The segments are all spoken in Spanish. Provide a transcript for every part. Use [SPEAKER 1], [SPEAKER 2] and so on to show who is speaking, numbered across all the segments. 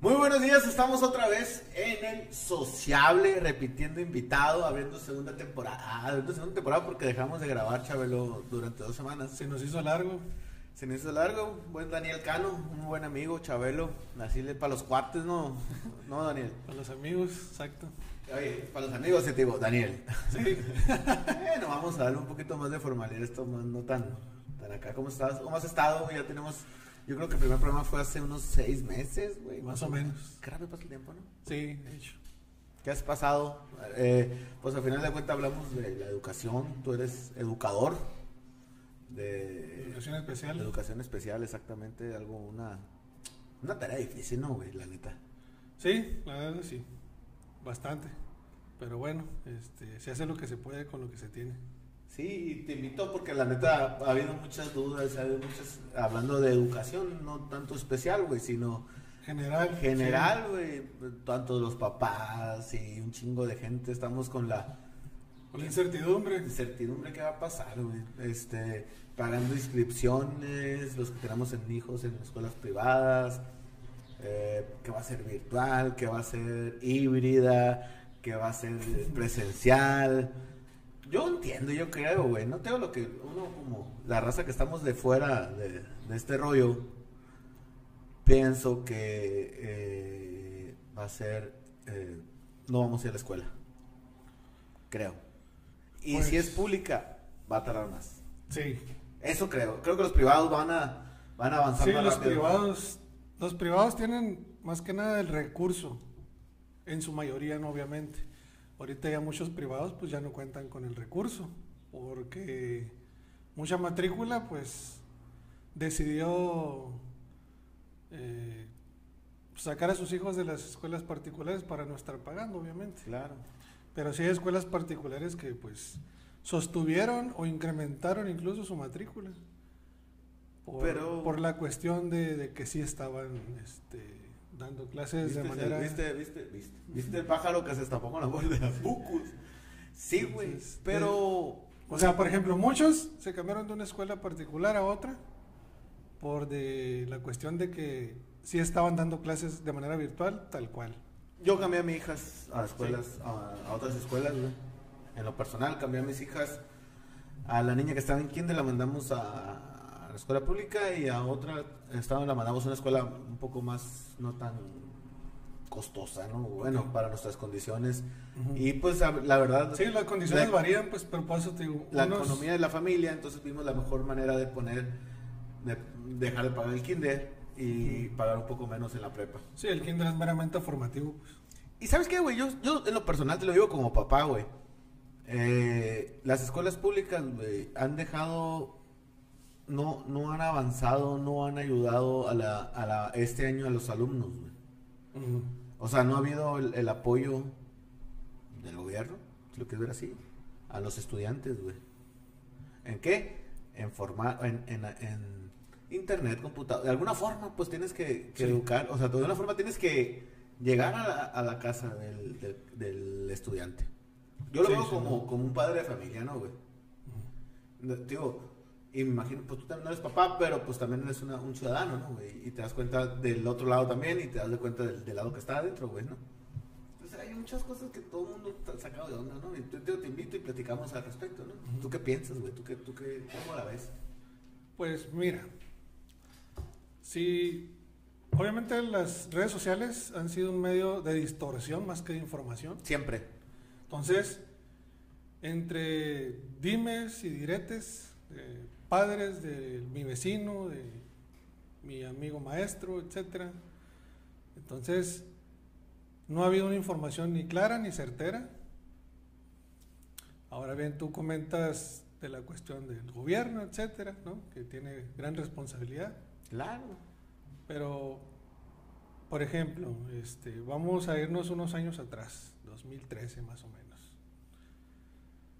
[SPEAKER 1] Muy buenos días, estamos otra vez en el sociable, repitiendo invitado, abriendo segunda temporada. Ah, abriendo segunda temporada porque dejamos de grabar, Chabelo, durante dos semanas.
[SPEAKER 2] Se nos hizo largo.
[SPEAKER 1] Se me hizo largo, buen Daniel Cano, un buen amigo, Chabelo, así le para los cuates, ¿no? No, Daniel.
[SPEAKER 2] Con los amigos, exacto.
[SPEAKER 1] Oye, para los amigos, sí te digo, Daniel.
[SPEAKER 2] Sí.
[SPEAKER 1] Bueno, vamos a darle un poquito más de formalidad, esto más no tan, tan acá. ¿Cómo estás? ¿Cómo has estado? güey? Ya tenemos, yo creo que el primer programa fue hace unos seis meses, güey.
[SPEAKER 2] Más o menos.
[SPEAKER 1] Qué rápido pasa el tiempo, ¿no?
[SPEAKER 2] Sí, de hecho.
[SPEAKER 1] ¿Qué has pasado? Eh, pues al final de cuentas hablamos de la educación, tú eres educador de
[SPEAKER 2] Educación especial.
[SPEAKER 1] de educación especial, exactamente, algo, una, una tarea difícil, ¿no, güey? La neta.
[SPEAKER 2] Sí, la verdad sí. Bastante. Pero bueno, este, se hace lo que se puede con lo que se tiene.
[SPEAKER 1] Sí, y te invito porque la neta ha habido muchas dudas, ha habido muchas, hablando de educación, no tanto especial, güey, sino
[SPEAKER 2] General.
[SPEAKER 1] general, güey, tanto los papás y un chingo de gente, estamos con la
[SPEAKER 2] sí. Con la incertidumbre.
[SPEAKER 1] incertidumbre que va a pasar, güey, este, pagando inscripciones, los que tenemos en hijos en escuelas privadas, eh, que va a ser virtual, que va a ser híbrida, que va a ser presencial. Yo entiendo, yo creo, güey, no tengo lo que uno como la raza que estamos de fuera de, de este rollo, pienso que eh, va a ser, eh, no vamos a ir a la escuela, creo. Y
[SPEAKER 2] Pues-
[SPEAKER 1] si es pública, va a tardar más.
[SPEAKER 2] Sí.
[SPEAKER 1] Eso creo. Creo que los privados van a, van a avanzar
[SPEAKER 2] Sí,
[SPEAKER 1] más
[SPEAKER 2] los
[SPEAKER 1] rápido.
[SPEAKER 2] privados, los privados tienen más que nada el recurso, en su mayoría, no obviamente. Ahorita ya muchos privados pues ya no cuentan con el recurso, porque mucha matrícula pues decidió eh, sacar a sus hijos de las escuelas particulares para no estar pagando, obviamente.
[SPEAKER 1] Claro.
[SPEAKER 2] Pero sí hay escuelas particulares que pues sostuvieron o incrementaron incluso su matrícula. Por,
[SPEAKER 1] Pero-
[SPEAKER 2] por la cuestión de, de que sí estaban este, dando clases
[SPEAKER 1] ¿Viste,
[SPEAKER 2] Pues de manera...
[SPEAKER 1] ¿viste, viste, viste, viste el pájaro que se estampó con la bola de las bucus? Sí, güey.
[SPEAKER 2] Entonces, eh,
[SPEAKER 1] Pero.
[SPEAKER 2] O sea, por ejemplo, muchos se cambiaron de una escuela particular a otra por de la cuestión de que sí estaban dando clases de manera virtual, tal cual.
[SPEAKER 1] Yo cambié a mis hijas a escuelas, a, a otras escuelas, güey. En lo personal, cambié a mis hijas. A la niña que estaba en kinder la mandamos a, a la escuela pública y a otra estaba, la mandamos a una escuela un poco más, no tan costosa, ¿no? Bueno, para nuestras condiciones. Y pues a- la verdad...
[SPEAKER 2] Sí, las condiciones
[SPEAKER 1] la-
[SPEAKER 2] varían, pues, pero por eso te digo...
[SPEAKER 1] la
[SPEAKER 2] unos-
[SPEAKER 1] economía de la familia, entonces vimos la mejor manera de poner, de dejar de pagar el kinder y pagar un poco menos en la prepa.
[SPEAKER 2] Sí, el kinder es meramente formativo. pues.
[SPEAKER 1] Y sabes qué, güey, yo, yo en lo personal te lo digo como papá, güey. Eh, las escuelas públicas, güey, han dejado, no, no han avanzado, no han ayudado a, la, a la, este año a los alumnos, güey. O sea, no ha habido el, el apoyo del gobierno, si lo quieres ver así, a los estudiantes, güey. ¿En qué? En formar, en, en, en internet, computador. De alguna forma, pues tienes que, que
[SPEAKER 2] Sí.
[SPEAKER 1] educar, o sea, de alguna forma tienes que llegar a la, a la casa del, del- del estudiante. Yo lo
[SPEAKER 2] Sí,
[SPEAKER 1] veo
[SPEAKER 2] sí,
[SPEAKER 1] como, como un padre de familia, ¿no, güey? No, Digo, y me imagino, pues tú también no eres papá, pero pues también eres una- un ciudadano, ¿no, güey? Y te das cuenta del otro lado también y te das de cuenta del, del lado que está adentro, güey, ¿no? Entonces hay muchas cosas que todo el mundo está sacado de onda, ¿no? Y te, te- te invito y platicamos al respecto, ¿no? ¿Tú qué piensas, güey? ¿Tú qué, tú qué, cómo la ves?
[SPEAKER 2] Pues mira, sí, obviamente las redes sociales han sido un medio de distorsión más que de información.
[SPEAKER 1] Siempre.
[SPEAKER 2] Entonces, entre dimes y diretes, eh, padres de mi vecino, de mi amigo maestro, etcétera. Entonces, no ha habido una información ni clara ni certera. Ahora bien, tú comentas de la cuestión del gobierno, etcétera, ¿no? que tiene gran responsabilidad.
[SPEAKER 1] Claro.
[SPEAKER 2] Pero, por ejemplo, este, vamos a irnos unos años atrás, 2013 más o menos.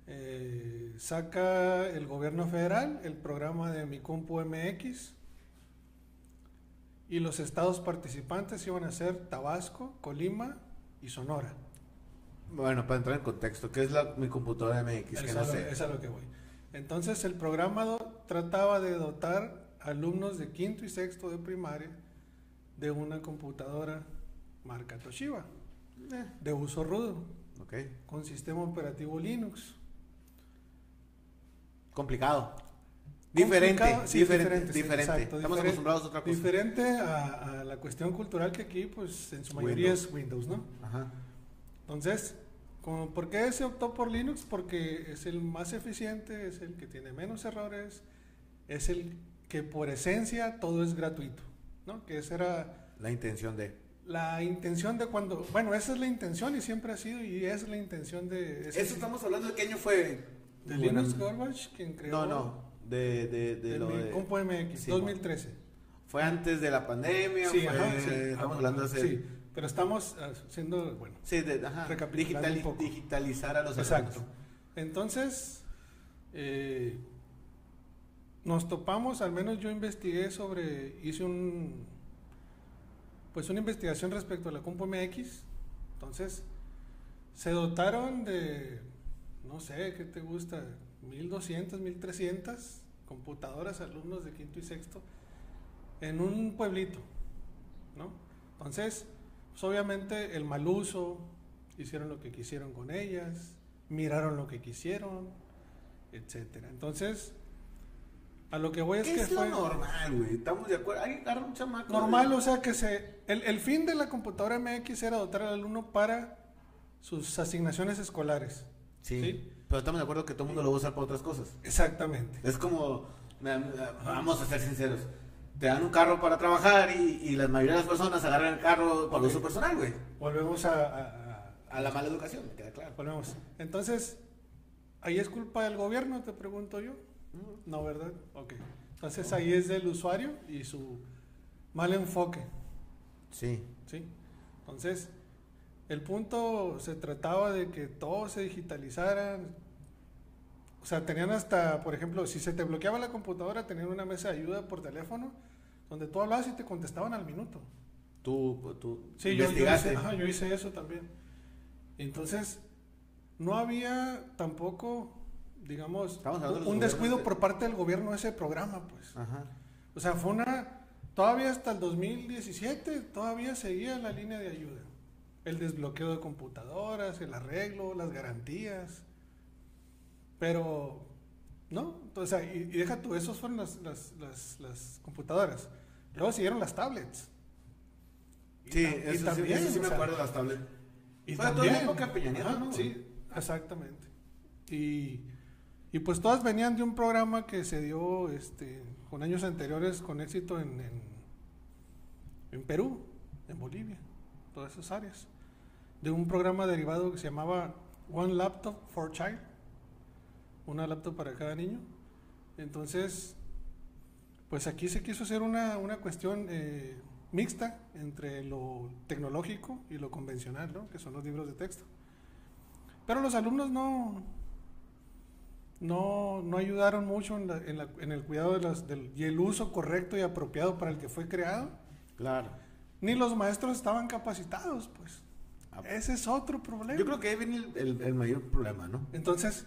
[SPEAKER 2] Eh, saca el gobierno federal el programa de Mi Compu MX y los estados participantes iban a ser Tabasco, Colima y Sonora.
[SPEAKER 1] Bueno, para entrar en contexto, ¿qué es la, mi computadora MX? Que
[SPEAKER 2] Es
[SPEAKER 1] no
[SPEAKER 2] a, lo,
[SPEAKER 1] sé.
[SPEAKER 2] es a lo que voy. Entonces el programa do- trataba de dotar alumnos de quinto y sexto de primaria de una computadora marca Toshiba, de uso rudo,
[SPEAKER 1] Eh, Ok.
[SPEAKER 2] con sistema operativo Linux.
[SPEAKER 1] Complicado. Diferente,
[SPEAKER 2] Complicado, sí,
[SPEAKER 1] diferente, diferente.
[SPEAKER 2] sí, exacto,
[SPEAKER 1] Estamos
[SPEAKER 2] diferente-
[SPEAKER 1] acostumbrados a otra cosa.
[SPEAKER 2] Diferente a, a la cuestión cultural que aquí, pues en su mayoría
[SPEAKER 1] Windows.
[SPEAKER 2] es Windows, ¿no?
[SPEAKER 1] Ajá.
[SPEAKER 2] Entonces, como- ¿por qué se optó por Linux? Porque es el más eficiente, es el que tiene menos errores, es el que por esencia todo es gratuito, ¿no? Que esa era
[SPEAKER 1] La intención de.
[SPEAKER 2] la intención de cuando, bueno, esa es la intención y siempre ha sido y es la intención de... ese-
[SPEAKER 1] Eso estamos hablando de qué año fue.
[SPEAKER 2] de
[SPEAKER 1] Bueno,
[SPEAKER 2] Linux Garbage, quien creó...
[SPEAKER 1] No, no. De, de, de
[SPEAKER 2] el
[SPEAKER 1] lo de-
[SPEAKER 2] Compo MX,
[SPEAKER 1] Sí,
[SPEAKER 2] 2013.
[SPEAKER 1] Fue antes de la pandemia.
[SPEAKER 2] Sí,
[SPEAKER 1] fue-
[SPEAKER 2] ajá, sí.
[SPEAKER 1] eh,
[SPEAKER 2] Ah,
[SPEAKER 1] Estamos hablando hace.
[SPEAKER 2] Sí, pero estamos haciendo, bueno,
[SPEAKER 1] Sí, de- ajá,
[SPEAKER 2] Recapitulando
[SPEAKER 1] digitali-
[SPEAKER 2] un poco.
[SPEAKER 1] digitalizar a los
[SPEAKER 2] Exacto.
[SPEAKER 1] alumnos.
[SPEAKER 2] Entonces, eh, nos topamos, al menos yo investigué sobre, hice un, pues una investigación respecto a la Compo MX. Entonces, se dotaron de, no sé, ¿qué te gusta? 1200, 1300 computadoras, alumnos de quinto y sexto, en un pueblito, ¿no? Entonces, pues obviamente el mal uso, hicieron lo que quisieron con ellas, miraron lo que quisieron, etcétera. Entonces, a lo que voy es
[SPEAKER 1] ¿Qué
[SPEAKER 2] que
[SPEAKER 1] es
[SPEAKER 2] fue
[SPEAKER 1] lo normal, güey? Estamos de acuerdo. Hay que agarrar un chamaco.
[SPEAKER 2] normal,
[SPEAKER 1] de-
[SPEAKER 2] o sea que se el, el fin de la computadora MX era dotar al alumno para sus asignaciones escolares.
[SPEAKER 1] Sí.
[SPEAKER 2] Sí.
[SPEAKER 1] Pero estamos de acuerdo que todo el mundo lo va a usar para otras cosas.
[SPEAKER 2] Exactamente.
[SPEAKER 1] Es como. na- na- Vamos a ser sinceros. Te dan un carro para trabajar y, y la mayoría de las personas agarran el carro para uso personal, güey.
[SPEAKER 2] Volvemos a, a- a-
[SPEAKER 1] A la mala educación, me queda claro.
[SPEAKER 2] volvemos. Entonces, ahí es culpa del gobierno, te pregunto yo. No, ¿verdad? Ok. Entonces ahí es del usuario y su mal enfoque.
[SPEAKER 1] Sí.
[SPEAKER 2] ¿sí? Entonces, el punto se trataba de que todo se digitalizara. O sea, tenían hasta, por ejemplo, si se te bloqueaba la computadora, tenían una mesa de ayuda por teléfono donde tú hablabas y te contestaban al minuto.
[SPEAKER 1] Tú, tú
[SPEAKER 2] Sí, yo, yo
[SPEAKER 1] investigaste.
[SPEAKER 2] hice, ajá, yo hice eso también. Entonces, no había tampoco, digamos,
[SPEAKER 1] Estamos hablando de los
[SPEAKER 2] un,
[SPEAKER 1] gobiernos
[SPEAKER 2] descuido
[SPEAKER 1] de-
[SPEAKER 2] por parte del gobierno de ese programa, pues.
[SPEAKER 1] Ajá.
[SPEAKER 2] O sea, fue una. Todavía hasta el 2017, todavía seguía la línea de ayuda. El desbloqueo de computadoras, el arreglo, las garantías. Pero, ¿no? O sea, y, y deja tú, esos fueron las, las, las- las computadoras. Luego siguieron las tablets. Y
[SPEAKER 1] Sí,
[SPEAKER 2] tam- y
[SPEAKER 1] eso,
[SPEAKER 2] también,
[SPEAKER 1] sí, eso sí
[SPEAKER 2] o
[SPEAKER 1] me
[SPEAKER 2] sea,
[SPEAKER 1] acuerdo de las tablets.
[SPEAKER 2] y
[SPEAKER 1] Fue toda
[SPEAKER 2] también,
[SPEAKER 1] la época de Peña Nieto,
[SPEAKER 2] ajá,
[SPEAKER 1] ¿no?
[SPEAKER 2] Sí, exactamente. Y, y pues todas venían de un programa que se dio este, con años anteriores con éxito en, en, en Perú, en Bolivia, todas esas áreas. De un programa derivado que se llamaba One Laptop for Child, una laptop para cada niño. Entonces, pues aquí se quiso hacer una, una cuestión eh, mixta entre lo tecnológico y lo convencional, ¿no? que son los libros de texto. Pero los alumnos no, no, no ayudaron mucho en, la- en la- en el cuidado de las- del- y el uso correcto y apropiado para el que fue creado,
[SPEAKER 1] Claro.
[SPEAKER 2] ni los maestros estaban capacitados, pues.
[SPEAKER 1] Ah,
[SPEAKER 2] Ese es otro problema.
[SPEAKER 1] Yo creo que ahí viene el, el- el mayor problema, ¿no?
[SPEAKER 2] Entonces,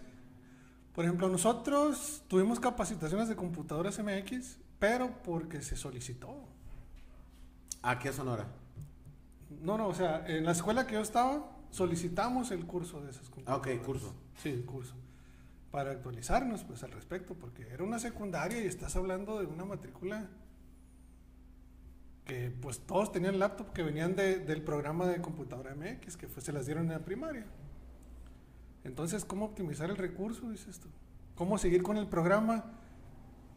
[SPEAKER 2] por ejemplo, nosotros tuvimos capacitaciones de computadoras MX, pero porque se solicitó.
[SPEAKER 1] Aquí a Sonora.
[SPEAKER 2] No, no, o sea, en la escuela que yo estaba, solicitamos el curso de esas
[SPEAKER 1] Ah,
[SPEAKER 2] computadoras.
[SPEAKER 1] ok, curso.
[SPEAKER 2] Sí, el curso. Para actualizarnos, pues, al respecto, porque era una secundaria y estás hablando de una matrícula que, pues, todos tenían laptop que venían de- del programa de computadora MX, que fue, se las dieron en la primaria. Entonces, ¿cómo optimizar el recurso, dices tú? ¿Cómo seguir con el programa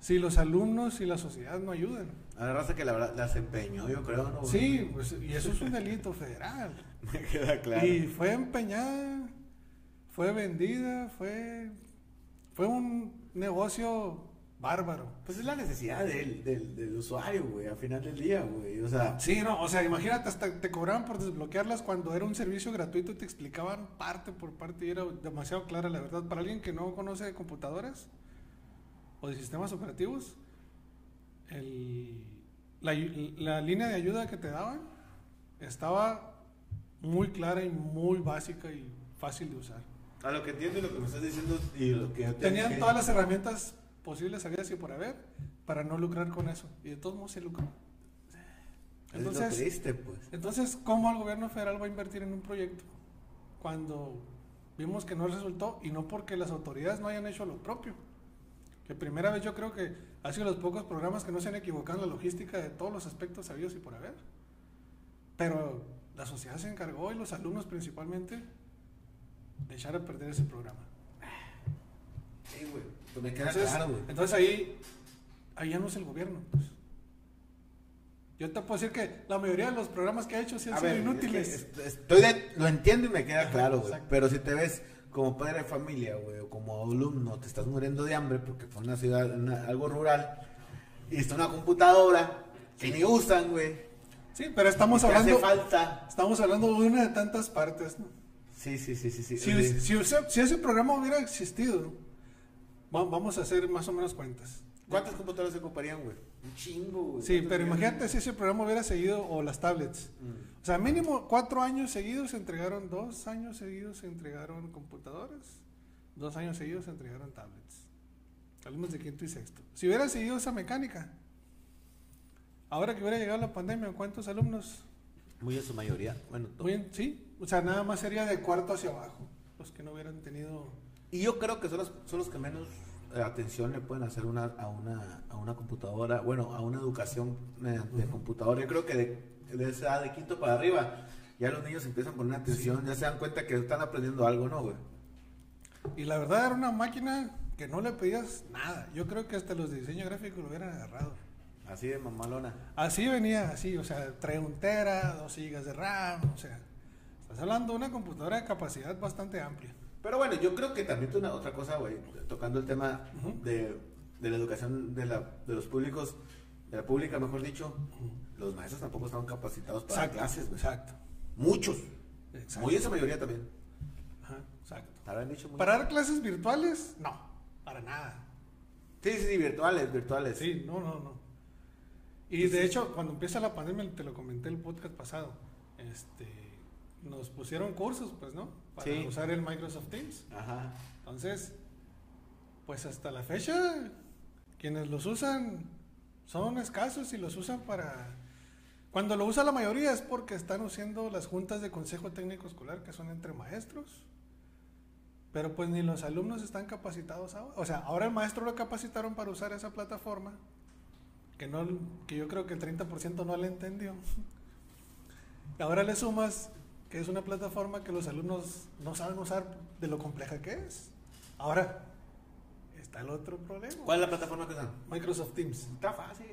[SPEAKER 2] si los alumnos y la sociedad no ayudan?
[SPEAKER 1] A la raza que la verdad las empeñó, yo creo, ¿no?
[SPEAKER 2] Sí, pues, y eso es un delito federal.
[SPEAKER 1] Me queda claro.
[SPEAKER 2] Y fue empeñada, fue vendida, fue, fue un negocio bárbaro.
[SPEAKER 1] Pues es la necesidad del, del, del usuario, güey, al final del día, güey. O sea,
[SPEAKER 2] Sí, no, o sea, imagínate, hasta te cobraban por desbloquearlas cuando era un servicio gratuito y te explicaban parte por parte y era demasiado clara la verdad. Para alguien que no conoce de computadoras o de sistemas operativos, el- la, ayu- la línea de ayuda que te daban estaba muy clara y muy básica y fácil de usar.
[SPEAKER 1] a lo que entiendo y lo que me estás diciendo y lo que yo te
[SPEAKER 2] Tenían
[SPEAKER 1] dije,
[SPEAKER 2] todas las herramientas posibles, había y por haber, para no lucrar con eso. Y de todos modos se lucró.
[SPEAKER 1] es lo triste, pues.
[SPEAKER 2] Entonces, ¿cómo el gobierno federal va a invertir en un proyecto cuando vimos que no resultó y no porque las autoridades no hayan hecho lo propio? Que primera vez yo creo que ha sido los pocos programas que no se han equivocado en la logística de todos los aspectos sabidos y por haber. Pero la sociedad se encargó y los alumnos principalmente de echar a perder ese programa.
[SPEAKER 1] Sí, güey. Pues me queda
[SPEAKER 2] Entonces,
[SPEAKER 1] claro, güey.
[SPEAKER 2] entonces ahí, ahí ya no es el gobierno. pues. Yo te puedo decir que la mayoría de los programas que ha hecho sí han
[SPEAKER 1] A
[SPEAKER 2] sido
[SPEAKER 1] ver,
[SPEAKER 2] inútiles.
[SPEAKER 1] es que es- estoy de- lo entiendo y me queda claro, güey.
[SPEAKER 2] exacto.
[SPEAKER 1] Pero si te ves como padre de familia, güey, o como alumno, te estás muriendo de hambre porque fue una ciudad, una- algo rural, y está una computadora que ni usan, güey.
[SPEAKER 2] Sí, pero estamos
[SPEAKER 1] que hace
[SPEAKER 2] hablando,
[SPEAKER 1] falta.
[SPEAKER 2] estamos hablando de una de tantas partes. ¿no?
[SPEAKER 1] Sí, sí, sí, sí, sí.
[SPEAKER 2] Si,
[SPEAKER 1] sí.
[SPEAKER 2] si ese- si ese programa hubiera existido, va- vamos a hacer más o menos cuentas.
[SPEAKER 1] ¿Cuántas computadoras se ocuparían, güey? Un chingo, güey. ¿Cuántas
[SPEAKER 2] Sí, pero
[SPEAKER 1] serían?
[SPEAKER 2] imagínate si ese programa hubiera seguido, o las tablets.
[SPEAKER 1] Mm.
[SPEAKER 2] O sea, mínimo cuatro años seguidos se entregaron, dos años seguidos se entregaron computadoras, dos años seguidos se entregaron tablets. Alumnos de quinto y sexto. Si hubiera seguido esa mecánica, ahora que hubiera llegado la pandemia, ¿cuántos alumnos?
[SPEAKER 1] Muy en su mayoría. Bueno, to-
[SPEAKER 2] Muy en- sí, o sea, nada más sería de cuarto hacia abajo, los que no hubieran tenido...
[SPEAKER 1] Y yo creo que son los, son los que menos eh, atención le pueden hacer una, a, una, a una computadora, bueno, a una educación mediante computadora. Yo creo que de, de esa edad de quinto para arriba, ya los niños empiezan con una atención, ya se dan cuenta que están aprendiendo algo, ¿no, güey?
[SPEAKER 2] Y la verdad era una máquina que no le pedías nada. Yo creo que hasta los de diseño gráfico lo hubieran agarrado.
[SPEAKER 1] Así de mamalona.
[SPEAKER 2] Así venía, así, o sea, trae un tera, 2 GB de RAM, o sea, estás hablando de una computadora de capacidad bastante amplia.
[SPEAKER 1] Pero bueno, yo creo que también una otra cosa, güey, tocando el tema
[SPEAKER 2] Ujú.
[SPEAKER 1] de, de la educación de, la, de los públicos, de la pública, mejor dicho, los maestros tampoco están capacitados para clases, güey.
[SPEAKER 2] exacto,
[SPEAKER 1] Muchos,
[SPEAKER 2] exacto.
[SPEAKER 1] muy en su mayoría también.
[SPEAKER 2] Ajá, exacto.
[SPEAKER 1] Te habrán dicho muy-
[SPEAKER 2] ¿Para dar clases virtuales? No, para nada.
[SPEAKER 1] Sí, sí, sí, virtuales, virtuales.
[SPEAKER 2] Sí, no, no, no. Y de hecho, cuando empieza la pandemia, te lo comenté el podcast pasado, este, nos pusieron cursos, pues, ¿no? Para
[SPEAKER 1] Sí.
[SPEAKER 2] usar el Microsoft Teams.
[SPEAKER 1] Ajá.
[SPEAKER 2] Entonces, pues hasta la fecha, quienes los usan son escasos y los usan para... Cuando lo usa la mayoría es porque están usando las juntas de consejo técnico escolar que son entre maestros. Pero pues ni los alumnos están capacitados ahora. O sea, ahora el maestro lo capacitaron para usar esa plataforma, que, no, que yo creo que el 30% no le entendió. Y ahora le sumas que es una plataforma que los alumnos no saben usar de lo compleja que es. Ahora, está el otro problema.
[SPEAKER 1] ¿Cuál es la plataforma que usan?
[SPEAKER 2] Microsoft Teams.
[SPEAKER 1] Está fácil.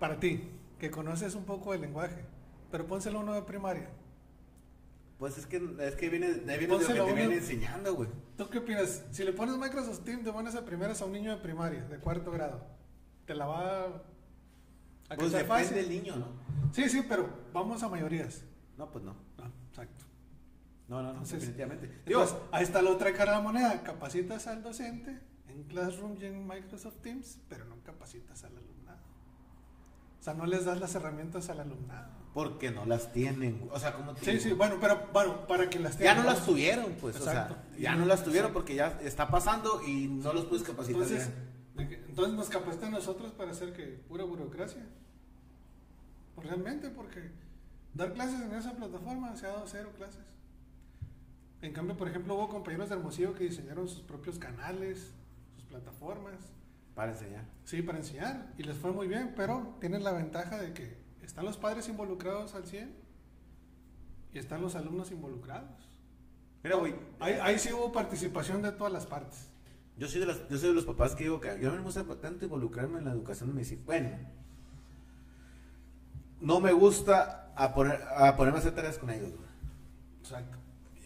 [SPEAKER 2] Para ti, que conoces un poco el lenguaje, pero pónselo a uno de primaria.
[SPEAKER 1] Pues es que, es que viene, de ahí viene de
[SPEAKER 2] Pónselo
[SPEAKER 1] lo que te
[SPEAKER 2] uno.
[SPEAKER 1] viene enseñando, güey.
[SPEAKER 2] ¿Tú qué opinas? Si le pones Microsoft Teams de buenas a primeras a un niño de primaria, de cuarto grado, te la va a
[SPEAKER 1] Pues
[SPEAKER 2] causar
[SPEAKER 1] depende
[SPEAKER 2] fácil.
[SPEAKER 1] del niño, ¿no?
[SPEAKER 2] Sí, sí, pero vamos a mayorías.
[SPEAKER 1] No, pues no.
[SPEAKER 2] No, exacto.
[SPEAKER 1] No, no, no,
[SPEAKER 2] Entonces-
[SPEAKER 1] definitivamente. Digo,
[SPEAKER 2] Entonces, ahí está la otra cara de la moneda. Capacitas al docente en Classroom y en Microsoft Teams, pero no capacitas al alumnado. O sea, no les das las herramientas al alumnado.
[SPEAKER 1] porque no las tienen, güey. O sea, como te
[SPEAKER 2] Sí,
[SPEAKER 1] digo,
[SPEAKER 2] sí, bueno, pero bueno, para que las
[SPEAKER 1] Ya
[SPEAKER 2] tengan.
[SPEAKER 1] no las tuvieron, pues,
[SPEAKER 2] Exacto.
[SPEAKER 1] o sea, ya no las tuvieron porque ya está pasando y no los puedes capacitar.
[SPEAKER 2] Entonces,
[SPEAKER 1] ya.
[SPEAKER 2] de que- entonces nos capacitan nosotros para hacer que pura burocracia. Pues realmente, porque dar clases en esa plataforma se ha dado cero clases. En cambio, por ejemplo, hubo compañeros de Hermosillo que diseñaron sus propios canales, sus plataformas,
[SPEAKER 1] Para enseñar.
[SPEAKER 2] sí, para enseñar. Y les fue muy bien, pero tienen la ventaja de que están los padres involucrados al 100 y están los alumnos involucrados.
[SPEAKER 1] Mira, güey,
[SPEAKER 2] Ahí, ahí sí hubo participación de todas las partes.
[SPEAKER 1] Yo soy, de las- yo soy de los papás que digo que yo no me gusta tanto involucrarme en la educación de mis hijos. Bueno, no me gusta a, poner, a ponerme a hacer tareas con ellos, güey.
[SPEAKER 2] Exacto.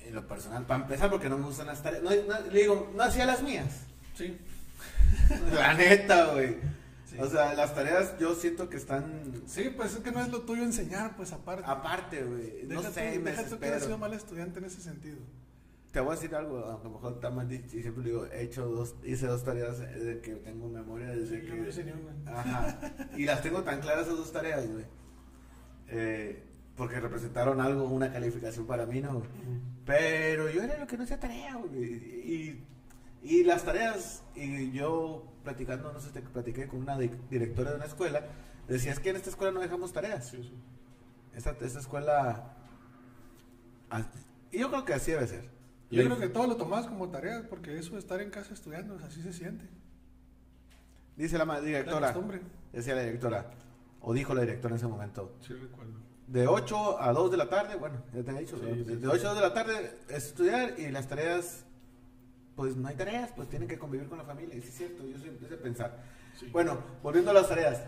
[SPEAKER 1] En lo personal, para empezar, porque no me gustan las tareas. No, no- le digo, no hacía las mías.
[SPEAKER 2] Sí.
[SPEAKER 1] La neta, güey.
[SPEAKER 2] Sí.
[SPEAKER 1] O sea, las tareas yo siento que están
[SPEAKER 2] Sí, pues es que no es lo tuyo enseñar, pues aparte.
[SPEAKER 1] aparte, güey. Ah, No
[SPEAKER 2] Deja
[SPEAKER 1] sé,
[SPEAKER 2] tú,
[SPEAKER 1] me
[SPEAKER 2] deja tú que eres sido
[SPEAKER 1] desespero.
[SPEAKER 2] mal estudiante en ese sentido.
[SPEAKER 1] Te voy a decir algo, a lo mejor está mal dicho, y siempre digo, he hecho dos, hice dos tareas eh, de que tengo memoria desde
[SPEAKER 2] Yo
[SPEAKER 1] que...
[SPEAKER 2] no hice ni una.
[SPEAKER 1] Ajá. Y las tengo tan claras esas dos tareas, güey. Eh, porque representaron algo, una calificación para mí, ¿no? güey? Pero yo era lo que no hacía tarea, güey. Y, y las tareas, y yo platicando, no sé, te platiqué con una di- directora de una escuela, Decías que en esta escuela no dejamos tareas. Esta, esta escuela. ah, Y yo creo que así debe ser.
[SPEAKER 2] Yo
[SPEAKER 1] La
[SPEAKER 2] creo
[SPEAKER 1] inf-
[SPEAKER 2] que todo lo tomás como tarea, porque eso de estar en casa estudiando, así se siente.
[SPEAKER 1] Dice la ma-
[SPEAKER 2] La
[SPEAKER 1] directora.
[SPEAKER 2] costumbre.
[SPEAKER 1] Decía la directora. O dijo la directora en ese momento.
[SPEAKER 2] Sí, recuerdo.
[SPEAKER 1] De 8 a 2 de la tarde, bueno, ya te he dicho,
[SPEAKER 2] Sí,
[SPEAKER 1] ¿no?
[SPEAKER 2] sí,
[SPEAKER 1] de
[SPEAKER 2] sí.
[SPEAKER 1] 8 a 2 de la tarde es estudiar y las tareas, pues no hay tareas, pues tienen que convivir con la familia, y sí es cierto, yo soy de pensar. Bueno, volviendo a las tareas,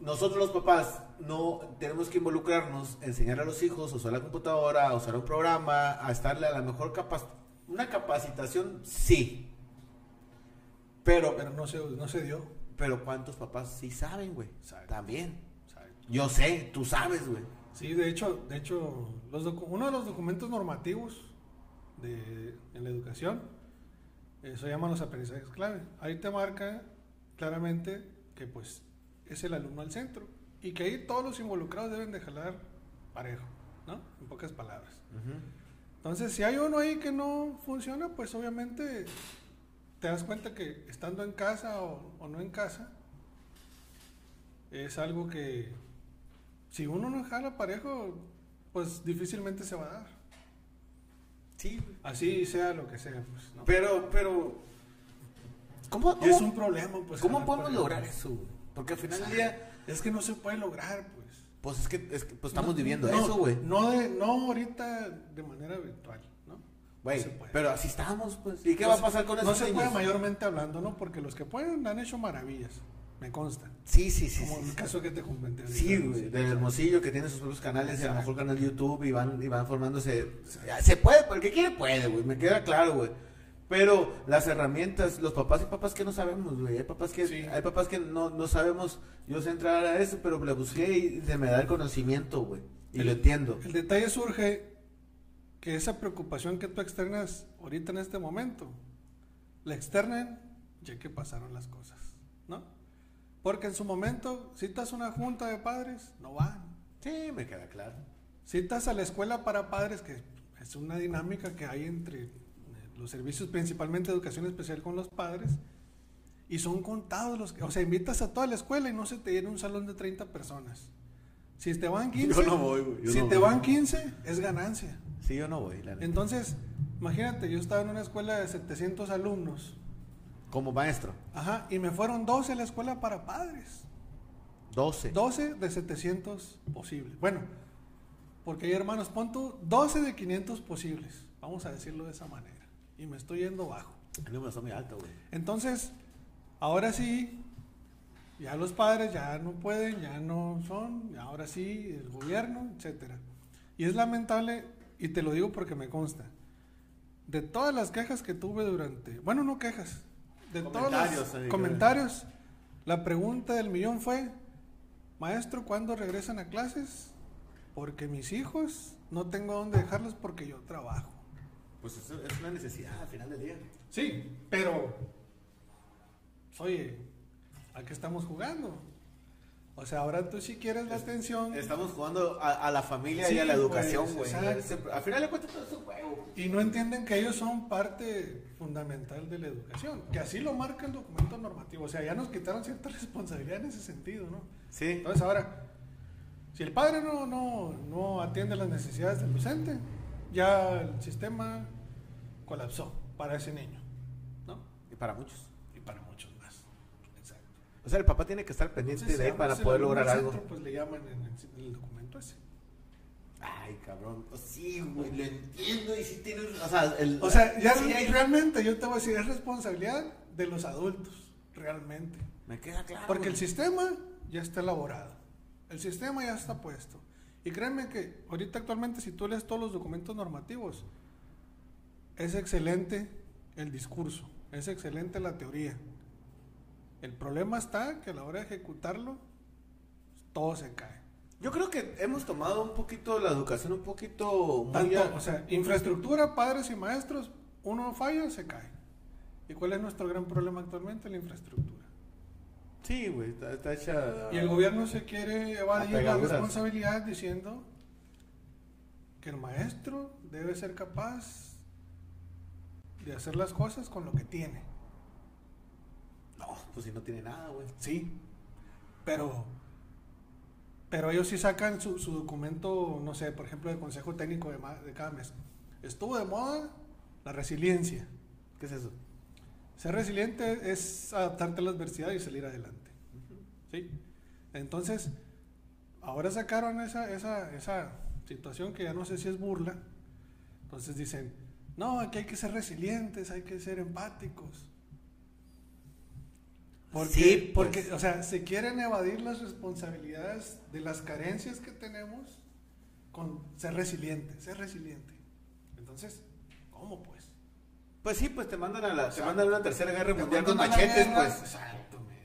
[SPEAKER 1] nosotros los papás no tenemos que involucrarnos, enseñar a los hijos a usar la computadora, a usar un programa, a estarle a la mejor capac- una capacitación, sí, pero,
[SPEAKER 2] Pero no se, no se dio.
[SPEAKER 1] pero ¿cuántos papás sí saben, güey?
[SPEAKER 2] Saben.
[SPEAKER 1] También, yo sé, tú sabes, güey.
[SPEAKER 2] Sí, de hecho, de hecho los docu- uno de los documentos normativos de, en la educación, eh, se llaman los aprendizajes clave. Ahí te marca claramente que pues es el alumno al centro y que ahí todos los involucrados deben de jalar parejo, ¿no? En pocas palabras. Entonces, si hay uno ahí que no funciona, pues obviamente te das cuenta que estando en casa o, o no en casa, es algo que si uno no jala parejo, pues difícilmente se va a dar.
[SPEAKER 1] Sí, güey.
[SPEAKER 2] Así sea lo que sea, pues. ¿no?
[SPEAKER 1] Pero, pero. ¿Cómo,
[SPEAKER 2] Y es
[SPEAKER 1] cómo-
[SPEAKER 2] un problema, pues.
[SPEAKER 1] cómo
[SPEAKER 2] jalar
[SPEAKER 1] podemos
[SPEAKER 2] parejo.
[SPEAKER 1] lograr eso? güey? Porque al final del día,
[SPEAKER 2] Es que no se puede lograr, pues.
[SPEAKER 1] pues es que, es que, pues, estamos
[SPEAKER 2] No,
[SPEAKER 1] viviendo
[SPEAKER 2] no,
[SPEAKER 1] eso, güey.
[SPEAKER 2] No, de- no ahorita de manera virtual, ¿no?
[SPEAKER 1] Güey,
[SPEAKER 2] No se puede.
[SPEAKER 1] pero así estamos, pues. ¿Y qué
[SPEAKER 2] No
[SPEAKER 1] va a
[SPEAKER 2] se-
[SPEAKER 1] pasar con
[SPEAKER 2] No
[SPEAKER 1] esos
[SPEAKER 2] se puede
[SPEAKER 1] niños?
[SPEAKER 2] mayormente hablando, ¿no? Porque los que pueden han hecho maravillas, me consta.
[SPEAKER 1] Sí, sí, sí.
[SPEAKER 2] Como
[SPEAKER 1] sí,
[SPEAKER 2] el caso que te comenté.
[SPEAKER 1] sí.
[SPEAKER 2] ahorita,
[SPEAKER 1] Sí,
[SPEAKER 2] ¿no?
[SPEAKER 1] güey, del Hermosillo que tiene sus propios canales y a lo
[SPEAKER 2] Exacto.
[SPEAKER 1] mejor canal de YouTube y van, y van formándose. Se puede, pero el que quiere puede, güey, me queda claro, güey. Pero las herramientas, los papás y papás que no sabemos, güey. Hay papás que,
[SPEAKER 2] Sí.
[SPEAKER 1] hay papás que no, no sabemos. Yo sé entrar a eso, pero le busqué y se me da el conocimiento, güey. Y lo entiendo.
[SPEAKER 2] El detalle surge que esa preocupación que tú externas ahorita en este momento, la externen ya que pasaron las cosas, ¿no? Porque en su momento citas una junta de padres, no van.
[SPEAKER 1] Sí, me queda claro.
[SPEAKER 2] Citas a la escuela para padres, que es una dinámica que hay entre eh, los servicios, principalmente educación especial con los padres, y son contados los que, o sea, invitas a toda la escuela y no se te llena un salón de 30 personas. Si te van 15,
[SPEAKER 1] no voy, güey, yo
[SPEAKER 2] si
[SPEAKER 1] no
[SPEAKER 2] te
[SPEAKER 1] voy.
[SPEAKER 2] van 15, es ganancia.
[SPEAKER 1] Sí, yo no voy, la neta.
[SPEAKER 2] Entonces, imagínate, yo estaba en una escuela de 700 alumnos,
[SPEAKER 1] Como maestro,
[SPEAKER 2] ajá, y me fueron 12 a la escuela para padres.
[SPEAKER 1] 12.
[SPEAKER 2] 12 de 700 posibles. Bueno, porque hay hermanos, pon tú 12 de 500 posibles. Vamos a decirlo de esa manera. Y me estoy yendo bajo.
[SPEAKER 1] El número está muy alto, güey.
[SPEAKER 2] Entonces, ahora sí, ya los padres ya no pueden, ya no son, y ahora sí, el gobierno, etcétera. Y es lamentable, y te lo digo porque me consta, de todas las quejas que tuve durante, bueno, no quejas, de todos
[SPEAKER 1] Comentarios,
[SPEAKER 2] los
[SPEAKER 1] eh,
[SPEAKER 2] comentarios, la pregunta del millón fue, maestro, ¿cuándo regresan a clases? Porque mis hijos no tengo dónde dejarlos porque yo trabajo.
[SPEAKER 1] Pues eso es una necesidad al final del día.
[SPEAKER 2] Sí, pero. Oye, ¿a qué estamos jugando? O sea, ahora tú sí quieres la
[SPEAKER 1] Es-
[SPEAKER 2] atención.
[SPEAKER 1] Estamos jugando a, a la familia y
[SPEAKER 2] Sí,
[SPEAKER 1] a la
[SPEAKER 2] pues,
[SPEAKER 1] educación, güey.
[SPEAKER 2] exacto.
[SPEAKER 1] Se- Al final de cuentas todo es un juego.
[SPEAKER 2] Y no entienden que ellos son parte fundamental de la educación. Que así lo marca el documento normativo. O sea, ya nos quitaron cierta responsabilidad en ese sentido, ¿no?
[SPEAKER 1] Sí.
[SPEAKER 2] Entonces ahora, si el padre no, no, no atiende las necesidades del docente, ya el sistema colapsó para ese niño, ¿no?
[SPEAKER 1] Y para muchos.
[SPEAKER 2] Y para muchos más. Exacto.
[SPEAKER 1] O sea, el papá tiene que estar pendiente
[SPEAKER 2] Entonces,
[SPEAKER 1] de él
[SPEAKER 2] ah,
[SPEAKER 1] para
[SPEAKER 2] pues, el
[SPEAKER 1] poder
[SPEAKER 2] alumno
[SPEAKER 1] lograr
[SPEAKER 2] al
[SPEAKER 1] algo.
[SPEAKER 2] centro, pues le llaman en el, en el documento ese.
[SPEAKER 1] Ay, cabrón. Pues sí, güey, lo entiendo y sí tienes... O sea, el-
[SPEAKER 2] O sea, ya
[SPEAKER 1] sí hay-
[SPEAKER 2] realmente yo te voy a decir, es responsabilidad de los adultos, realmente.
[SPEAKER 1] Me queda claro.
[SPEAKER 2] Porque el
[SPEAKER 1] güey.
[SPEAKER 2] sistema ya está elaborado, el sistema ya está puesto. Y créeme que ahorita actualmente si tú lees todos los documentos normativos, es excelente el discurso, es excelente la teoría. El problema está que a la hora de ejecutarlo, todo se cae.
[SPEAKER 1] Yo creo que hemos tomado un poquito la educación un poquito... muy
[SPEAKER 2] Tanto,
[SPEAKER 1] a-
[SPEAKER 2] o sea, infraestructura, padres y maestros, uno falla, se cae. ¿Y cuál es nuestro gran problema actualmente? La infraestructura.
[SPEAKER 1] Sí, güey, está, está hecha...
[SPEAKER 2] Y el gobierno se quiere evadir la
[SPEAKER 1] Apegaduras.
[SPEAKER 2] responsabilidad diciendo que el maestro debe ser capaz de hacer las cosas con lo que tiene.
[SPEAKER 1] No, pues si no tiene nada, güey.
[SPEAKER 2] Sí, pero Pero ellos sí sacan su, su documento, no sé, por ejemplo, del Consejo Técnico de, ma- de cada mes. Estuvo de moda la resiliencia.
[SPEAKER 1] ¿Qué es eso?
[SPEAKER 2] Ser resiliente es adaptarte a la adversidad y salir adelante. ¿Sí? Entonces, ahora sacaron esa, esa, esa situación que ya no sé si es burla. Entonces dicen, no, aquí hay que ser resilientes, hay que ser empáticos. Porque,
[SPEAKER 1] Sí, pues.
[SPEAKER 2] porque, o sea, se quieren evadir las responsabilidades de las carencias que tenemos con ser resiliente, ser resiliente. Entonces, ¿cómo pues?
[SPEAKER 1] Pues sí, pues te mandan a la, te mandan a una tercera guerra mundial con
[SPEAKER 2] Cuando
[SPEAKER 1] machetes,
[SPEAKER 2] la guerra-
[SPEAKER 1] pues.
[SPEAKER 2] Exactamente.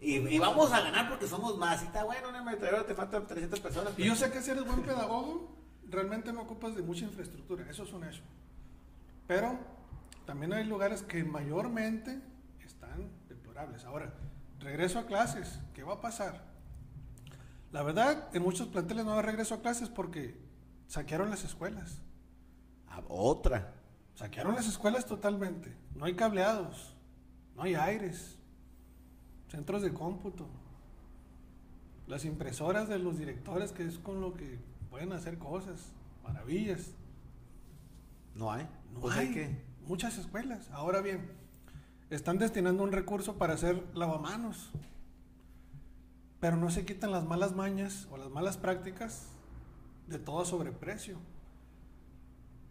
[SPEAKER 1] Y, y vamos a ganar porque somos más. Y está bueno, una metralleta te matan 300 personas.
[SPEAKER 2] Y yo sé que si eres buen pedagogo, realmente no ocupas de mucha infraestructura, eso es un hecho. Pero también hay lugares que mayormente están deplorables. Ahora, regreso a clases, ¿qué va a pasar? La verdad, en muchos planteles no hay regreso a clases porque saquearon las escuelas.
[SPEAKER 1] Ah, otra.
[SPEAKER 2] Saquearon las escuelas totalmente. No hay cableados, no hay aires, centros de cómputo, las impresoras de los directores, que es con lo que pueden hacer cosas, maravillas.
[SPEAKER 1] No hay.
[SPEAKER 2] No
[SPEAKER 1] Pues
[SPEAKER 2] hay
[SPEAKER 1] que-
[SPEAKER 2] muchas escuelas. Ahora bien, están destinando un recurso para hacer lavamanos, pero no se quitan las malas mañas o las malas prácticas de todo sobreprecio.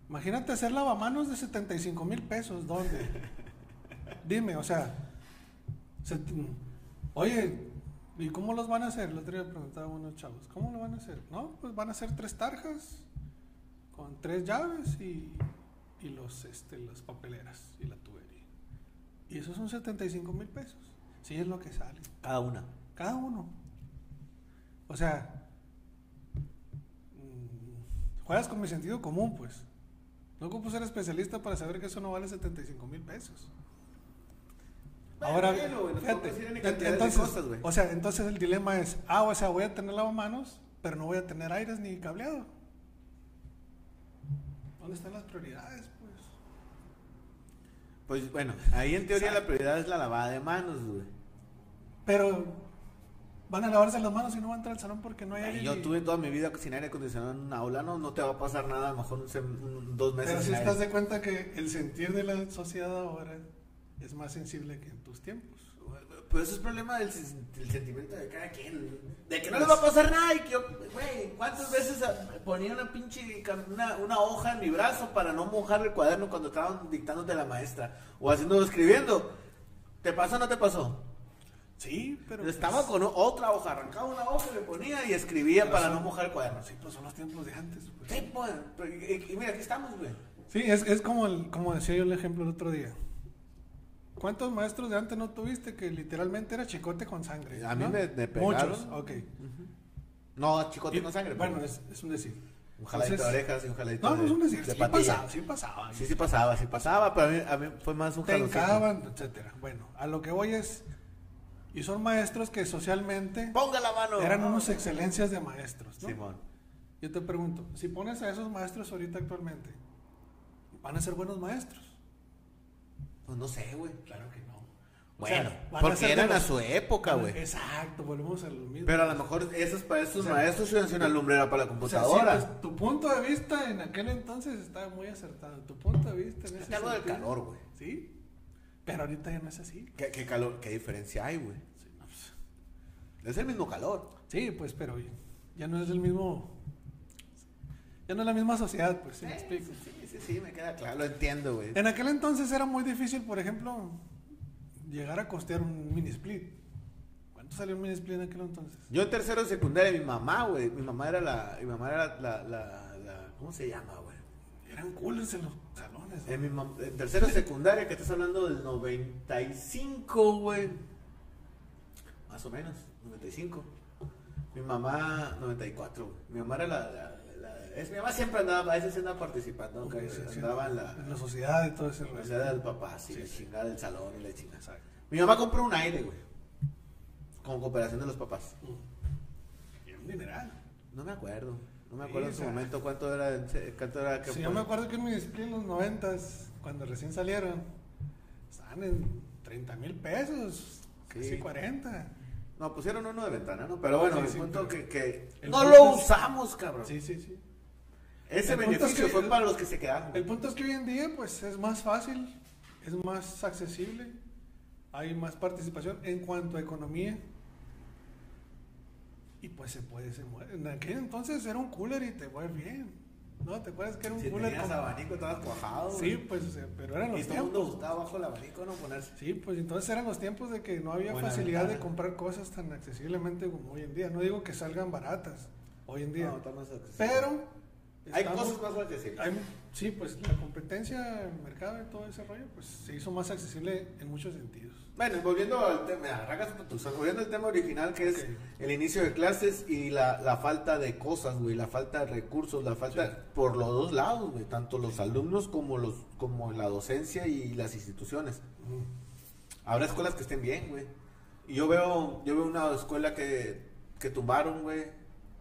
[SPEAKER 2] Imagínate hacer lavamanos de 75 mil pesos, ¿dónde? Dime, o sea, se- oye, ¿y cómo los van a hacer? El otro día preguntaba a unos chavos, ¿cómo lo van a hacer? No, pues van a hacer tres tarjas con tres llaves y, y los, este, las papeleras y la tubería. Y esos son 75 mil pesos. Sí, es lo que sale.
[SPEAKER 1] Cada una.
[SPEAKER 2] Cada uno. O sea, mm, juegas con mi sentido común, pues. No ocupo ser especialista para saber que eso no vale 75 mil pesos.
[SPEAKER 1] Bueno,
[SPEAKER 2] Ahora,
[SPEAKER 1] bueno, güey, no te
[SPEAKER 2] fíjate,
[SPEAKER 1] puedo decir ni
[SPEAKER 2] ent-
[SPEAKER 1] cantidad de
[SPEAKER 2] entonces,
[SPEAKER 1] cosas, güey.
[SPEAKER 2] o sea, entonces el dilema es, ah, o sea, voy a tener lavamanos, pero no voy a tener aires ni cableado. ¿Dónde están las prioridades, pues?
[SPEAKER 1] Pues bueno, ahí en teoría la prioridad es la lavada de manos, güey.
[SPEAKER 2] Pero van a lavarse las manos y no van a entrar al salón porque no hay aire.
[SPEAKER 1] Y yo
[SPEAKER 2] ni-
[SPEAKER 1] tuve toda mi vida sin aire acondicionado en una aula, no, no te va a pasar nada, a lo mejor un sem- un- dos meses.
[SPEAKER 2] Pero si
[SPEAKER 1] sin aire.
[SPEAKER 2] estás de cuenta que el sentir de la sociedad ahora es más sensible que en tus tiempos.
[SPEAKER 1] Pero eso es problema del, sen- del sentimiento de cada quien. De que no le va a pasar nada y que yo, güey, ¿cuántas veces ah, ponía una pinche cam- una, una hoja en mi brazo para no mojar el cuaderno cuando estaban dictándote la maestra o haciendo escribiendo? ¿Te pasó o no te pasó?
[SPEAKER 2] Sí, pero. pues,
[SPEAKER 1] Estaba con o- otra hoja, arrancaba una hoja, le ponía y escribía
[SPEAKER 2] Pero
[SPEAKER 1] para
[SPEAKER 2] son-
[SPEAKER 1] no mojar el cuaderno. Sí,
[SPEAKER 2] Sí, pues son los tiempos de antes. pues.
[SPEAKER 1] sí pues, pero- y, y mira, aquí estamos, güey.
[SPEAKER 2] Sí, es, es como, el- como decía yo el ejemplo el otro día. ¿Cuántos maestros de antes no tuviste que literalmente era chicote con sangre?
[SPEAKER 1] A mí
[SPEAKER 2] ¿no?
[SPEAKER 1] me- me pegaron.
[SPEAKER 2] Muchos, ok.
[SPEAKER 1] No, chico, tengo
[SPEAKER 2] Y-
[SPEAKER 1] sangre.
[SPEAKER 2] Bueno,
[SPEAKER 1] pero-
[SPEAKER 2] es, es un decir.
[SPEAKER 1] un jaladito
[SPEAKER 2] Entonces-
[SPEAKER 1] de orejas y un jaladito
[SPEAKER 2] No, no
[SPEAKER 1] de,
[SPEAKER 2] es un decir.
[SPEAKER 1] de
[SPEAKER 2] Sí
[SPEAKER 1] patilla.
[SPEAKER 2] pasaba, sí pasaba.
[SPEAKER 1] Sí, sí pasaba, sí pasaba, pero a mí, a mí fue más un
[SPEAKER 2] te
[SPEAKER 1] jaloncito.
[SPEAKER 2] encaban, etcétera. Bueno, a lo que voy es. Y son maestros que socialmente
[SPEAKER 1] Ponga la mano.
[SPEAKER 2] eran unos excelencias de maestros. ¿no?
[SPEAKER 1] Simón.
[SPEAKER 2] Yo te pregunto, si pones a esos maestros ahorita actualmente, ¿van a ser buenos maestros?
[SPEAKER 1] Pues no sé, güey.
[SPEAKER 2] Claro que no.
[SPEAKER 1] Bueno,
[SPEAKER 2] van a ser
[SPEAKER 1] porque
[SPEAKER 2] de
[SPEAKER 1] eran a
[SPEAKER 2] los-
[SPEAKER 1] su época, güey.
[SPEAKER 2] Exacto, volvemos a lo mismo.
[SPEAKER 1] Pero a lo mejor esos para esos
[SPEAKER 2] O sea,
[SPEAKER 1] maestros hubieran sido una lumbrera para la
[SPEAKER 2] O sea,
[SPEAKER 1] computadora.
[SPEAKER 2] sí, pues, tu punto de vista en aquel entonces estaba muy acertado. Tu punto de vista en ese
[SPEAKER 1] Te hablo del
[SPEAKER 2] sentido,
[SPEAKER 1] calor, güey.
[SPEAKER 2] Sí, pero ahorita ya no es así.
[SPEAKER 1] ¿Qué, qué calor, qué diferencia hay, güey.
[SPEAKER 2] Sí, no, pues,
[SPEAKER 1] Es el mismo calor.
[SPEAKER 2] Sí, pues, pero ya no es el mismo. Ya no es la misma sociedad, pues, sí, me
[SPEAKER 1] Sí,
[SPEAKER 2] explico.
[SPEAKER 1] sí, sí, sí, me queda claro. Lo entiendo, güey.
[SPEAKER 2] En aquel entonces era muy difícil, por ejemplo, llegar a costear un mini split. ¿Cuánto salió un mini split en aquel entonces?
[SPEAKER 1] Yo en tercero de secundaria, mi mamá, güey. Mi mamá era la. Mi mamá era la. la, la- la- ¿Cómo se llama, güey?
[SPEAKER 2] Eran coolers en los salones. ¿no?
[SPEAKER 1] En, mi mam- en tercero de secundaria, que estás hablando del 95, güey. Más o menos, 95. Mi mamá, 94, güey. Mi mamá era la. la- la- es, mi mamá siempre andaba, a veces andaba participando,
[SPEAKER 2] Ok,
[SPEAKER 1] aunque
[SPEAKER 2] sí, sí.
[SPEAKER 1] andaba en la.
[SPEAKER 2] En la sociedad y todo ese
[SPEAKER 1] la
[SPEAKER 2] rollo.
[SPEAKER 1] ciudad del papá, sí,
[SPEAKER 2] Sí,
[SPEAKER 1] la
[SPEAKER 2] sí.
[SPEAKER 1] chingada del salón y la chingada.
[SPEAKER 2] Exacto.
[SPEAKER 1] Mi mamá compró un aire, güey. Con cooperación de los papás.
[SPEAKER 2] Y era un dineral.
[SPEAKER 1] No me acuerdo. No me
[SPEAKER 2] Sí,
[SPEAKER 1] acuerdo en
[SPEAKER 2] o
[SPEAKER 1] su
[SPEAKER 2] sea.
[SPEAKER 1] momento cuánto era. Cuánto era que pues
[SPEAKER 2] Sí,
[SPEAKER 1] fue.
[SPEAKER 2] yo me acuerdo que un mini split en los noventas, cuando recién salieron, estaban en 30 mil pesos,
[SPEAKER 1] Sí.
[SPEAKER 2] casi 40.
[SPEAKER 1] No, pusieron uno de ventana, ¿no? Pero bueno,
[SPEAKER 2] Sí,
[SPEAKER 1] el
[SPEAKER 2] sí,
[SPEAKER 1] punto
[SPEAKER 2] pero-
[SPEAKER 1] que, que
[SPEAKER 2] el
[SPEAKER 1] no
[SPEAKER 2] punto
[SPEAKER 1] lo
[SPEAKER 2] es-
[SPEAKER 1] usamos, cabrón.
[SPEAKER 2] Sí, sí, sí.
[SPEAKER 1] Ese
[SPEAKER 2] El punto es
[SPEAKER 1] beneficio
[SPEAKER 2] que-
[SPEAKER 1] fue para los que se quedaron.
[SPEAKER 2] El punto es que hoy en día pues es más fácil, es más accesible, hay más participación en cuanto a economía. Y pues se puede, se mueve. En aquel entonces era un cooler y te mueves bien. ¿No? ¿Te acuerdas que era un
[SPEAKER 1] Si
[SPEAKER 2] cooler
[SPEAKER 1] tenías
[SPEAKER 2] como-
[SPEAKER 1] abanico, estabas cuajado.
[SPEAKER 2] Sí,
[SPEAKER 1] güey.
[SPEAKER 2] pues, o sea, pero eran
[SPEAKER 1] Y
[SPEAKER 2] los
[SPEAKER 1] todo el mundo
[SPEAKER 2] tiempos.
[SPEAKER 1] buscaba bajo el abanico, ¿no? Ponerse.
[SPEAKER 2] Sí, pues entonces eran los tiempos de que no había
[SPEAKER 1] Buena
[SPEAKER 2] facilidad de
[SPEAKER 1] ventana.
[SPEAKER 2] comprar cosas tan accesiblemente como hoy en día. No digo que salgan baratas hoy en día,
[SPEAKER 1] No, está más accesible.
[SPEAKER 2] pero
[SPEAKER 1] Hay
[SPEAKER 2] estamos-
[SPEAKER 1] cosas más accesibles.
[SPEAKER 2] hay- sí, pues la competencia, el mercado y todo ese rollo, pues se hizo más accesible en muchos sentidos.
[SPEAKER 1] Bueno, volviendo al tema, me arrancas tu tuza, volviendo al tema original que es
[SPEAKER 2] Ok.
[SPEAKER 1] el inicio de clases y la, la falta de cosas, güey, la falta de recursos, la falta por los dos lados, güey, tanto los alumnos como los como la docencia y las instituciones. Habrá escuelas que estén bien, güey. Y yo veo yo veo una escuela que, que tumbaron, güey,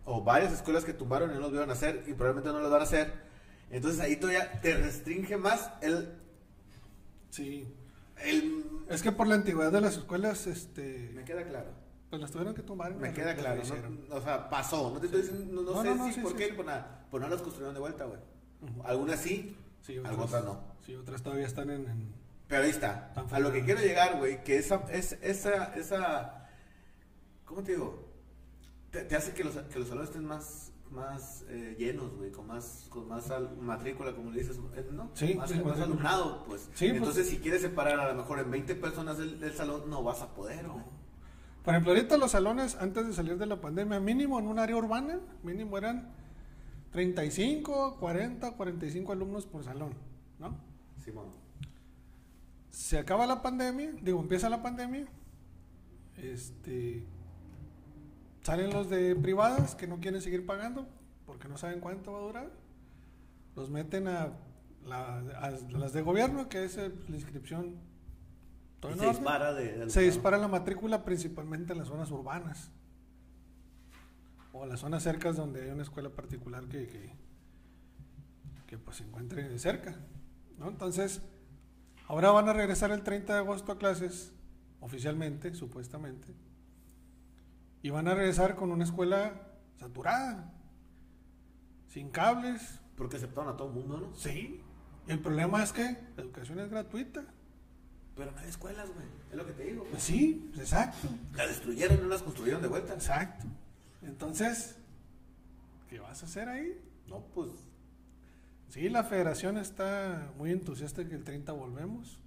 [SPEAKER 1] o varias escuelas que tumbaron y no los vieron hacer y probablemente no los van a hacer. Entonces ahí todavía te restringe más el
[SPEAKER 2] Sí.
[SPEAKER 1] el
[SPEAKER 2] Es que por la antigüedad de las escuelas, este,
[SPEAKER 1] me queda claro.
[SPEAKER 2] pues las tuvieron que tomar.
[SPEAKER 1] Me queda claro,
[SPEAKER 2] hicieron.
[SPEAKER 1] ¿no? O sea, pasó. No te estoy diciendo, no, no
[SPEAKER 2] No,
[SPEAKER 1] sé
[SPEAKER 2] no, no,
[SPEAKER 1] si
[SPEAKER 2] sí,
[SPEAKER 1] por
[SPEAKER 2] sí,
[SPEAKER 1] qué,
[SPEAKER 2] sí.
[SPEAKER 1] por nada. Pues no las construyeron de vuelta, güey. Algunas sí,
[SPEAKER 2] Sí,
[SPEAKER 1] algunas otras no.
[SPEAKER 2] Sí, otras todavía están en... en-
[SPEAKER 1] Pero ahí está.
[SPEAKER 2] Tan
[SPEAKER 1] A lo que
[SPEAKER 2] fácil.
[SPEAKER 1] quiero llegar, güey, que esa, es, esa, esa, ¿cómo te digo? Te, te hace que los, que los salones estén más, más eh, llenos, güey, con más, con más al- matrícula, como le dices, eh, ¿no?
[SPEAKER 2] Sí,
[SPEAKER 1] más,
[SPEAKER 2] sí,
[SPEAKER 1] más
[SPEAKER 2] matrícula.
[SPEAKER 1] alumnado, pues.
[SPEAKER 2] Sí, pues.
[SPEAKER 1] Entonces, si quieres separar a lo mejor en 20 personas el, el salón, no vas a poder, güey.
[SPEAKER 2] Por ejemplo, ahorita los salones, antes de salir de la pandemia, mínimo en un área urbana, mínimo eran 35, 40, 45 alumnos por salón, ¿no?
[SPEAKER 1] Simón.
[SPEAKER 2] se acaba la pandemia, digo, empieza la pandemia, este, salen los de privadas que no quieren seguir pagando porque no saben cuánto va a durar, los meten a, la- a las de gobierno, que es eh, la inscripción. todo
[SPEAKER 1] Y
[SPEAKER 2] en
[SPEAKER 1] se
[SPEAKER 2] orden.
[SPEAKER 1] dispara de, de
[SPEAKER 2] Se dispara la matrícula principalmente en las zonas urbanas o las zonas cercas donde hay una escuela particular que, que, que, pues se encuentre cerca. ¿no? Entonces, ahora van a regresar el 30 de agosto a clases, oficialmente, supuestamente, y van a regresar con una escuela saturada, sin cables.
[SPEAKER 1] Porque aceptaron a todo el mundo, ¿no?
[SPEAKER 2] Sí. Y el problema es que la educación es gratuita.
[SPEAKER 1] Pero no hay escuelas, güey. Es lo que te digo.
[SPEAKER 2] Pues sí, exacto.
[SPEAKER 1] La destruyeron y no las construyeron de vuelta.
[SPEAKER 2] Exacto. Entonces, ¿qué vas a hacer ahí?
[SPEAKER 1] No, pues.
[SPEAKER 2] Sí, la federación está muy entusiasta que el 30 volvemos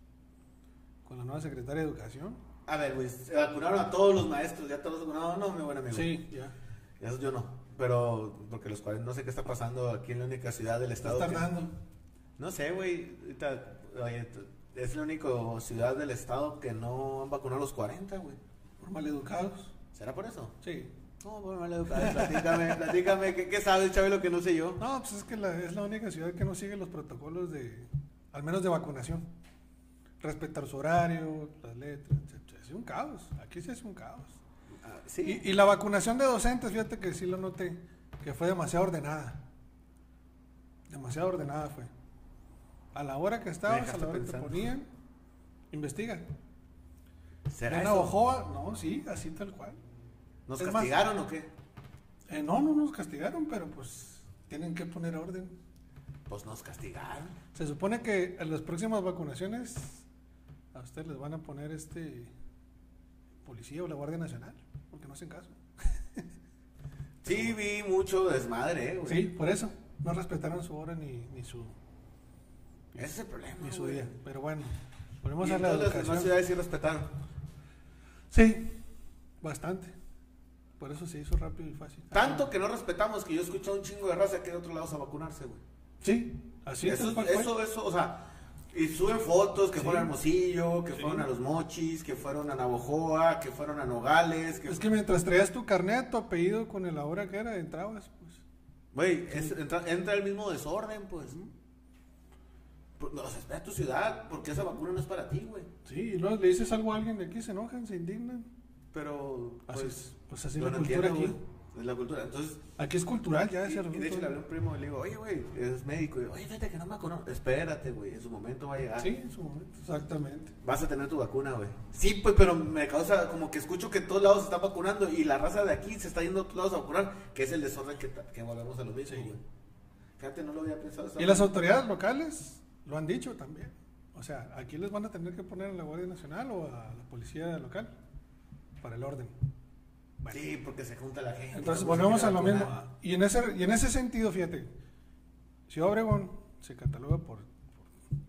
[SPEAKER 2] con la nueva secretaria de educación.
[SPEAKER 1] A ver, güey, se vacunaron a todos los maestros. Ya todos vacunados. No, mi buen amigo.
[SPEAKER 2] Sí, ya.
[SPEAKER 1] Eso yo no. Pero, porque los cuales no sé qué está pasando aquí en la única ciudad del
[SPEAKER 2] Estás
[SPEAKER 1] estado. que-
[SPEAKER 2] tardando.
[SPEAKER 1] No sé, güey. ahorita, oye, t- es la única ciudad del estado que no han vacunado a los 40, güey.
[SPEAKER 2] Por maleducados.
[SPEAKER 1] ¿Será por eso?
[SPEAKER 2] Sí.
[SPEAKER 1] No, por mala educación. Platícame, platícame. ¿Qué, qué sabes, Chabelo, que no sé yo?
[SPEAKER 2] No, pues es que la- es la única ciudad que no sigue los protocolos de, al menos de vacunación. Respetar su horario, las letras, se- se hace un caos. Aquí se hace un caos.
[SPEAKER 1] Ah, sí.
[SPEAKER 2] Y, y la vacunación de docentes, fíjate que sí lo noté, que fue demasiado ordenada. Demasiado ordenada fue. A la hora que estabas, a
[SPEAKER 1] dejaste
[SPEAKER 2] la hora
[SPEAKER 1] pensando.
[SPEAKER 2] que te ponían, investiga.
[SPEAKER 1] ¿Será
[SPEAKER 2] Ana
[SPEAKER 1] eso?
[SPEAKER 2] Ojoa, no, sí, así tal cual.
[SPEAKER 1] ¿Nos
[SPEAKER 2] Es más-
[SPEAKER 1] castigaron o qué?
[SPEAKER 2] Eh, no, no nos castigaron, pero pues tienen que poner orden.
[SPEAKER 1] Pues nos castigaron.
[SPEAKER 2] Se supone que en las próximas vacunaciones a ustedes les van a poner este policía o la Guardia Nacional, porque no hacen caso.
[SPEAKER 1] Sí, vi mucho desmadre, eh, güey.
[SPEAKER 2] Sí, por eso. No respetaron su hora ni, ni su
[SPEAKER 1] Ese es el problema.
[SPEAKER 2] ni su
[SPEAKER 1] güey.
[SPEAKER 2] día. Pero bueno, volvemos
[SPEAKER 1] Y
[SPEAKER 2] a la
[SPEAKER 1] entonces las
[SPEAKER 2] educación.
[SPEAKER 1] demás ciudades sí respetaron.
[SPEAKER 2] Sí, bastante. Por eso se hizo rápido y fácil.
[SPEAKER 1] Tanto que no respetamos que yo escucho a un chingo de raza que de otro lado va a vacunarse, güey.
[SPEAKER 2] Sí, así es.
[SPEAKER 1] eso,
[SPEAKER 2] tal cual.
[SPEAKER 1] eso, eso, o sea, y suben fotos que
[SPEAKER 2] Sí.
[SPEAKER 1] fueron a Hermosillo, que
[SPEAKER 2] Sí.
[SPEAKER 1] fueron a Los Mochis, que fueron a Navojoa, que fueron a Nogales, que...
[SPEAKER 2] Es que mientras traías tu carnet, tu apellido con el ahora que era, entrabas. Pues.
[SPEAKER 1] Güey, es- entra, entra el mismo desorden, pues. Por- No, o sea, espera tu ciudad, porque esa vacuna no es para ti, güey.
[SPEAKER 2] Sí, y luego le dices algo a alguien de aquí, se enojan, se indignan.
[SPEAKER 1] Pero,
[SPEAKER 2] Así
[SPEAKER 1] pues,
[SPEAKER 2] es. Pues así
[SPEAKER 1] yo
[SPEAKER 2] la
[SPEAKER 1] no
[SPEAKER 2] cultura
[SPEAKER 1] entiendo,
[SPEAKER 2] aquí.
[SPEAKER 1] güey. Es la cultura. Entonces,
[SPEAKER 2] Aquí es cultural ya
[SPEAKER 1] y,
[SPEAKER 2] ese
[SPEAKER 1] y de hecho
[SPEAKER 2] argumento.
[SPEAKER 1] le hablé a un primo y le digo, oye, güey, es médico. Y yo, oye, fíjate que no me conozco. Espérate, güey, en su momento va a llegar.
[SPEAKER 2] Sí, en su momento, exactamente.
[SPEAKER 1] Vas a tener tu vacuna, güey. Sí, pues, pero me causa como que escucho que en todos lados se están vacunando y la raza de aquí se está yendo a todos lados a vacunar, que es el desorden que, ta- que volvemos a lo mismo, güey. Fíjate, no lo había pensado. esa
[SPEAKER 2] Y
[SPEAKER 1] manera.
[SPEAKER 2] las autoridades locales lo han dicho también. O sea, aquí les van a tener que poner a la Guardia Nacional o a la policía local para el orden. Bueno.
[SPEAKER 1] Sí, porque se junta la gente.
[SPEAKER 2] Entonces
[SPEAKER 1] no se
[SPEAKER 2] volvemos
[SPEAKER 1] quiere
[SPEAKER 2] a lo
[SPEAKER 1] vacunar.
[SPEAKER 2] mismo. Y en ese, y en ese sentido, fíjate, Ciudad Obregón se cataloga por, por,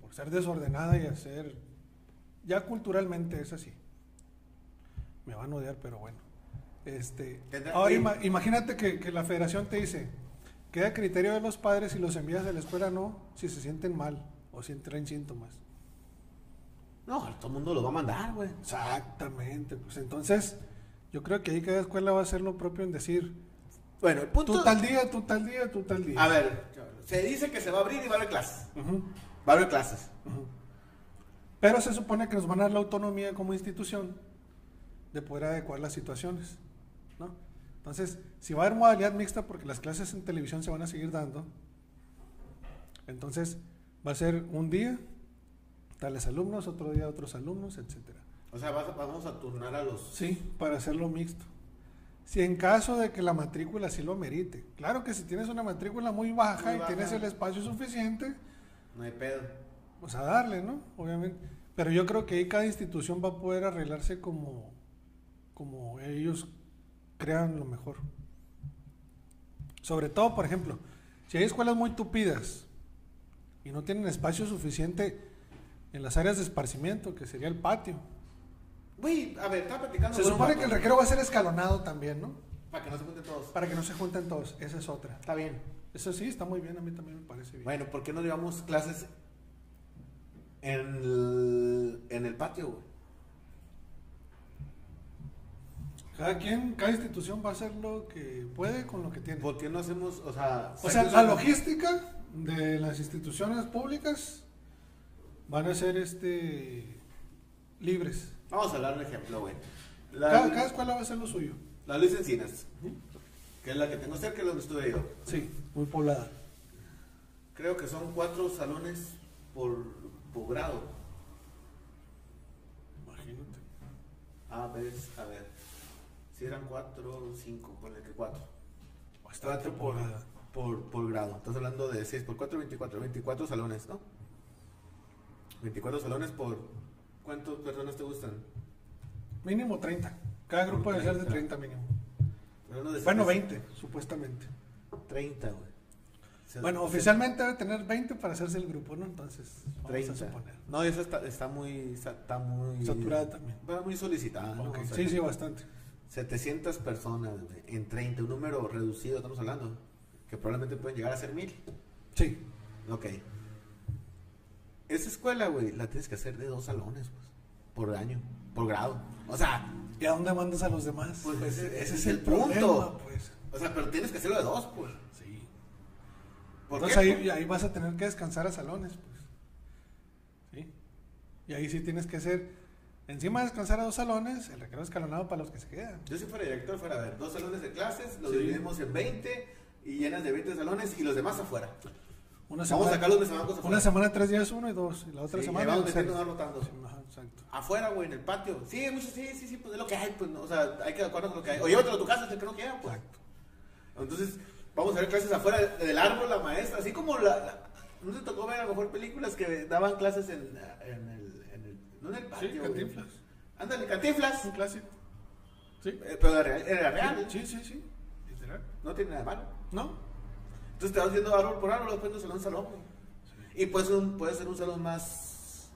[SPEAKER 2] por ser desordenada y hacer, ya culturalmente es así. Me van a odiar, pero bueno. Este,
[SPEAKER 1] Tendrá-
[SPEAKER 2] ahora
[SPEAKER 1] sí.
[SPEAKER 2] ima- imagínate que, que la federación te dice, queda a criterio de los padres si los envías a la escuela o no, si se sienten mal o si traen síntomas.
[SPEAKER 1] No, todo el mundo lo va a mandar, güey.
[SPEAKER 2] Exactamente, pues entonces yo creo que ahí cada escuela va a hacer lo propio en decir,
[SPEAKER 1] Bueno, el punto.
[SPEAKER 2] tú tal día, tú tal día, tú tal día.
[SPEAKER 1] A ver, se dice que se va a abrir y va a haber clases.
[SPEAKER 2] Ujú.
[SPEAKER 1] Va a haber clases.
[SPEAKER 2] Pero se supone que nos van a dar la autonomía como institución de poder adecuar las situaciones, ¿no? Entonces, si va a haber modalidad mixta porque las clases en televisión se van a seguir dando, entonces va a ser un día tales alumnos, otro día otros alumnos, etcétera.
[SPEAKER 1] O sea, vas a- vamos a turnar a los.
[SPEAKER 2] Sí, para hacerlo mixto. Si en caso de que la matrícula sí lo merite. Claro que si tienes una matrícula muy baja
[SPEAKER 1] Muy
[SPEAKER 2] y
[SPEAKER 1] baja.
[SPEAKER 2] tienes el espacio suficiente,
[SPEAKER 1] No hay pedo.
[SPEAKER 2] pues a darle, ¿no? Obviamente. Pero yo creo que ahí cada institución va a poder arreglarse como, como ellos crean lo mejor. Sobre todo, por ejemplo, si hay escuelas muy tupidas y no tienen espacio suficiente en las áreas de esparcimiento, que sería el patio.
[SPEAKER 1] Güey, a ver, estaba platicando.
[SPEAKER 2] Se
[SPEAKER 1] con un
[SPEAKER 2] supone
[SPEAKER 1] vato,
[SPEAKER 2] que el recreo va a ser escalonado también, ¿no?
[SPEAKER 1] Para que no se junten todos.
[SPEAKER 2] Para que no se junten todos. Esa es otra.
[SPEAKER 1] Está bien.
[SPEAKER 2] Eso sí, está muy bien, a mí también me parece bien.
[SPEAKER 1] Bueno, ¿por qué no llevamos clases en el, en el patio, güey?
[SPEAKER 2] Cada quien, cada institución va a hacer lo que puede con lo que tiene.
[SPEAKER 1] ¿Por qué no hacemos, o sea...
[SPEAKER 2] O sea,
[SPEAKER 1] sacos
[SPEAKER 2] la
[SPEAKER 1] de-
[SPEAKER 2] logística de las instituciones públicas van a ser este libres.
[SPEAKER 1] Vamos a dar un ejemplo, güey. La,
[SPEAKER 2] Cada, cada escuela va a hacer lo suyo.
[SPEAKER 1] la Luis Encinas, que es la que tengo cerca, es donde estuve yo.
[SPEAKER 2] Sí, muy poblada.
[SPEAKER 1] Creo que son cuatro salones por, por grado.
[SPEAKER 2] Imagínate.
[SPEAKER 1] A ver, Ah, pues, a ver. Si eran cuatro, cinco, ponle que cuatro.
[SPEAKER 2] Bastante
[SPEAKER 1] Cuatro por,
[SPEAKER 2] poblada.
[SPEAKER 1] por, por grado. Estás hablando de 6 por 4, 24. 24 salones, ¿no? 24 salones por... ¿Cuántas personas te gustan?
[SPEAKER 2] Mínimo 30. Cada grupo debe ser de 30 mínimo.
[SPEAKER 1] Hablando de
[SPEAKER 2] Bueno,
[SPEAKER 1] seis-
[SPEAKER 2] 20, supuestamente.
[SPEAKER 1] 30, güey. Se-
[SPEAKER 2] Bueno,
[SPEAKER 1] se-
[SPEAKER 2] oficialmente debe tener 20 para hacerse el grupo, ¿no? Entonces, vamos a
[SPEAKER 1] 30.
[SPEAKER 2] suponer.
[SPEAKER 1] No, esa está, está muy... sa- Está muy...
[SPEAKER 2] Saturada también.
[SPEAKER 1] Está muy solicitada. Ah, ¿no?
[SPEAKER 2] Ok,
[SPEAKER 1] O sea,
[SPEAKER 2] Sí, sí, bastante.
[SPEAKER 1] 700 personas güey, en 30, un número reducido, estamos hablando. Que probablemente pueden llegar a ser 1000.
[SPEAKER 2] Sí.
[SPEAKER 1] Ok. Esa escuela, güey, la tienes que hacer de dos salones, pues, por año, por grado. O sea,
[SPEAKER 2] ¿Y a dónde mandas a los demás?
[SPEAKER 1] Pues ese- ese es el punto.
[SPEAKER 2] pues.
[SPEAKER 1] o sea, pero tienes que hacerlo de dos, pues.
[SPEAKER 2] Sí.
[SPEAKER 1] ¿Por
[SPEAKER 2] Entonces
[SPEAKER 1] qué?
[SPEAKER 2] ahí, ahí vas a tener que descansar a salones, pues. ¿Sí? Y ahí sí tienes que hacer, encima de descansar a dos salones, el recreo escalonado para los que se quedan.
[SPEAKER 1] Yo si fuera director fuera a ver dos salones de clases, los
[SPEAKER 2] Sí.
[SPEAKER 1] dividimos en 20 y llenas de 20 salones y los demás afuera.
[SPEAKER 2] Una
[SPEAKER 1] Vamos a sacar los mesabancos afuera.
[SPEAKER 2] una semana tres días uno y dos, y la otra
[SPEAKER 1] Sí,
[SPEAKER 2] semana
[SPEAKER 1] ahí vamos
[SPEAKER 2] seis.
[SPEAKER 1] metiendo, vamos rotando.
[SPEAKER 2] Sí, ajá, exacto.
[SPEAKER 1] Afuera, güey, en el patio. Sí, muchos, sí, sí, sí, pues es lo que hay, pues, no, o sea, hay que acuerdo con lo que hay. O llévatelo a tu casa, es el que no quiera, pues.
[SPEAKER 2] Exacto.
[SPEAKER 1] Entonces, vamos a ver clases afuera de- del árbol, la maestra, así como la, la- no te tocó ver a lo mejor películas que daban clases en, en el, en el, no en el patio.
[SPEAKER 2] Sí,
[SPEAKER 1] güey.
[SPEAKER 2] Cantinflas.
[SPEAKER 1] Ándale, cantinflas.
[SPEAKER 2] Un
[SPEAKER 1] Eh,
[SPEAKER 2] clásico. Sí.
[SPEAKER 1] Pero era real, era real,
[SPEAKER 2] Sí, sí, sí. Literal.
[SPEAKER 1] no tiene nada de malo.
[SPEAKER 2] ¿No?
[SPEAKER 1] Entonces te vas viendo árbol por árbol, después de salón a salón. güey. Y puede ser, un, puede ser un salón más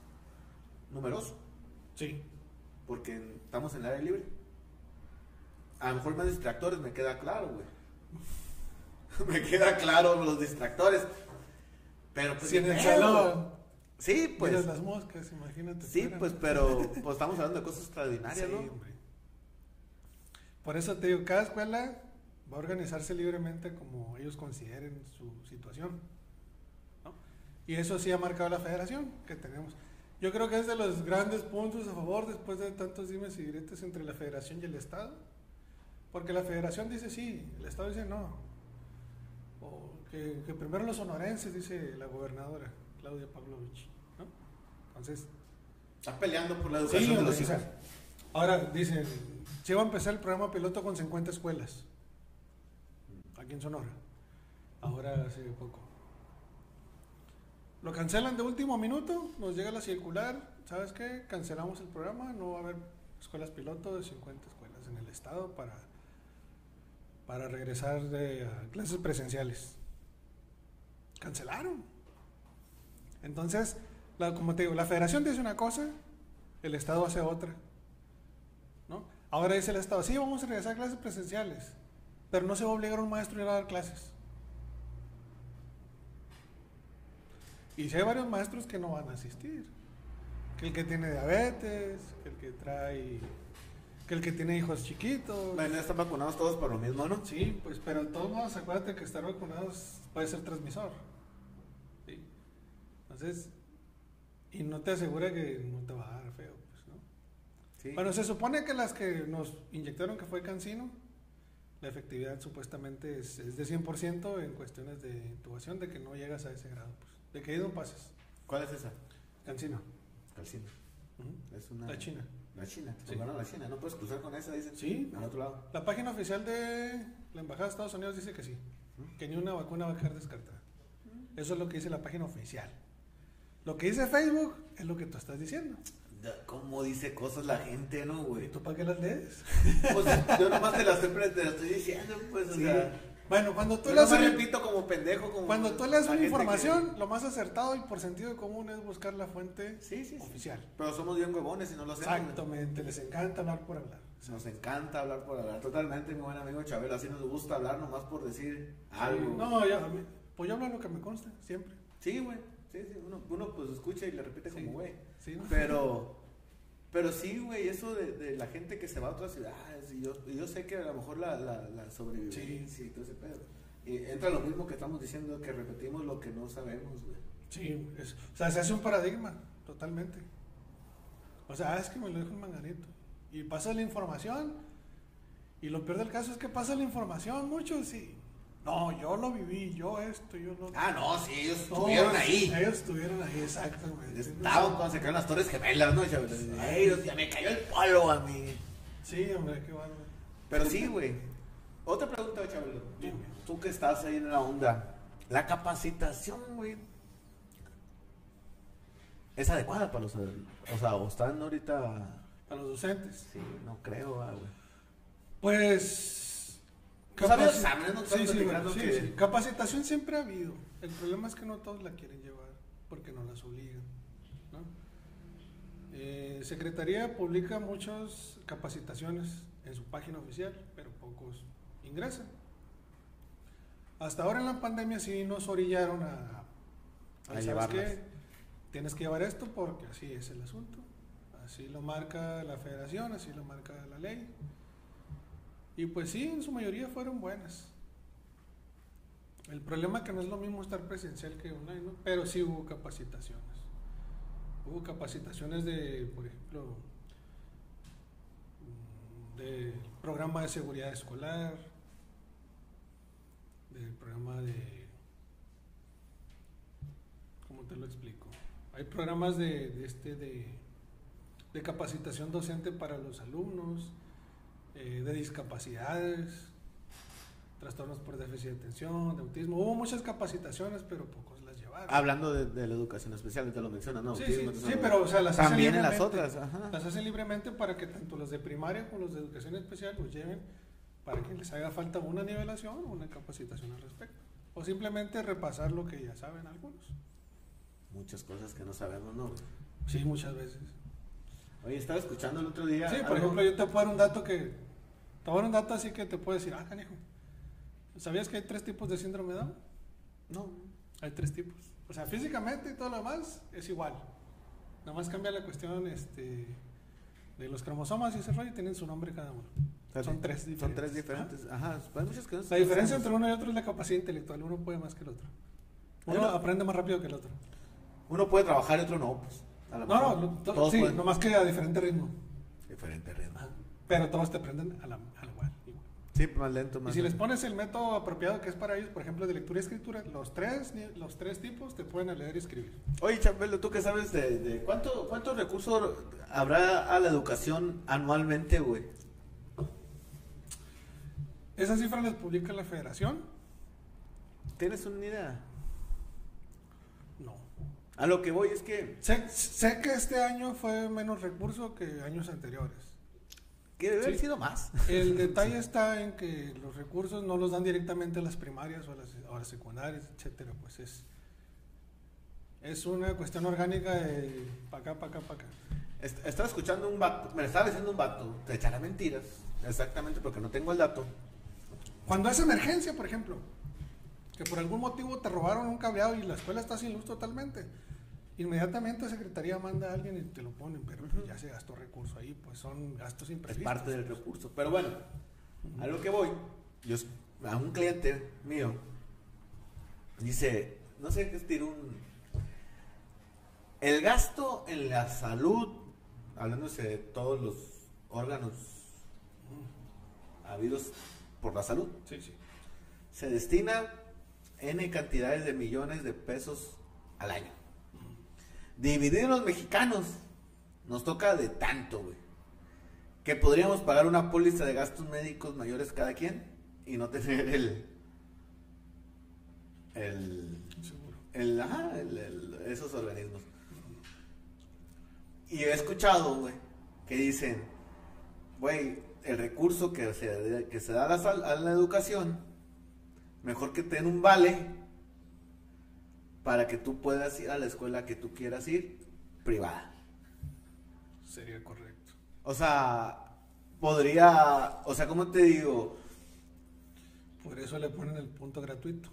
[SPEAKER 1] numeroso,
[SPEAKER 2] Sí.
[SPEAKER 1] porque estamos en el área libre. A lo mejor más distractores, me queda claro, güey. me queda claro los distractores. Pero pues,
[SPEAKER 2] Si en
[SPEAKER 1] ni
[SPEAKER 2] el
[SPEAKER 1] pedo,
[SPEAKER 2] salón
[SPEAKER 1] Sí,
[SPEAKER 2] pues,
[SPEAKER 1] pues.
[SPEAKER 2] las moscas, imagínate.
[SPEAKER 1] Sí,
[SPEAKER 2] fuera.
[SPEAKER 1] pues, pero pues, estamos hablando de cosas
[SPEAKER 2] Sí,
[SPEAKER 1] extraordinarias, ¿no?
[SPEAKER 2] hombre. Por eso te digo, cada escuela va a organizarse libremente como ellos consideren su situación. ¿no? Y eso sí ha marcado la federación que tenemos. Yo creo que es de los grandes puntos a favor después de tantos dimes y diretes entre la federación y el Estado. Porque la federación dice sí, el Estado dice no. O que, que primero los sonorenses, dice la gobernadora Claudia Pavlovich. ¿no? Entonces,
[SPEAKER 1] Estás peleando por la
[SPEAKER 2] Sí,
[SPEAKER 1] educación de
[SPEAKER 2] hombre,
[SPEAKER 1] los
[SPEAKER 2] o sea,
[SPEAKER 1] hijos.
[SPEAKER 2] Ahora dicen, se va a empezar el programa piloto con 50 escuelas. Aquí en Sonora. Ahora hace poco. Lo cancelan de último minuto, nos llega la circular, ¿sabes qué? Cancelamos el programa, no va a haber escuelas piloto de 50 escuelas en el estado para, para regresar de, a clases presenciales. Cancelaron. Entonces, la- como te digo, la federación dice una cosa, el Estado hace otra. ¿no? Ahora dice el Estado, sí, vamos a regresar a clases presenciales, pero no se va a obligar a un maestro a ir a dar clases. Y si hay varios maestros que no van a asistir. Que el que tiene diabetes, que el que trae, que el que tiene hijos chiquitos.
[SPEAKER 1] Bueno, ya están vacunados todos para lo mismo, ¿no?
[SPEAKER 2] Sí, pues, pero de todos modos, acuérdate que estar vacunados puede ser transmisor. Sí. Entonces, y no te asegura que no te va a dar feo, pues, ¿no?
[SPEAKER 1] Sí.
[SPEAKER 2] Bueno, se supone que las que nos inyectaron, que fue Cancino, la efectividad supuestamente es, es de 100% en cuestiones de intubación, de que no llegas a ese grado, pues, de que ahí no pases.
[SPEAKER 1] ¿Cuál es esa?
[SPEAKER 2] Cancino,
[SPEAKER 1] Calcina.
[SPEAKER 2] Ujú.
[SPEAKER 1] Es una...
[SPEAKER 2] la China.
[SPEAKER 1] La China.
[SPEAKER 2] Sí.
[SPEAKER 1] Bueno, la China. No puedes cruzar con esa, dicen.
[SPEAKER 2] Sí.
[SPEAKER 1] Al otro lado.
[SPEAKER 2] La página oficial de la Embajada de Estados Unidos dice que sí, que ni una vacuna va a quedar descartada. Eso es lo que dice la página oficial. Lo que dice Facebook es lo que tú estás diciendo.
[SPEAKER 1] Da- ¿Cómo dice cosas la gente, no,
[SPEAKER 2] ¿Y
[SPEAKER 1] güey?
[SPEAKER 2] tú para qué las lees?
[SPEAKER 1] Pues yo nomás te las estoy, te las estoy diciendo, pues, o
[SPEAKER 2] Sí.
[SPEAKER 1] sea...
[SPEAKER 2] Bueno, cuando
[SPEAKER 1] Yo
[SPEAKER 2] tú le
[SPEAKER 1] no
[SPEAKER 2] haces,
[SPEAKER 1] me repito como pendejo, como...
[SPEAKER 2] cuando tú lees
[SPEAKER 1] la
[SPEAKER 2] una
[SPEAKER 1] gente
[SPEAKER 2] información, lo más acertado y por sentido común es buscar la fuente
[SPEAKER 1] que- Sí, sí, sí.
[SPEAKER 2] oficial.
[SPEAKER 1] Pero somos bien huevones y no lo hacemos.
[SPEAKER 2] Exactamente, les encanta hablar por hablar.
[SPEAKER 1] Nos encanta hablar por hablar. Totalmente, mi buen amigo Chabelo. Así nos gusta hablar nomás por decir algo.
[SPEAKER 2] No, ya, a mí- pues yo hablo lo que me consta, siempre.
[SPEAKER 1] Sí, güey. Sí, sí. Uno, uno, pues escucha y le repite
[SPEAKER 2] Sí.
[SPEAKER 1] como güey.
[SPEAKER 2] Sí, ¿no?
[SPEAKER 1] Pero, pero sí, güey, eso de, de la gente que se va a otras ciudades. Y yo, y yo sé que a lo mejor la, la, la sobrevivencia y todo ese pedo. Y entra lo mismo que estamos diciendo, que repetimos lo que no sabemos, güey.
[SPEAKER 2] Sí, es- o sea, se hace un paradigma, totalmente. O sea, "Ah, es que me lo dijo un manganito. Y pasa la información, y lo peor del caso es que pasa la información muchos y... No, yo lo viví, yo esto, yo lo...
[SPEAKER 1] Ah, no, sí, ellos
[SPEAKER 2] No,
[SPEAKER 1] estuvieron ahí.
[SPEAKER 2] Ellos estuvieron ahí, exactamente.
[SPEAKER 1] Estaban cuando se caen las Torres Gemelas, ¿no? Chabelo? Ellos, ya me cayó el polo a mí.
[SPEAKER 2] Sí, hombre, qué bueno.
[SPEAKER 1] Pero sí, güey. Otra pregunta, Chabelo. Tú,
[SPEAKER 2] Dime.
[SPEAKER 1] tú que estás ahí en la onda, la capacitación, güey, es adecuada para los. O sea, o están ahorita.
[SPEAKER 2] Para los docentes.
[SPEAKER 1] Sí, no creo, ah, güey.
[SPEAKER 2] Pues.
[SPEAKER 1] Pues había exámenes, ¿no?
[SPEAKER 2] Sí,
[SPEAKER 1] Estamos
[SPEAKER 2] sí,
[SPEAKER 1] platicando
[SPEAKER 2] sí,
[SPEAKER 1] que-
[SPEAKER 2] sí. Capacitación siempre ha habido. El problema es que no todos la quieren llevar porque no las obligan. ¿no? Eh, Secretaría publica muchas capacitaciones en su página oficial, pero pocos ingresan. Hasta ahora en la pandemia sí nos orillaron a,
[SPEAKER 1] A
[SPEAKER 2] ¿sabes
[SPEAKER 1] llevarlas.
[SPEAKER 2] qué? Tienes que llevar esto porque así es el asunto. Así lo marca la federación, así lo marca la ley. Y pues sí, en su mayoría fueron buenas. El problema que no es lo mismo estar presencial que online, ¿no? pero sí hubo capacitaciones. Hubo capacitaciones de, por ejemplo, mm, del programa de seguridad escolar, del programa de... ¿Cómo te lo explico? Hay programas de, de este, de, de capacitación docente para los alumnos, eh, de discapacidades, trastornos por déficit de atención, de autismo. Hubo muchas capacitaciones, pero pocos las llevaron.
[SPEAKER 1] Hablando de, de la educación especial, te lo mencionas, Ah, ¿no?
[SPEAKER 2] Sí,
[SPEAKER 1] Autismo,
[SPEAKER 2] sí,
[SPEAKER 1] entonces,
[SPEAKER 2] sí,
[SPEAKER 1] no.
[SPEAKER 2] pero o sea, las hacen
[SPEAKER 1] También en las
[SPEAKER 2] libremente.
[SPEAKER 1] otras, ajá.
[SPEAKER 2] Las hacen libremente para que tanto los de primaria como los de educación especial los lleven para que les haga falta una nivelación o una capacitación al respecto. O simplemente repasar lo que ya saben algunos.
[SPEAKER 1] Muchas cosas que no sabemos, ¿no? güey?
[SPEAKER 2] Sí, muchas veces.
[SPEAKER 1] Oye, estaba escuchando el otro día.
[SPEAKER 2] Sí, por
[SPEAKER 1] algo-
[SPEAKER 2] ejemplo, yo te puedo dar un dato que. Te voy a dar un dato así que te puedo decir, ah, canijo. ¿Sabías que hay tres tipos de síndrome de Down?
[SPEAKER 1] No.
[SPEAKER 2] Hay tres tipos. O sea, físicamente y todo lo demás es igual. Nada más cambia la cuestión este, de los cromosomas y ese rollo y tienen su nombre cada uno. Son tres diferentes. Ah.
[SPEAKER 1] Son tres diferentes. Ajá. pues, Hay muchas que no
[SPEAKER 2] La diferencia entre uno y otro es la capacidad intelectual. Uno puede más que el otro. Uno
[SPEAKER 1] Uno-
[SPEAKER 2] aprende más rápido que el otro.
[SPEAKER 1] Uno puede trabajar y otro no, pues. A lo
[SPEAKER 2] No, no,
[SPEAKER 1] mejor
[SPEAKER 2] lo- to-
[SPEAKER 1] todos
[SPEAKER 2] sí,
[SPEAKER 1] pueden.
[SPEAKER 2] nomás que a diferente ritmo.
[SPEAKER 1] Diferente ritmo.
[SPEAKER 2] Pero todos te aprenden a la, a la igual, igual.
[SPEAKER 1] Ah, Sí, más lento,
[SPEAKER 2] Y
[SPEAKER 1] más
[SPEAKER 2] si les
[SPEAKER 1] lento.
[SPEAKER 2] pones el método apropiado que es para ellos, por ejemplo, de lectura y escritura, los tres, ni- los tres tipos te pueden leer y escribir.
[SPEAKER 1] Oye, Chambelo, ¿tú qué sabes de, de cuánto, cuántos recursos habrá a la educación anualmente, güey?
[SPEAKER 2] Esas cifras las publica la federación.
[SPEAKER 1] ¿Tienes una idea?
[SPEAKER 2] No.
[SPEAKER 1] A lo que voy es que...
[SPEAKER 2] Sé, sé que este año fue menos recurso que años anteriores.
[SPEAKER 1] Que debe haber
[SPEAKER 2] Sí.
[SPEAKER 1] sido más.
[SPEAKER 2] El detalle está en que los recursos no los dan directamente a las primarias o a las, o a las secundarias, etcétera. Pues es, es una cuestión orgánica de para acá, para acá, para acá.
[SPEAKER 1] Est- Estaba escuchando un vato, me lo estaba diciendo un vato, te echará mentiras, exactamente porque no tengo el dato.
[SPEAKER 2] Cuando es emergencia, por ejemplo, que por algún motivo te robaron un cableado y la escuela está sin luz totalmente, inmediatamente Secretaría manda a alguien y te lo ponen, pero pues ya se gastó recurso ahí, pues son gastos
[SPEAKER 1] Es
[SPEAKER 2] imprevistos. pues,
[SPEAKER 1] parte del recurso. Pero bueno, a lo que voy, yo, s- a un cliente mío, dice, no sé qué es tirar un... El gasto en la salud, hablándose de todos los órganos habidos por la salud,
[SPEAKER 2] Sí, sí.
[SPEAKER 1] se destina N cantidades de millones de pesos al año. Divididos los mexicanos, nos toca de tanto, güey. Que podríamos pagar una póliza de gastos médicos mayores cada quien y no tener el. El.
[SPEAKER 2] Seguro.
[SPEAKER 1] el, ajá, el- el- esos organismos. Y he escuchado, güey, que dicen, güey, el recurso que se, que se da a la, sal- a la educación, mejor que te den un vale para que tú puedas ir a la escuela que tú quieras ir, privada.
[SPEAKER 2] Sería correcto.
[SPEAKER 1] O sea, podría, o sea, ¿cómo te digo?
[SPEAKER 2] Por eso le ponen el punto gratuito.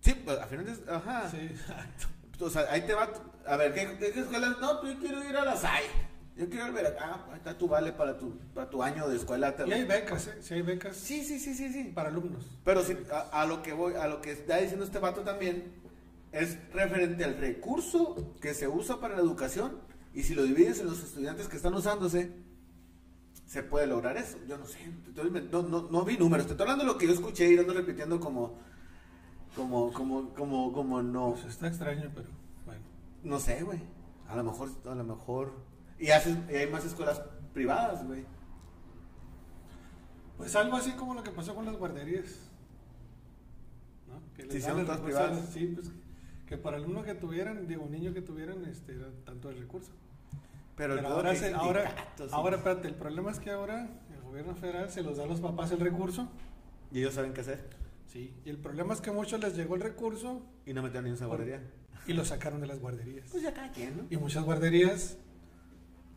[SPEAKER 1] Sí, pues, a final de- ajá.
[SPEAKER 2] Sí, exacto.
[SPEAKER 1] Pues, O sea, ahí te va. tu- A ver, ¿qué, qué, qué escuelas? No, pues yo quiero ir a la SAI. Yo quiero ir al Veracruz. Ah, ahí está tu vale para tu, para tu año de escuela. Te
[SPEAKER 2] Y
[SPEAKER 1] lo-
[SPEAKER 2] hay becas, ¿eh? Sí, hay becas
[SPEAKER 1] Sí, sí, sí, sí, sí.
[SPEAKER 2] para alumnos.
[SPEAKER 1] Pero ah, sí, a, a lo que voy, a lo que está diciendo este vato también, es referente al recurso que se usa para la educación. Y si lo divides en los estudiantes que están usándose, se puede lograr eso. Yo no sé. entonces me- no, no, no vi números. Te estoy hablando de lo que yo escuché y lo ando repitiendo como. Como, como, como, como no.
[SPEAKER 2] Pues está extraño, pero bueno.
[SPEAKER 1] No sé, güey. A lo mejor, a lo mejor. Y, haces, y hay más escuelas privadas, güey.
[SPEAKER 2] Pues algo así como lo que pasó con las guarderías. ¿no? Que
[SPEAKER 1] Sí,
[SPEAKER 2] dan
[SPEAKER 1] son
[SPEAKER 2] el
[SPEAKER 1] todas
[SPEAKER 2] recurso a-
[SPEAKER 1] privadas.
[SPEAKER 2] Sí, pues que para alumno que tuvieran, digo, niño que tuvieran, este, era tanto el recurso.
[SPEAKER 1] Pero,
[SPEAKER 2] Pero,
[SPEAKER 1] todo
[SPEAKER 2] ahora,
[SPEAKER 1] que
[SPEAKER 2] se- ahora,
[SPEAKER 1] sindicatos y-
[SPEAKER 2] ahora, espérate, el problema es que ahora el gobierno federal se los da a los papás el recurso.
[SPEAKER 1] Y ellos saben qué hacer.
[SPEAKER 2] Sí. Y el problema es que a muchos les llegó el recurso
[SPEAKER 1] Y no metieron ni una guardería.
[SPEAKER 2] y lo sacaron de las guarderías.
[SPEAKER 1] Pues ya cada quien, ¿no?
[SPEAKER 2] Y muchas guarderías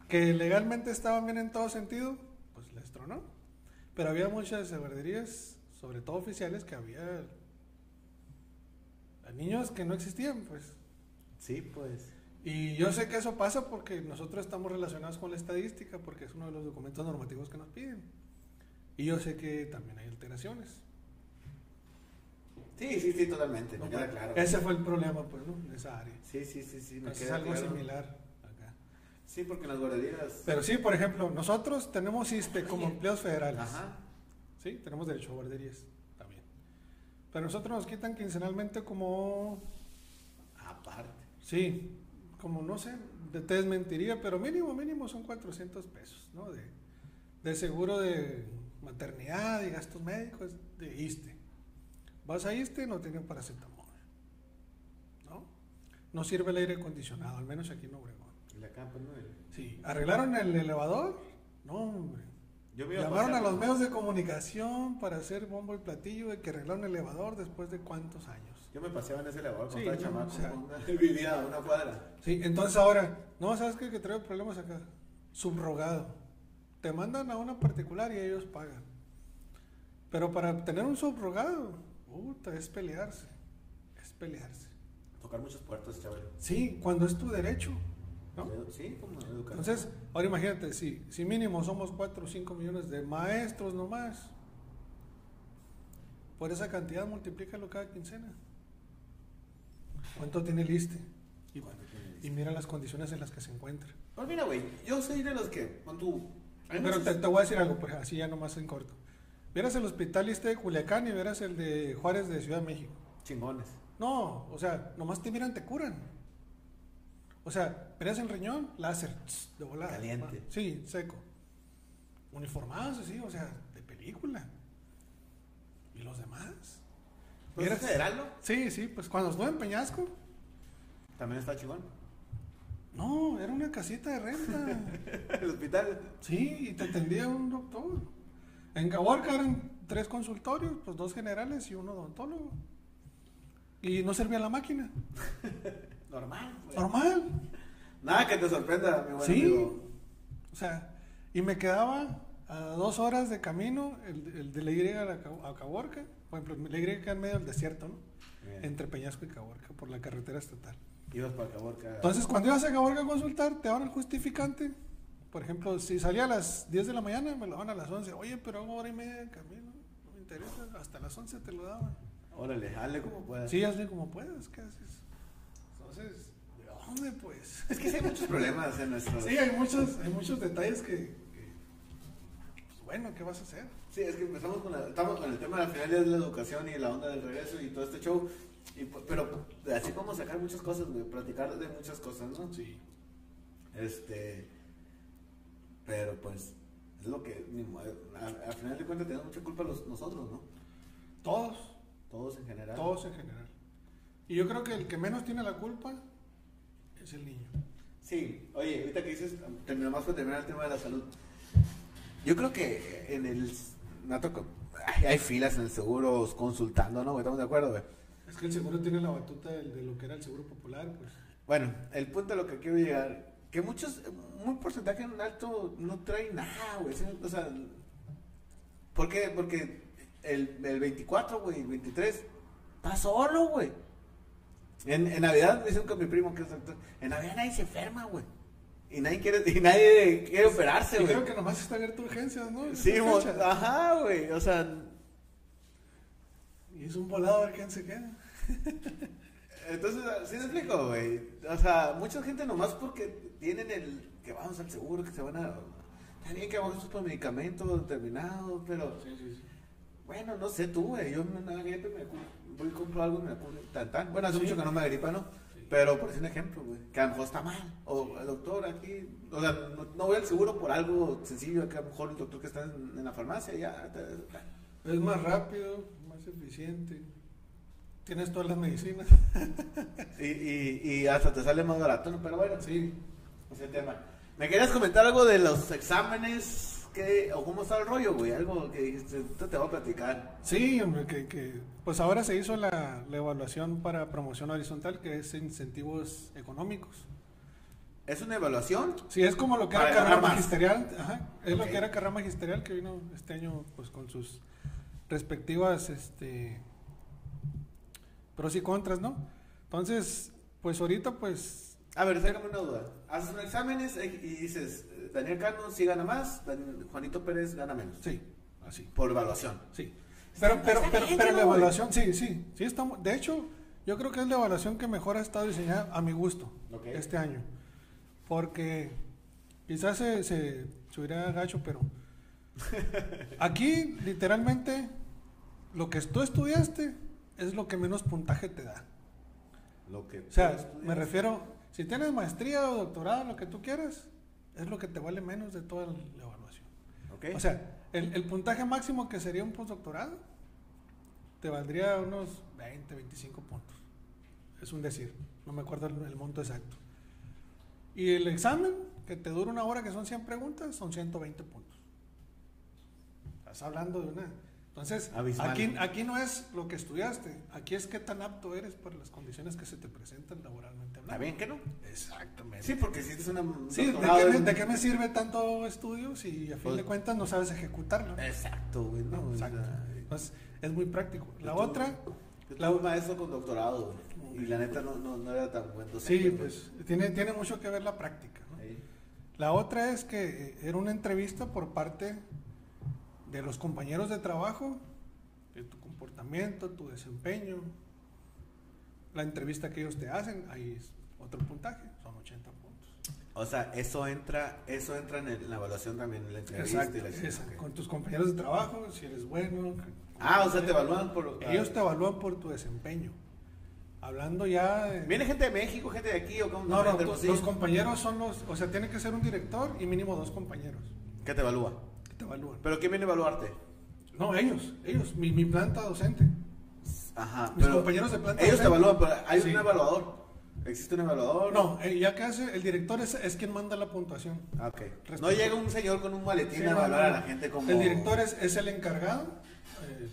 [SPEAKER 2] que legalmente estaban bien en todo sentido, pues les tronó. Pero había muchas guarderías, sobre todo oficiales, que había a niños que no existían, pues.
[SPEAKER 1] Sí, pues.
[SPEAKER 2] Y yo sé que eso pasa porque nosotros estamos relacionados con la estadística, porque es uno de los documentos normativos que nos piden. Y yo sé que también hay alteraciones.
[SPEAKER 1] Sí, sí, sí, totalmente. Me
[SPEAKER 2] ¿no?
[SPEAKER 1] queda claro.
[SPEAKER 2] Ese fue el problema, pues, ¿no? En esa área.
[SPEAKER 1] Sí, sí, sí, sí. Me
[SPEAKER 2] Entonces, pues es
[SPEAKER 1] queda
[SPEAKER 2] algo
[SPEAKER 1] claro.
[SPEAKER 2] similar acá.
[SPEAKER 1] Sí, porque en las guarderías.
[SPEAKER 2] Pero sí, por ejemplo, nosotros tenemos ISPE como
[SPEAKER 1] Oye.
[SPEAKER 2] empleados federales.
[SPEAKER 1] Ajá.
[SPEAKER 2] Sí, tenemos derecho a guarderías también. Pero nosotros nos quitan quincenalmente como,
[SPEAKER 1] Aparte.
[SPEAKER 2] sí, como no sé, de- te desmentiría, pero mínimo, mínimo son 400 pesos, ¿no? De, de seguro de maternidad y gastos médicos de ISTE. Vas a ISTE, no tienen paracetamol, ¿no? No sirve el aire acondicionado, al menos aquí en Obregón.
[SPEAKER 1] Y la campa, ¿no?
[SPEAKER 2] Sí, arreglaron el elevador, no, hombre.
[SPEAKER 1] Yo me iba
[SPEAKER 2] Llamaron a
[SPEAKER 1] pasear,
[SPEAKER 2] los
[SPEAKER 1] ¿no?
[SPEAKER 2] medios de comunicación para hacer bombo y platillo de que arreglaron el elevador después de cuántos años.
[SPEAKER 1] Yo me paseaba en ese elevador con
[SPEAKER 2] Sí,
[SPEAKER 1] todo el
[SPEAKER 2] no,
[SPEAKER 1] chamaco.
[SPEAKER 2] o sea.
[SPEAKER 1] una- Vivía a una cuadra.
[SPEAKER 2] Sí, entonces ahora, no, ¿sabes qué? Que traigo problemas acá. Subrogado. Te mandan a una particular y ellos pagan. Pero para obtener un subrogado, puta, es pelearse. Es pelearse.
[SPEAKER 1] Tocar muchas puertas, chaval.
[SPEAKER 2] Sí, cuando es tu derecho, ¿no?
[SPEAKER 1] Sí, como educación.
[SPEAKER 2] Entonces, ahora imagínate, si, si mínimo somos 4 o 5 millones de maestros nomás, por esa cantidad multiplícalo cada quincena. ¿Cuánto tiene el ISSSTE? Y, E? y mira las condiciones en las que se encuentra.
[SPEAKER 1] Pues mira, güey, yo soy de los que, con tu...
[SPEAKER 2] Pero te, te voy a decir algo, pues así ya nomás en corto. Vieras el hospital este de Culiacán y vieras el de Juárez de Ciudad de México.
[SPEAKER 1] Chingones.
[SPEAKER 2] No, o sea, nomás te miran, te curan. O sea, pegas el riñón, láser, tss, de volada.
[SPEAKER 1] Caliente.
[SPEAKER 2] Sí, seco. Uniformados, así, o sea, de película. ¿Y los demás?
[SPEAKER 1] ¿Pero Pues es
[SPEAKER 2] Vieras-
[SPEAKER 1] federal, no?
[SPEAKER 2] Sí, sí, pues cuando estuve en Peñasco,
[SPEAKER 1] También está chingón.
[SPEAKER 2] no, era una casita de renta.
[SPEAKER 1] El hospital.
[SPEAKER 2] Sí, y te atendía un doctor. En Caborca eran tres consultorios, pues dos generales y uno odontólogo. Y no servía la máquina.
[SPEAKER 1] Normal, güey.
[SPEAKER 2] Normal.
[SPEAKER 1] Nada que te sorprenda, mi buen
[SPEAKER 2] Sí.
[SPEAKER 1] amigo.
[SPEAKER 2] O sea, y me quedaba a dos horas de camino, el, el de la Y a, la Ca- a Caborca. Por ejemplo, la Y queda en medio del desierto, ¿no?
[SPEAKER 1] Bien.
[SPEAKER 2] Entre Peñasco y Caborca, por la carretera estatal.
[SPEAKER 1] Ibas para Caborca.
[SPEAKER 2] Entonces, cuando ibas a Caborca a consultar, te daban el justificante. Por ejemplo, si salía a las 10 de la mañana, me lo daban a las 11. Oye, pero hago hora y media de camino. No me interesa. Hasta las 11 te lo daban.
[SPEAKER 1] Órale, hazle como puedas.
[SPEAKER 2] Sí, hazle como puedas. ¿Qué haces? Entonces, ¿de dónde pues?
[SPEAKER 1] Es que sí hay muchos problemas en nuestro.
[SPEAKER 2] Sí, hay muchos, hay muchos detalles que... que, pues, bueno, ¿qué vas a hacer?
[SPEAKER 1] Sí, es que empezamos con, la- estamos con el tema de la final es la educación y la onda del regreso y todo este show. Y, pu- pero así podemos sacar muchas cosas, güey, platicar de muchas cosas, ¿no?
[SPEAKER 2] Sí.
[SPEAKER 1] Este. Pero pues, es lo que. ni modo, a- Al final de cuentas, tenemos mucha culpa los, nosotros, ¿no?
[SPEAKER 2] Todos,
[SPEAKER 1] Todos en general.
[SPEAKER 2] todos en general. Y yo creo que el que menos tiene la culpa es el niño.
[SPEAKER 1] Sí, oye, ahorita que dices, terminamos con terminar el tema de la salud. Yo creo que en el. me ha tocado- ay, hay filas en el seguro consultando, ¿no? güey? Estamos de acuerdo, güey.
[SPEAKER 2] Es que el seguro tiene la batuta del- de lo que era el seguro popular, pues...
[SPEAKER 1] Bueno, el punto a lo que quiero llegar, que muchos, un porcentaje en alto no trae nada, güey. ¿sí? O sea, ¿por qué? Porque el, el 24, güey, el 23, está solo, güey. En, en Navidad me dicen con mi primo que es doctor, en Navidad nadie se enferma, güey. Y nadie quiere, y nadie quiere operarse,
[SPEAKER 2] Y
[SPEAKER 1] güey.
[SPEAKER 2] creo que nomás está abierto urgencias, ¿no? En
[SPEAKER 1] Sí,
[SPEAKER 2] esa
[SPEAKER 1] mo- ah.
[SPEAKER 2] fecha.
[SPEAKER 1] ajá, güey. O sea,
[SPEAKER 2] Y es un volado a ver quién se queda.
[SPEAKER 1] entonces, sí te explico, güey. O sea, mucha gente nomás porque tienen el que vamos al seguro, que se van a. Está bien que vamos a un medicamento determinado, pero bueno, no sé tú, güey. Yo me una gripe, me cu- voy y compro algo y me curo tan tan. Bueno, hace
[SPEAKER 2] Sí.
[SPEAKER 1] mucho que no me agripa, ¿no?
[SPEAKER 2] Sí.
[SPEAKER 1] Pero por decir un ejemplo, güey, que a lo mejor está mal. O el doctor aquí, o sea, no, no voy al seguro por algo sencillo, que a lo mejor el doctor que está en, en la farmacia ya. te-
[SPEAKER 2] Es más rápido, más eficiente. Tienes todas las medicinas.
[SPEAKER 1] Y, y, y hasta te sale más barato, ¿no? Pero bueno,
[SPEAKER 2] Sí.
[SPEAKER 1] ese tema. ¿Me querías comentar algo de los exámenes? Que, ¿O cómo está el rollo, güey? Algo que dijiste, esto te voy a platicar.
[SPEAKER 2] Sí, hombre, que, que- pues ahora se hizo la, la evaluación para promoción horizontal, que es incentivos económicos.
[SPEAKER 1] ¿Es una evaluación?
[SPEAKER 2] Sí, es como lo que
[SPEAKER 1] Para
[SPEAKER 2] era carrera
[SPEAKER 1] ganar más.
[SPEAKER 2] magisterial. Ajá, es lo
[SPEAKER 1] Ok.
[SPEAKER 2] que era carrera magisterial que vino este año pues con sus respectivas este pros y contras, ¿no? Entonces, pues ahorita pues
[SPEAKER 1] A ver, sácame una duda. Haces un exámenes eh, y dices, eh, Daniel Cano sí gana más, Dan- Juanito Pérez gana menos.
[SPEAKER 2] sí, así.
[SPEAKER 1] Por evaluación.
[SPEAKER 2] Sí.
[SPEAKER 1] Está-
[SPEAKER 2] Pero, pero,
[SPEAKER 1] está
[SPEAKER 2] pero,
[SPEAKER 1] bien,
[SPEAKER 2] pero
[SPEAKER 1] ¿no,
[SPEAKER 2] la
[SPEAKER 1] güey?
[SPEAKER 2] evaluación, sí, sí, sí está, mu- de hecho, yo creo que es la evaluación que mejor ha estado diseñada a mi gusto
[SPEAKER 1] Ok.
[SPEAKER 2] este año. Porque quizás se, se, se hubiera gacho, pero aquí literalmente lo que tú estudiaste es lo que menos puntaje te da.
[SPEAKER 1] Lo que
[SPEAKER 2] O sea, me refiero, si tienes maestría o doctorado, lo que tú quieras, es lo que te vale menos de toda la evaluación.
[SPEAKER 1] Ok.
[SPEAKER 2] O sea, el, el puntaje máximo que sería un postdoctorado te valdría unos 20, 25 puntos. Es un decir, no me acuerdo el, el monto exacto. Y el examen, que te dura una hora, que son 100 preguntas, son 120 puntos. Estás hablando de una... Entonces,
[SPEAKER 1] Abismal.
[SPEAKER 2] aquí, aquí no es lo que estudiaste, aquí es qué tan apto eres para las condiciones que se te presentan laboralmente.
[SPEAKER 1] ¿Está
[SPEAKER 2] hablando.
[SPEAKER 1] bien que no?
[SPEAKER 2] Exactamente.
[SPEAKER 1] Sí, porque si es una...
[SPEAKER 2] Sí, ¿de
[SPEAKER 1] doctorado
[SPEAKER 2] qué, me,
[SPEAKER 1] en-
[SPEAKER 2] de qué me sirve tanto estudio si a fin
[SPEAKER 1] Pues-
[SPEAKER 2] de cuentas no sabes ejecutarlo?
[SPEAKER 1] Exacto, güey. No,
[SPEAKER 2] No,
[SPEAKER 1] o sea,
[SPEAKER 2] exacto. Entonces, es muy práctico. La
[SPEAKER 1] Yo tuve-
[SPEAKER 2] otra,
[SPEAKER 1] Yo
[SPEAKER 2] La-
[SPEAKER 1] tuve un maestro con doctorado, güey, Y la neta no, no, no era tan buen docente,
[SPEAKER 2] sí,
[SPEAKER 1] güey.
[SPEAKER 2] pues tiene, tiene mucho que ver la práctica. ¿no?
[SPEAKER 1] Ahí.
[SPEAKER 2] La otra es que eh, era una entrevista por parte de los compañeros de trabajo, de tu comportamiento, tu desempeño. La entrevista que ellos te hacen, ahí es otro puntaje, son 80 puntos.
[SPEAKER 1] O sea, eso entra, eso entra en, el- en la evaluación también, en la entrevista y la chingada,
[SPEAKER 2] exacto.
[SPEAKER 1] ok.
[SPEAKER 2] Con tus compañeros de trabajo, si eres bueno.
[SPEAKER 1] Ah, o sea, te evalúan por-
[SPEAKER 2] Ellos te evalúan por tu desempeño. Hablando ya de...
[SPEAKER 1] ¿Viene gente de México, gente de aquí o cómo?
[SPEAKER 2] No,
[SPEAKER 1] de
[SPEAKER 2] no, los,
[SPEAKER 1] Hermosillo?
[SPEAKER 2] los compañeros son los... O sea, tiene que ser un director y mínimo dos compañeros
[SPEAKER 1] ¿Qué te evalúa?
[SPEAKER 2] que te evalúan.
[SPEAKER 1] ¿Pero quién viene a evaluarte?
[SPEAKER 2] No, ellos, ellos, mi, mi planta docente.
[SPEAKER 1] Ajá.
[SPEAKER 2] Mis compañeros de planta
[SPEAKER 1] Ellos te
[SPEAKER 2] docente.
[SPEAKER 1] evalúan, pero hay
[SPEAKER 2] Sí.
[SPEAKER 1] un evaluador. ¿Existe un evaluador?
[SPEAKER 2] No, eh, ya que hace, el director es, es quien manda la puntuación.
[SPEAKER 1] Ah, ok.
[SPEAKER 2] Respeto.
[SPEAKER 1] No llega un señor con un maletín
[SPEAKER 2] Sí,
[SPEAKER 1] a
[SPEAKER 2] no,
[SPEAKER 1] evaluar
[SPEAKER 2] no.
[SPEAKER 1] a la gente como.
[SPEAKER 2] El director es, es el encargado eh,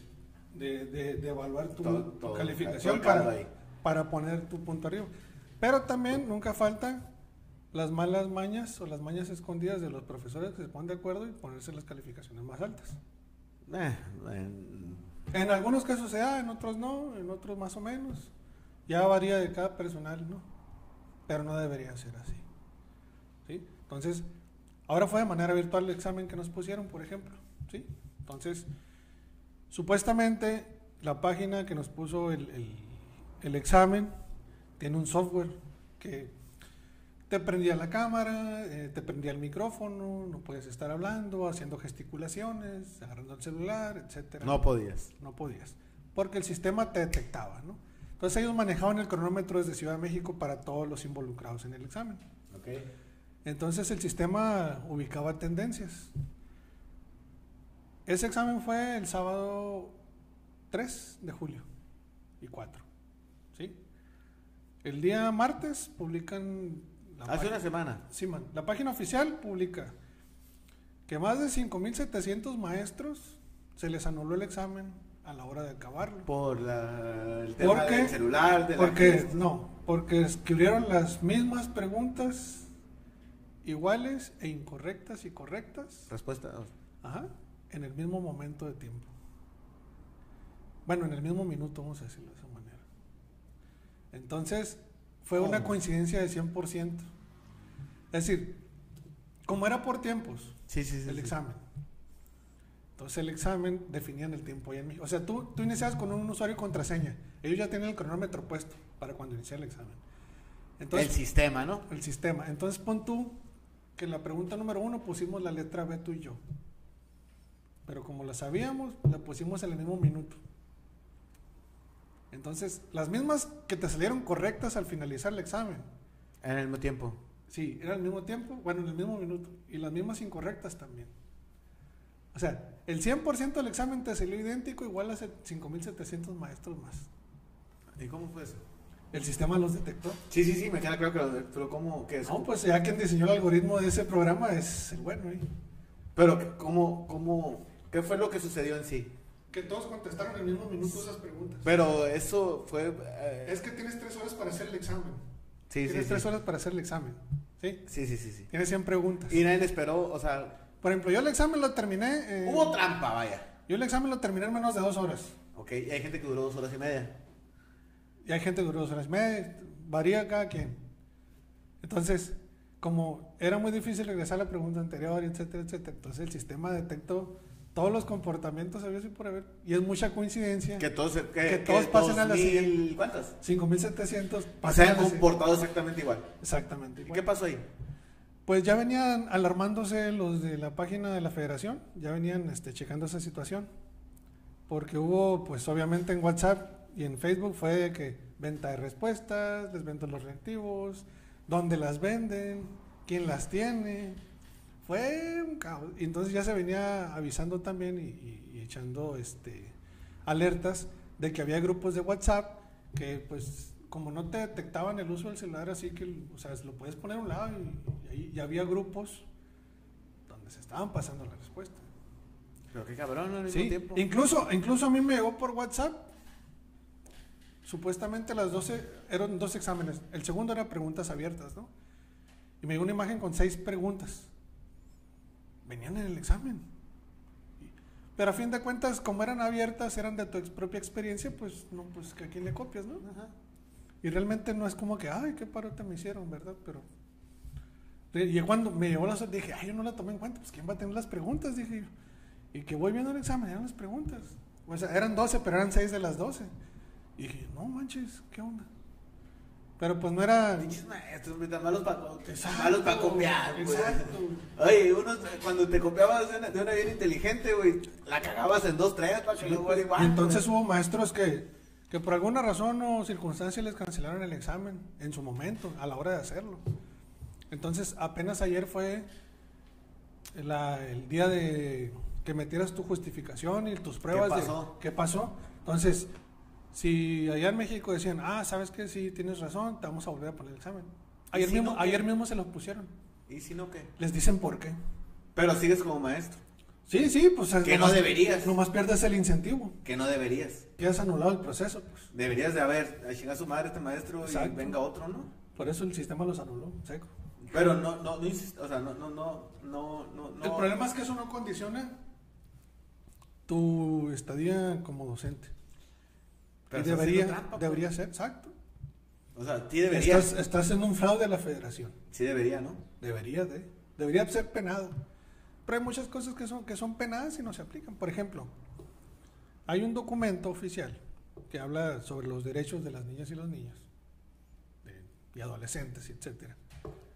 [SPEAKER 2] de, de- de evaluar tu,
[SPEAKER 1] Todo-
[SPEAKER 2] tu
[SPEAKER 1] todo, todo
[SPEAKER 2] calificación
[SPEAKER 1] el caldo
[SPEAKER 2] para,
[SPEAKER 1] ahí.
[SPEAKER 2] para poner tu punto arriba. Pero también nunca faltan las malas mañas o las mañas escondidas de los profesores que se ponen de acuerdo y ponerse las calificaciones más altas.
[SPEAKER 1] Eh, en-
[SPEAKER 2] En algunos casos se da, en otros no, en otros más o menos. Ya varía de cada personal, ¿no? Pero no debería ser así. ¿Sí? Entonces, ahora fue de manera virtual el examen que nos pusieron, por ejemplo. ¿Sí? Entonces, supuestamente la página que nos puso el, el- el examen tiene un software que te prendía la cámara, eh, te prendía el micrófono, no podías estar hablando, haciendo gesticulaciones, agarrando el celular, etcétera
[SPEAKER 1] No podías.
[SPEAKER 2] no podías, porque el sistema te detectaba, ¿no? Entonces ellos manejaban el cronómetro desde Ciudad de México para todos los involucrados en el examen.
[SPEAKER 1] Ok.
[SPEAKER 2] Entonces el sistema ubicaba tendencias. Ese examen fue el sábado 3 de julio y 4. ¿Sí? El día martes publican la
[SPEAKER 1] Hace
[SPEAKER 2] página-
[SPEAKER 1] una semana.
[SPEAKER 2] Sí, man. La página oficial publica que más de 5.700 maestros se les anuló el examen a la hora de acabarlo.
[SPEAKER 1] Por la, el
[SPEAKER 2] ¿Por
[SPEAKER 1] tema
[SPEAKER 2] qué?
[SPEAKER 1] del celular, de la
[SPEAKER 2] Porque,
[SPEAKER 1] gente.
[SPEAKER 2] no, porque escribieron las mismas preguntas iguales e incorrectas y correctas
[SPEAKER 1] Respuesta.
[SPEAKER 2] ajá, en el mismo momento de tiempo. Bueno, en el mismo minuto, vamos a decirlo de esa manera. Entonces, fue una
[SPEAKER 1] ¿Cómo?
[SPEAKER 2] coincidencia de 100%. Es decir, como era por tiempos,
[SPEAKER 1] Sí, sí, sí.
[SPEAKER 2] el
[SPEAKER 1] sí.
[SPEAKER 2] examen. Entonces el examen definían el tiempo ahí en México. O sea, tú, tú iniciabas con un usuario y contraseña. Ellos ya tenían el cronómetro puesto para cuando iniciara el examen. Entonces,
[SPEAKER 1] el sistema, ¿no?
[SPEAKER 2] el sistema. Entonces pon tú que en la pregunta número uno pusimos la letra B tú y yo. Pero como la sabíamos, la pusimos en el mismo minuto. Entonces, las mismas que te salieron correctas al finalizar el examen.
[SPEAKER 1] En el mismo tiempo.
[SPEAKER 2] Sí, era al mismo tiempo, bueno, en el mismo minuto. Y las mismas incorrectas también. O sea, el 100% del examen te salió idéntico igual a set- 5.700 maestros más.
[SPEAKER 1] ¿Y cómo fue eso?
[SPEAKER 2] El sistema los detectó.
[SPEAKER 1] Sí, sí, sí, me queda claro que lo, pero ¿cómo? ¿Qué es?
[SPEAKER 2] No, pues ya quien diseñó el algoritmo de ese programa es el bueno. ¿eh?
[SPEAKER 1] Pero, ¿cómo, cómo, qué fue lo que sucedió en sí?
[SPEAKER 2] Que todos contestaron el mismo minuto esas preguntas.
[SPEAKER 1] Pero eso fue... eh,
[SPEAKER 2] Es que tienes tres horas para hacer el examen.
[SPEAKER 1] sí, sí,
[SPEAKER 2] tienes
[SPEAKER 1] sí.
[SPEAKER 2] tres horas para hacer el examen. ¿Sí?
[SPEAKER 1] sí, sí, sí, sí.
[SPEAKER 2] Tienes 100 preguntas.
[SPEAKER 1] Y nadie le esperó, o sea,
[SPEAKER 2] Por ejemplo, yo el examen lo terminé. eh,
[SPEAKER 1] hubo trampa, vaya.
[SPEAKER 2] Yo el examen lo terminé en menos de dos horas.
[SPEAKER 1] Ok, y hay gente que duró dos horas y media.
[SPEAKER 2] Y hay gente que duró dos horas y media, varía cada quien. Entonces, como era muy difícil regresar a la pregunta anterior, etcétera, etcétera, entonces el sistema detectó todos los comportamientos habidos y por haber. Y es mucha coincidencia.
[SPEAKER 1] Que todos, se-
[SPEAKER 2] Que todos pasen a la
[SPEAKER 1] 2000
[SPEAKER 2] siguiente.
[SPEAKER 1] ¿Cuántas?
[SPEAKER 2] 5.700
[SPEAKER 1] Se han
[SPEAKER 2] pasaron así.
[SPEAKER 1] comportado exactamente igual.
[SPEAKER 2] Exactamente.
[SPEAKER 1] ¿Y
[SPEAKER 2] igual.
[SPEAKER 1] qué pasó ahí?
[SPEAKER 2] Pues ya venían alarmándose los de la página de la federación, ya venían este, checando esa situación, porque hubo, pues obviamente en WhatsApp y en Facebook fue de que venta de respuestas, les vendo los reactivos, dónde las venden, quién las tiene, fue un caos. Y entonces ya se venía avisando también y, y- y echando este, alertas de que había grupos de WhatsApp que pues como no te detectaban el uso del celular así que o sea lo puedes poner a un lado y, y ahí ya había grupos donde se estaban pasando la respuesta
[SPEAKER 1] Pero qué cabrón, al mismo
[SPEAKER 2] sí
[SPEAKER 1] tiempo.
[SPEAKER 2] incluso incluso a mí me llegó por WhatsApp supuestamente las 12 eran dos exámenes el segundo era preguntas abiertas no y me llegó una imagen con seis preguntas venían en el examen Y- pero a fin de cuentas como eran abiertas eran de tu ex- propia experiencia pues no pues que a quién le copias no
[SPEAKER 1] Ajá.
[SPEAKER 2] y realmente no es como que, ay, qué parote me hicieron, ¿verdad? Pero. Y yo cuando me llevó la sorpresa, dije, ay, yo no la tomé en cuenta, pues ¿quién va a tener las preguntas? Dije yo. Y que voy viendo el examen, eran las preguntas. O sea, eran 12, pero eran 6 de las 12. Y dije, no manches, ¿qué onda? Pero pues no era.
[SPEAKER 1] Pinches maestros, güey, tan malos para malos pa copiar, güey.
[SPEAKER 2] Exacto.
[SPEAKER 1] Oye, uno, cuando te copiabas de una, de una bien inteligente, güey, la cagabas en dos, tres, para que luego igual.
[SPEAKER 2] pues, Entonces hubo maestros que, que por alguna razón o circunstancia les cancelaron el examen en su momento, a la hora de hacerlo. Entonces, apenas ayer fue la- el día de que metieras tu justificación y tus pruebas
[SPEAKER 1] pasó?
[SPEAKER 2] de qué pasó. Entonces, si allá en México decían, ah, sabes que sí tienes razón, te vamos a volver a poner el examen.
[SPEAKER 1] ¿Y
[SPEAKER 2] Ayer,
[SPEAKER 1] si
[SPEAKER 2] mismo,
[SPEAKER 1] no, qué?
[SPEAKER 2] ayer mismo se los pusieron.
[SPEAKER 1] ¿Y si no qué?
[SPEAKER 2] Les dicen por qué.
[SPEAKER 1] Pero sigues como maestro,
[SPEAKER 2] Sí, sí, pues.
[SPEAKER 1] Que no deberías.
[SPEAKER 2] Nomás pierdes el incentivo.
[SPEAKER 1] que no deberías.
[SPEAKER 2] Quedas anulado el proceso, pues.
[SPEAKER 1] Deberías de haber, a chingar a su madre este maestro y
[SPEAKER 2] Exacto.
[SPEAKER 1] venga otro, ¿no?
[SPEAKER 2] Por eso el sistema los anuló, seco.
[SPEAKER 1] Pero no, no, no insist- o sea, no, no, no, no, no. no.
[SPEAKER 2] El problema es que eso no condiciona tu estadía como docente.
[SPEAKER 1] Pero
[SPEAKER 2] y
[SPEAKER 1] estás
[SPEAKER 2] debería,
[SPEAKER 1] haciendo trampa, pues.
[SPEAKER 2] debería ser, exacto.
[SPEAKER 1] O sea, sí debería,
[SPEAKER 2] Estás, estás en un fraude a la federación.
[SPEAKER 1] sí debería, ¿no?
[SPEAKER 2] Debería de. Debería ser penado. Pero hay muchas cosas que son, que son penadas y no se aplican. Por ejemplo, hay un documento oficial que habla sobre los derechos de las niñas y los niños. de- y adolescentes, etcétera.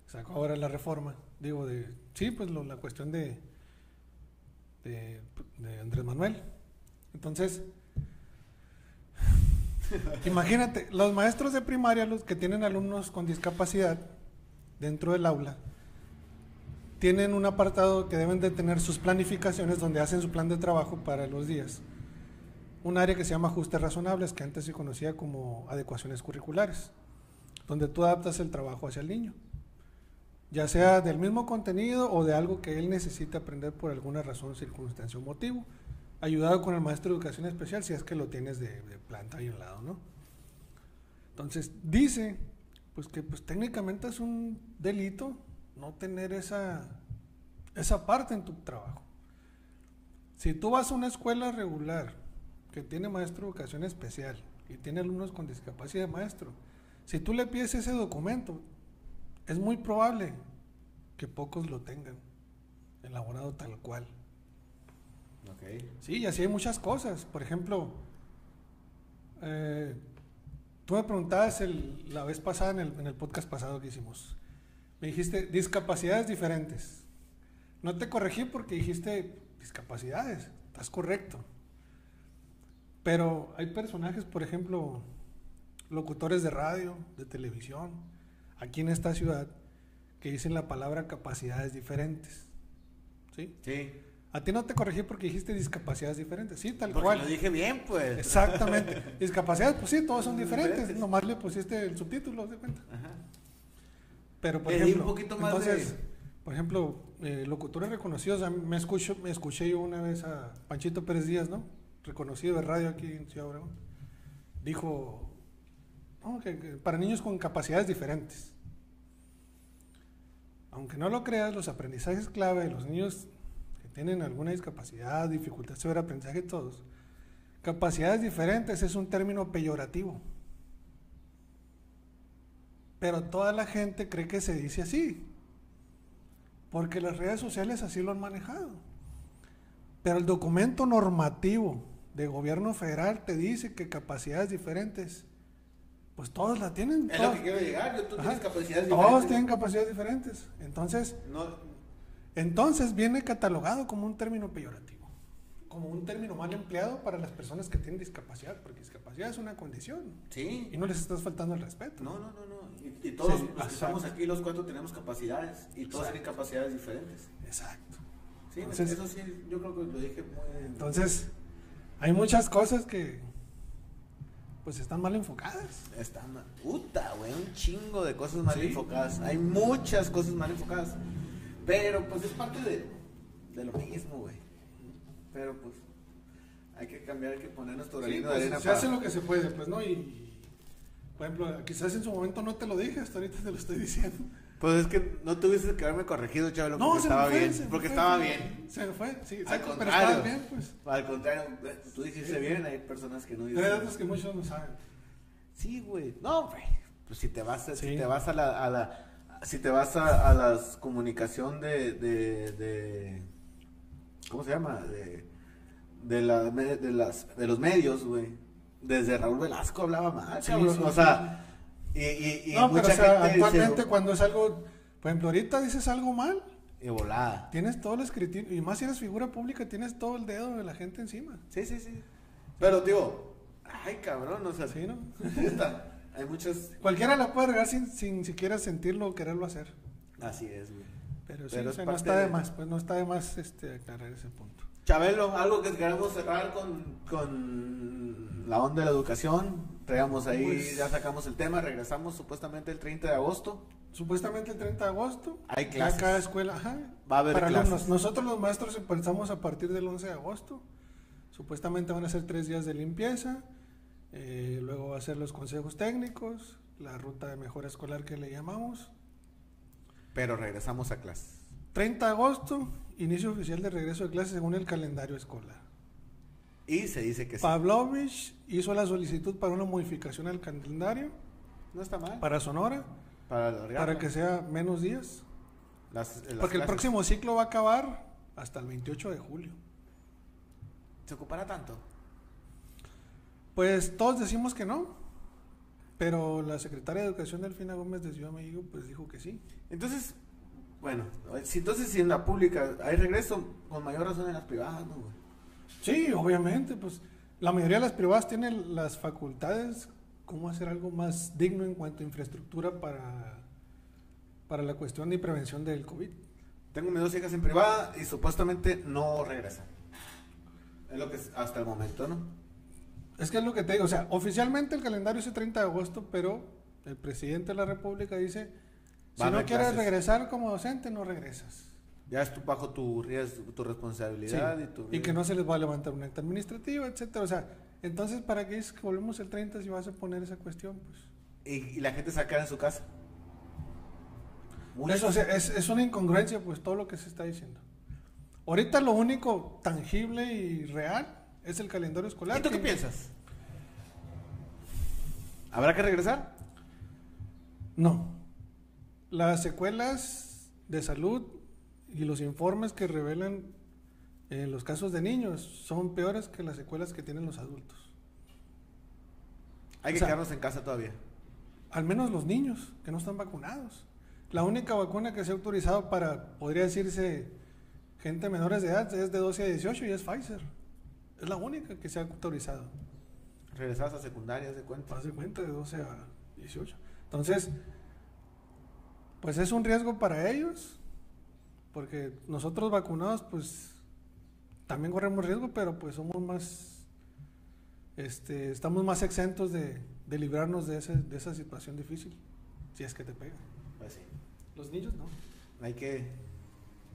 [SPEAKER 2] Sacó ahora la reforma. Digo, de. Sí, pues lo- la cuestión de, de. de Andrés Manuel. Entonces. Imagínate, los maestros de primaria, los que tienen alumnos con discapacidad dentro del aula, tienen un apartado que deben de tener sus planificaciones donde hacen su plan de trabajo para los días. Un área que se llama ajustes razonables, que antes se conocía como adecuaciones curriculares, donde tú adaptas el trabajo hacia el niño, ya sea del mismo contenido o de algo que él necesita aprender por alguna razón, circunstancia o motivo, ayudado con el maestro de educación especial si es que lo tienes de, de planta ahí al lado, ¿no? Entonces, dice, pues que pues técnicamente es un delito no tener esa, esa parte en tu trabajo. Si tú vas a una escuela regular que tiene maestro de educación especial y tiene alumnos con discapacidad de maestro, si tú le pides ese documento, es muy probable que pocos lo tengan elaborado tal cual.
[SPEAKER 1] Ok.
[SPEAKER 2] Sí, y así hay muchas cosas. Por ejemplo, eh, tú me preguntabas el- la vez pasada en el, en el podcast pasado que hicimos. Me dijiste discapacidades diferentes. No te corregí porque dijiste discapacidades. Estás correcto. Pero hay personajes, por ejemplo, locutores de radio, de televisión, aquí en esta ciudad, que dicen la palabra capacidades diferentes. ¿Sí?
[SPEAKER 1] Sí.
[SPEAKER 2] A ti no te corregí porque dijiste discapacidades diferentes. Sí, tal
[SPEAKER 1] Porque
[SPEAKER 2] cual.
[SPEAKER 1] lo dije bien, pues.
[SPEAKER 2] Exactamente. discapacidades, pues sí, todos son diferentes.
[SPEAKER 1] Diferentes.
[SPEAKER 2] Nomás le pusiste el subtítulo, haz de cuenta.
[SPEAKER 1] Ajá.
[SPEAKER 2] Pero por
[SPEAKER 1] Le di un
[SPEAKER 2] ejemplo,
[SPEAKER 1] poquito más
[SPEAKER 2] entonces,
[SPEAKER 1] de-
[SPEAKER 2] por ejemplo, eh, locutores reconocidos, a mí me escucho, me escuché yo una vez a Panchito Pérez Díaz, ¿no? Reconocido de radio aquí en Ciudad Obregón. Dijo no, que- que para niños con capacidades diferentes. Aunque no lo creas, los aprendizajes clave de los niños que tienen alguna discapacidad, dificultad sobre aprendizaje, todos. Capacidades diferentes es un término peyorativo. Pero toda la gente cree que se dice así. Porque las redes sociales así lo han manejado. Pero el documento normativo de gobierno federal te dice que capacidades diferentes, pues todos la tienen.
[SPEAKER 1] Es lo
[SPEAKER 2] todos-
[SPEAKER 1] que quiero llegar. Yo, tú
[SPEAKER 2] Ajá.
[SPEAKER 1] tienes capacidades
[SPEAKER 2] Todos
[SPEAKER 1] diferentes.
[SPEAKER 2] tienen capacidades diferentes. Entonces,
[SPEAKER 1] No,
[SPEAKER 2] entonces viene catalogado como un término peyorativo, como un término mal empleado para las personas que tienen discapacidad, porque discapacidad es una condición
[SPEAKER 1] sí.
[SPEAKER 2] y no les estás faltando el respeto.
[SPEAKER 1] No, no, no, no. Y, y todos
[SPEAKER 2] Sí,
[SPEAKER 1] los que
[SPEAKER 2] exacto.
[SPEAKER 1] estamos aquí, los cuatro tenemos capacidades. Y todos
[SPEAKER 2] Exacto.
[SPEAKER 1] tienen capacidades diferentes.
[SPEAKER 2] Exacto.
[SPEAKER 1] Sí,
[SPEAKER 2] Entonces-
[SPEAKER 1] eso sí, yo creo que lo dije muy.
[SPEAKER 2] Entonces, hay muchas cosas que pues están mal enfocadas.
[SPEAKER 1] Está mal. Puta, güey, un chingo de cosas mal
[SPEAKER 2] Sí.
[SPEAKER 1] enfocadas. Hay muchas cosas mal enfocadas. Pero pues es parte de, de lo mismo, güey. Pero pues hay que cambiar, hay que poner nuestro
[SPEAKER 2] Sí,
[SPEAKER 1] granito
[SPEAKER 2] pues,
[SPEAKER 1] de arena
[SPEAKER 2] se hace lo que se puede, pues, ¿no? Y, por ejemplo, quizás en su momento no te lo dije, hasta ahorita te lo estoy diciendo.
[SPEAKER 1] Pues es que no tuviste que haberme corregido, chaval, porque
[SPEAKER 2] se me
[SPEAKER 1] estaba
[SPEAKER 2] fue,
[SPEAKER 1] bien.
[SPEAKER 2] se me
[SPEAKER 1] porque
[SPEAKER 2] fue,
[SPEAKER 1] estaba
[SPEAKER 2] se me-
[SPEAKER 1] bien.
[SPEAKER 2] Se me fue, sí,
[SPEAKER 1] Al
[SPEAKER 2] exacto, pero
[SPEAKER 1] contrario.
[SPEAKER 2] estaba bien, pues.
[SPEAKER 1] Al contrario, pues, tú dijiste bien, hay personas que no
[SPEAKER 2] La verdad
[SPEAKER 1] dicen.
[SPEAKER 2] es que muchos no saben.
[SPEAKER 1] Sí, güey. No, güey. Pues si te vas, a- si
[SPEAKER 2] Sí.
[SPEAKER 1] te vas a la, a la- si te vas a, a las comunicación de, de, de- ¿cómo se llama? De, de, la me- de las, de los medios, güey. Desde Raúl Velasco hablaba mal,
[SPEAKER 2] Sí,
[SPEAKER 1] cabrón.
[SPEAKER 2] sí,
[SPEAKER 1] o
[SPEAKER 2] sí.
[SPEAKER 1] sea, Y, y, y
[SPEAKER 2] No, pero
[SPEAKER 1] mucha
[SPEAKER 2] o sea,
[SPEAKER 1] gente "Oh". se-
[SPEAKER 2] actualmente cuando es algo, por ejemplo, ahorita dices algo mal,
[SPEAKER 1] Y volada.
[SPEAKER 2] tienes todo el escrutinio, y más si eres figura pública, tienes todo el dedo de la gente encima.
[SPEAKER 1] Sí, sí, sí. Pero digo, ay cabrón, o sea,
[SPEAKER 2] Sí, ¿no?
[SPEAKER 1] puta, hay muchas...
[SPEAKER 2] Cualquiera la puede regar sin, sin siquiera sentirlo o quererlo hacer.
[SPEAKER 1] Así es, güey.
[SPEAKER 2] Pero sí,
[SPEAKER 1] Pero
[SPEAKER 2] o
[SPEAKER 1] es
[SPEAKER 2] sea, no
[SPEAKER 1] parte
[SPEAKER 2] está de
[SPEAKER 1] de-
[SPEAKER 2] más, pues no está de más este, aclarar ese punto.
[SPEAKER 1] Chabelo, algo que queramos cerrar con, con la onda de la educación. Traigamos ahí,
[SPEAKER 2] Pues-
[SPEAKER 1] ya sacamos el tema, regresamos supuestamente el 30 de agosto.
[SPEAKER 2] Supuestamente el 30 de agosto,
[SPEAKER 1] Hay
[SPEAKER 2] ya
[SPEAKER 1] clases.
[SPEAKER 2] cada escuela, ajá,
[SPEAKER 1] Va a haber
[SPEAKER 2] para
[SPEAKER 1] clases.
[SPEAKER 2] alumnos. Nosotros los maestros empezamos a partir del 11 de agosto. Supuestamente van a ser tres días de limpieza, eh, luego va a ser los consejos técnicos, la ruta de mejora escolar que le llamamos.
[SPEAKER 1] Pero regresamos a clase.
[SPEAKER 2] 30 de agosto, inicio oficial de regreso de clases según el calendario escolar.
[SPEAKER 1] Y se dice que sí.
[SPEAKER 2] Pavlovich hizo la solicitud para una modificación al calendario
[SPEAKER 1] No está mal.
[SPEAKER 2] para Sonora,
[SPEAKER 1] Para alargar.
[SPEAKER 2] para que sea menos días,
[SPEAKER 1] las, eh, las
[SPEAKER 2] porque el
[SPEAKER 1] clases.
[SPEAKER 2] próximo ciclo va a acabar hasta el 28 de julio.
[SPEAKER 1] ¿Se ocupará tanto?
[SPEAKER 2] Pues todos decimos que no, pero la secretaria de Educación Delfina Gómez de Ciudad de México pues dijo que sí.
[SPEAKER 1] Entonces, bueno, si entonces si en la pública hay regreso, con mayor razón en las privadas, ¿no, güey?
[SPEAKER 2] Sí, obviamente, pues la mayoría de las privadas tienen las facultades cómo hacer algo más digno en cuanto a infraestructura para, para la cuestión de prevención del COVID.
[SPEAKER 1] Tengo mis dos hijas en privada y supuestamente no regresan. Es lo que es hasta el momento, ¿no?
[SPEAKER 2] Es que es lo que te digo, o sea, oficialmente el calendario es el 30 de agosto, pero el presidente de la República dice, si
[SPEAKER 1] Van a
[SPEAKER 2] no
[SPEAKER 1] haber
[SPEAKER 2] quieres
[SPEAKER 1] clases.
[SPEAKER 2] regresar como docente, no regresas.
[SPEAKER 1] Ya es tu, bajo tu riesgo, tu responsabilidad
[SPEAKER 2] Sí,
[SPEAKER 1] y tu...
[SPEAKER 2] que no se les va a levantar un acta administrativa, etcétera. O sea, entonces, ¿para qué es que volvemos el 30 si vas a poner esa cuestión? Pues?
[SPEAKER 1] Y, y la gente se va a quedar en su casa. Una-
[SPEAKER 2] Eso, o sea, es, es una incongruencia, pues, todo lo que se está diciendo. Ahorita lo único tangible y real es el calendario escolar.
[SPEAKER 1] ¿Y tú
[SPEAKER 2] que-
[SPEAKER 1] qué piensas? ¿Habrá que regresar?
[SPEAKER 2] No. Las secuelas de salud y los informes que revelan eh, los casos de niños son peores que las secuelas que tienen los adultos.
[SPEAKER 1] Hay que
[SPEAKER 2] O sea,
[SPEAKER 1] quedarnos en casa todavía.
[SPEAKER 2] Al menos los niños que no están vacunados. La única vacuna que se ha autorizado para, podría decirse, gente menores de edad es de 12 a 18 y es Pfizer. Es la única que se ha autorizado.
[SPEAKER 1] Regresabas a secundaria, haz de cuenta.
[SPEAKER 2] Haz de cuenta, de 12 a 18. Entonces, pues es un riesgo para ellos, porque nosotros vacunados, pues también corremos riesgo, pero pues somos más, este, estamos más exentos de, de librarnos de, ese- de esa situación difícil, si es que te pega.
[SPEAKER 1] Pues sí.
[SPEAKER 2] Los niños no.
[SPEAKER 1] Hay que...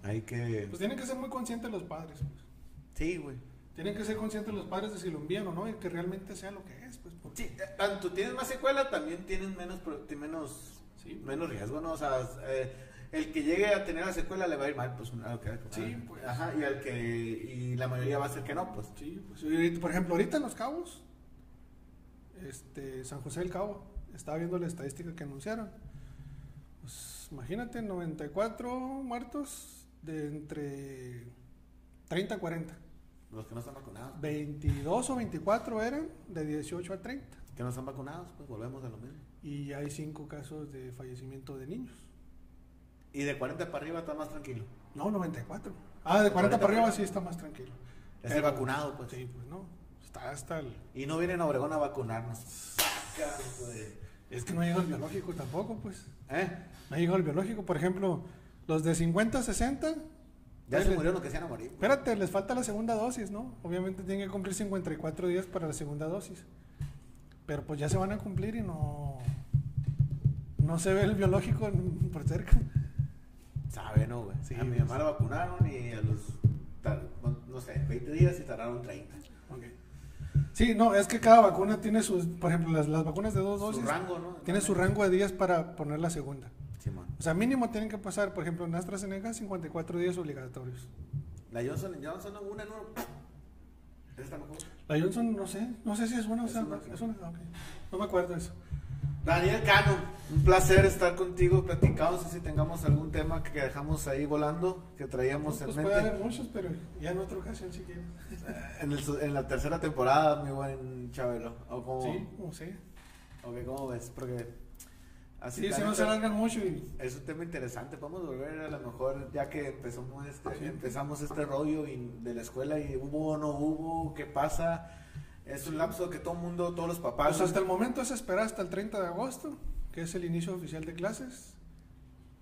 [SPEAKER 1] Hay que...
[SPEAKER 2] Pues tienen que ser muy conscientes los padres. pues.
[SPEAKER 1] Sí, güey.
[SPEAKER 2] Tienen que ser conscientes los padres de si lo envían o no y que realmente sea lo que es. Pues, porque-
[SPEAKER 1] Sí, eh, tanto tienes más secuela, también tienes menos, pro- ti- menos,
[SPEAKER 2] Sí.
[SPEAKER 1] menos riesgo, ¿no? O sea, eh, el que llegue a tener la secuela le va a ir mal, pues algo que
[SPEAKER 2] Sí, pues.
[SPEAKER 1] Ajá, y al que, y la mayoría va a ser que no, pues.
[SPEAKER 2] Sí, pues, y ahorita, por ejemplo, ahorita en Los Cabos, este, San José del Cabo, estaba viendo la estadística que anunciaron. Pues, imagínate, 94 muertos de entre 30 a 40.
[SPEAKER 1] Los que no están vacunados.
[SPEAKER 2] 22 o 24 eran de 18 a 30.
[SPEAKER 1] Que no están vacunados, pues volvemos a lo mismo.
[SPEAKER 2] Y hay 5 casos de fallecimiento de niños.
[SPEAKER 1] Y de 40 para arriba está más tranquilo.
[SPEAKER 2] No, 94. Ah, de 40 para arriba sí está más tranquilo.
[SPEAKER 1] Es
[SPEAKER 2] Pero-
[SPEAKER 1] el vacunado, pues.
[SPEAKER 2] Sí, pues no. Está hasta el...
[SPEAKER 1] Y no vienen a Obregón a vacunarnos.
[SPEAKER 2] Es que no llega el biológico tampoco, pues.
[SPEAKER 1] ¿Eh?
[SPEAKER 2] No llegó el biológico, por ejemplo, los de 50, 60.
[SPEAKER 1] Ya se
[SPEAKER 2] Dale.
[SPEAKER 1] murieron los que se van a morir.
[SPEAKER 2] Espérate, les falta la segunda dosis, ¿no? Obviamente tienen que cumplir 54 días para la segunda dosis. Pero pues ya se van a cumplir y no. No se ve el biológico en- por cerca.
[SPEAKER 1] Sabe, ¿no, güey?
[SPEAKER 2] Sí,
[SPEAKER 1] a mi
[SPEAKER 2] pues.
[SPEAKER 1] mamá la vacunaron y a los, tar- no sé, 20 días y tardaron 30.
[SPEAKER 2] Sí, no, es que cada vacuna tiene sus. Por ejemplo, las, las vacunas de dos
[SPEAKER 1] Su
[SPEAKER 2] dosis.
[SPEAKER 1] rango, ¿no?
[SPEAKER 2] Tiene su rango de días para poner la segunda.
[SPEAKER 1] Simón.
[SPEAKER 2] O sea, mínimo tienen que pasar, por ejemplo, en AstraZeneca, 54 días obligatorios.
[SPEAKER 1] La Johnson Johnson una no. Esa está mejor.
[SPEAKER 2] La Johnson, no sé, no sé si es una o
[SPEAKER 1] Es
[SPEAKER 2] sea,
[SPEAKER 1] una.
[SPEAKER 2] es una, ok. No me acuerdo de eso.
[SPEAKER 1] Daniel Cano, un placer estar contigo, platicado. No sé si tengamos algún tema que dejamos ahí volando, que traíamos
[SPEAKER 2] Pues
[SPEAKER 1] en
[SPEAKER 2] puede
[SPEAKER 1] mente.
[SPEAKER 2] haber muchos, pero ya en otra ocasión si quieres.
[SPEAKER 1] En, el su- en la tercera Oh. temporada, mi buen Chabelo. O como,
[SPEAKER 2] Sí, o sí.
[SPEAKER 1] o que ¿cómo ves? Porque Así
[SPEAKER 2] Sí,
[SPEAKER 1] la
[SPEAKER 2] se no
[SPEAKER 1] neta,
[SPEAKER 2] se alargan mucho y
[SPEAKER 1] Es un tema interesante, podemos volver a lo mejor, ya que empezamos este, empezamos este rollo y- de la escuela y hubo o no hubo, qué pasa. Es un lapso que todo el mundo, todos los papás...
[SPEAKER 2] pues hasta el momento es esperar hasta el 30 de agosto, que es el inicio oficial de clases.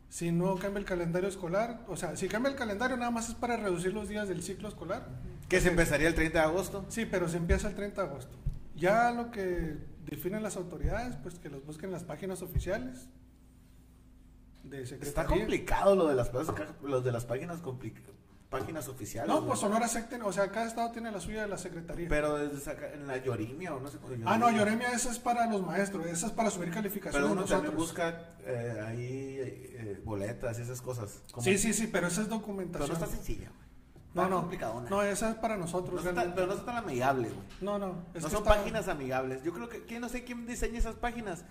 [SPEAKER 2] Si no cambia el calendario escolar, o sea, si cambia el calendario nada más es para reducir los días del ciclo escolar.
[SPEAKER 1] que se empezaría el 30 de agosto.
[SPEAKER 2] Sí, pero se empieza el 30 de agosto. Ya lo que definen las autoridades, pues que los busquen en las páginas oficiales de
[SPEAKER 1] Está
[SPEAKER 2] secretaría.
[SPEAKER 1] complicado lo de las, pas- los de las páginas, compli- páginas oficiales.
[SPEAKER 2] No,
[SPEAKER 1] ¿no?
[SPEAKER 2] pues Sonora secten, o sea, cada estado tiene la suya de la secretaría.
[SPEAKER 1] Pero desde acá- en la Llorimia o no sé cómo se llama.
[SPEAKER 2] ah, no, Lloremia, esa es para los maestros, esa es para subir calificaciones.
[SPEAKER 1] Pero uno
[SPEAKER 2] nosotros.
[SPEAKER 1] también busca eh, ahí eh, boletas y esas cosas. como-
[SPEAKER 2] Sí, sí, sí, pero esa es
[SPEAKER 1] Pero
[SPEAKER 2] documentación.
[SPEAKER 1] no está sencilla, güey.
[SPEAKER 2] no,
[SPEAKER 1] Está
[SPEAKER 2] no,
[SPEAKER 1] complicadona.
[SPEAKER 2] no, esa es para
[SPEAKER 1] No
[SPEAKER 2] nosotros.
[SPEAKER 1] está-
[SPEAKER 2] realmente.
[SPEAKER 1] pero no está tan amigable, güey.
[SPEAKER 2] no, no, es
[SPEAKER 1] no
[SPEAKER 2] que
[SPEAKER 1] son
[SPEAKER 2] está-
[SPEAKER 1] páginas amigables. Yo creo que, que no sé quién diseña esas páginas.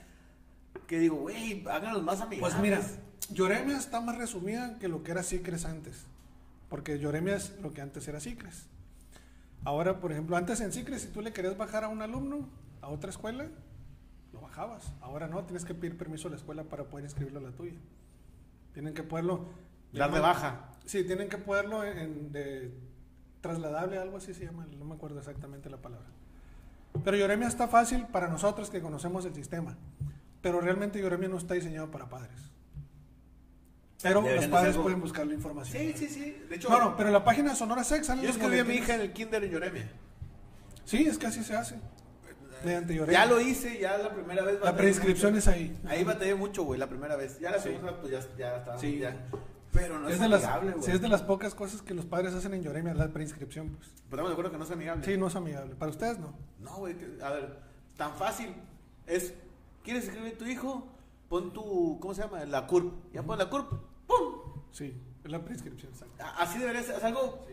[SPEAKER 1] Que digo, güey, háganlos más amigables.
[SPEAKER 2] Pues mira, Lloremia está más resumida que lo que era Cicres antes. Porque Lloremia es lo que antes era Cicres. Ahora, por ejemplo, antes en Cicres, si tú le querías bajar a un alumno a otra escuela, lo bajabas. Ahora no, tienes que pedir permiso a la escuela para poder inscribirlo a la tuya. Tienen que poderlo.
[SPEAKER 1] Dar de baja.
[SPEAKER 2] Sí, tienen que poderlo en, de trasladable, algo así se llama, no me acuerdo exactamente la palabra. Pero Yoremia está fácil para nosotros que conocemos el sistema. Pero realmente Yoremia no está diseñado para padres. Pero
[SPEAKER 1] Deberían
[SPEAKER 2] los
[SPEAKER 1] de
[SPEAKER 2] padres
[SPEAKER 1] hacerlo.
[SPEAKER 2] pueden buscar la información.
[SPEAKER 1] Sí, sí, sí. De hecho,
[SPEAKER 2] No, no, pero la página Sonora Sex sale
[SPEAKER 1] yo
[SPEAKER 2] los
[SPEAKER 1] escribí a mi
[SPEAKER 2] boletines.
[SPEAKER 1] hija en el kinder en Lloremia.
[SPEAKER 2] Sí, es que así se hace. Mediante Yoremia.
[SPEAKER 1] Ya lo hice, ya la primera vez.
[SPEAKER 2] La
[SPEAKER 1] batallé
[SPEAKER 2] preinscripción
[SPEAKER 1] mucho.
[SPEAKER 2] es ahí.
[SPEAKER 1] Ahí batallé mucho, güey, la primera vez. Ya la
[SPEAKER 2] Sí.
[SPEAKER 1] segunda, pues ya, ya estaba.
[SPEAKER 2] Sí.
[SPEAKER 1] ya. Pero no es,
[SPEAKER 2] Es de, las,
[SPEAKER 1] amigable, güey.
[SPEAKER 2] sí, es de las pocas cosas que los padres hacen en Yoremia, la preinscripción. Pues.
[SPEAKER 1] Pero estamos de acuerdo que no es amigable.
[SPEAKER 2] Sí, no es amigable. Para ustedes no.
[SPEAKER 1] No, güey, que- a ver, tan fácil. Es, ¿quieres escribir tu hijo? Pon tu, ¿cómo se llama? La CURP. Ya pon la CURP. ¡Pum!
[SPEAKER 2] Sí, es la preinscripción, exacto.
[SPEAKER 1] A- Así debería ser. Es algo...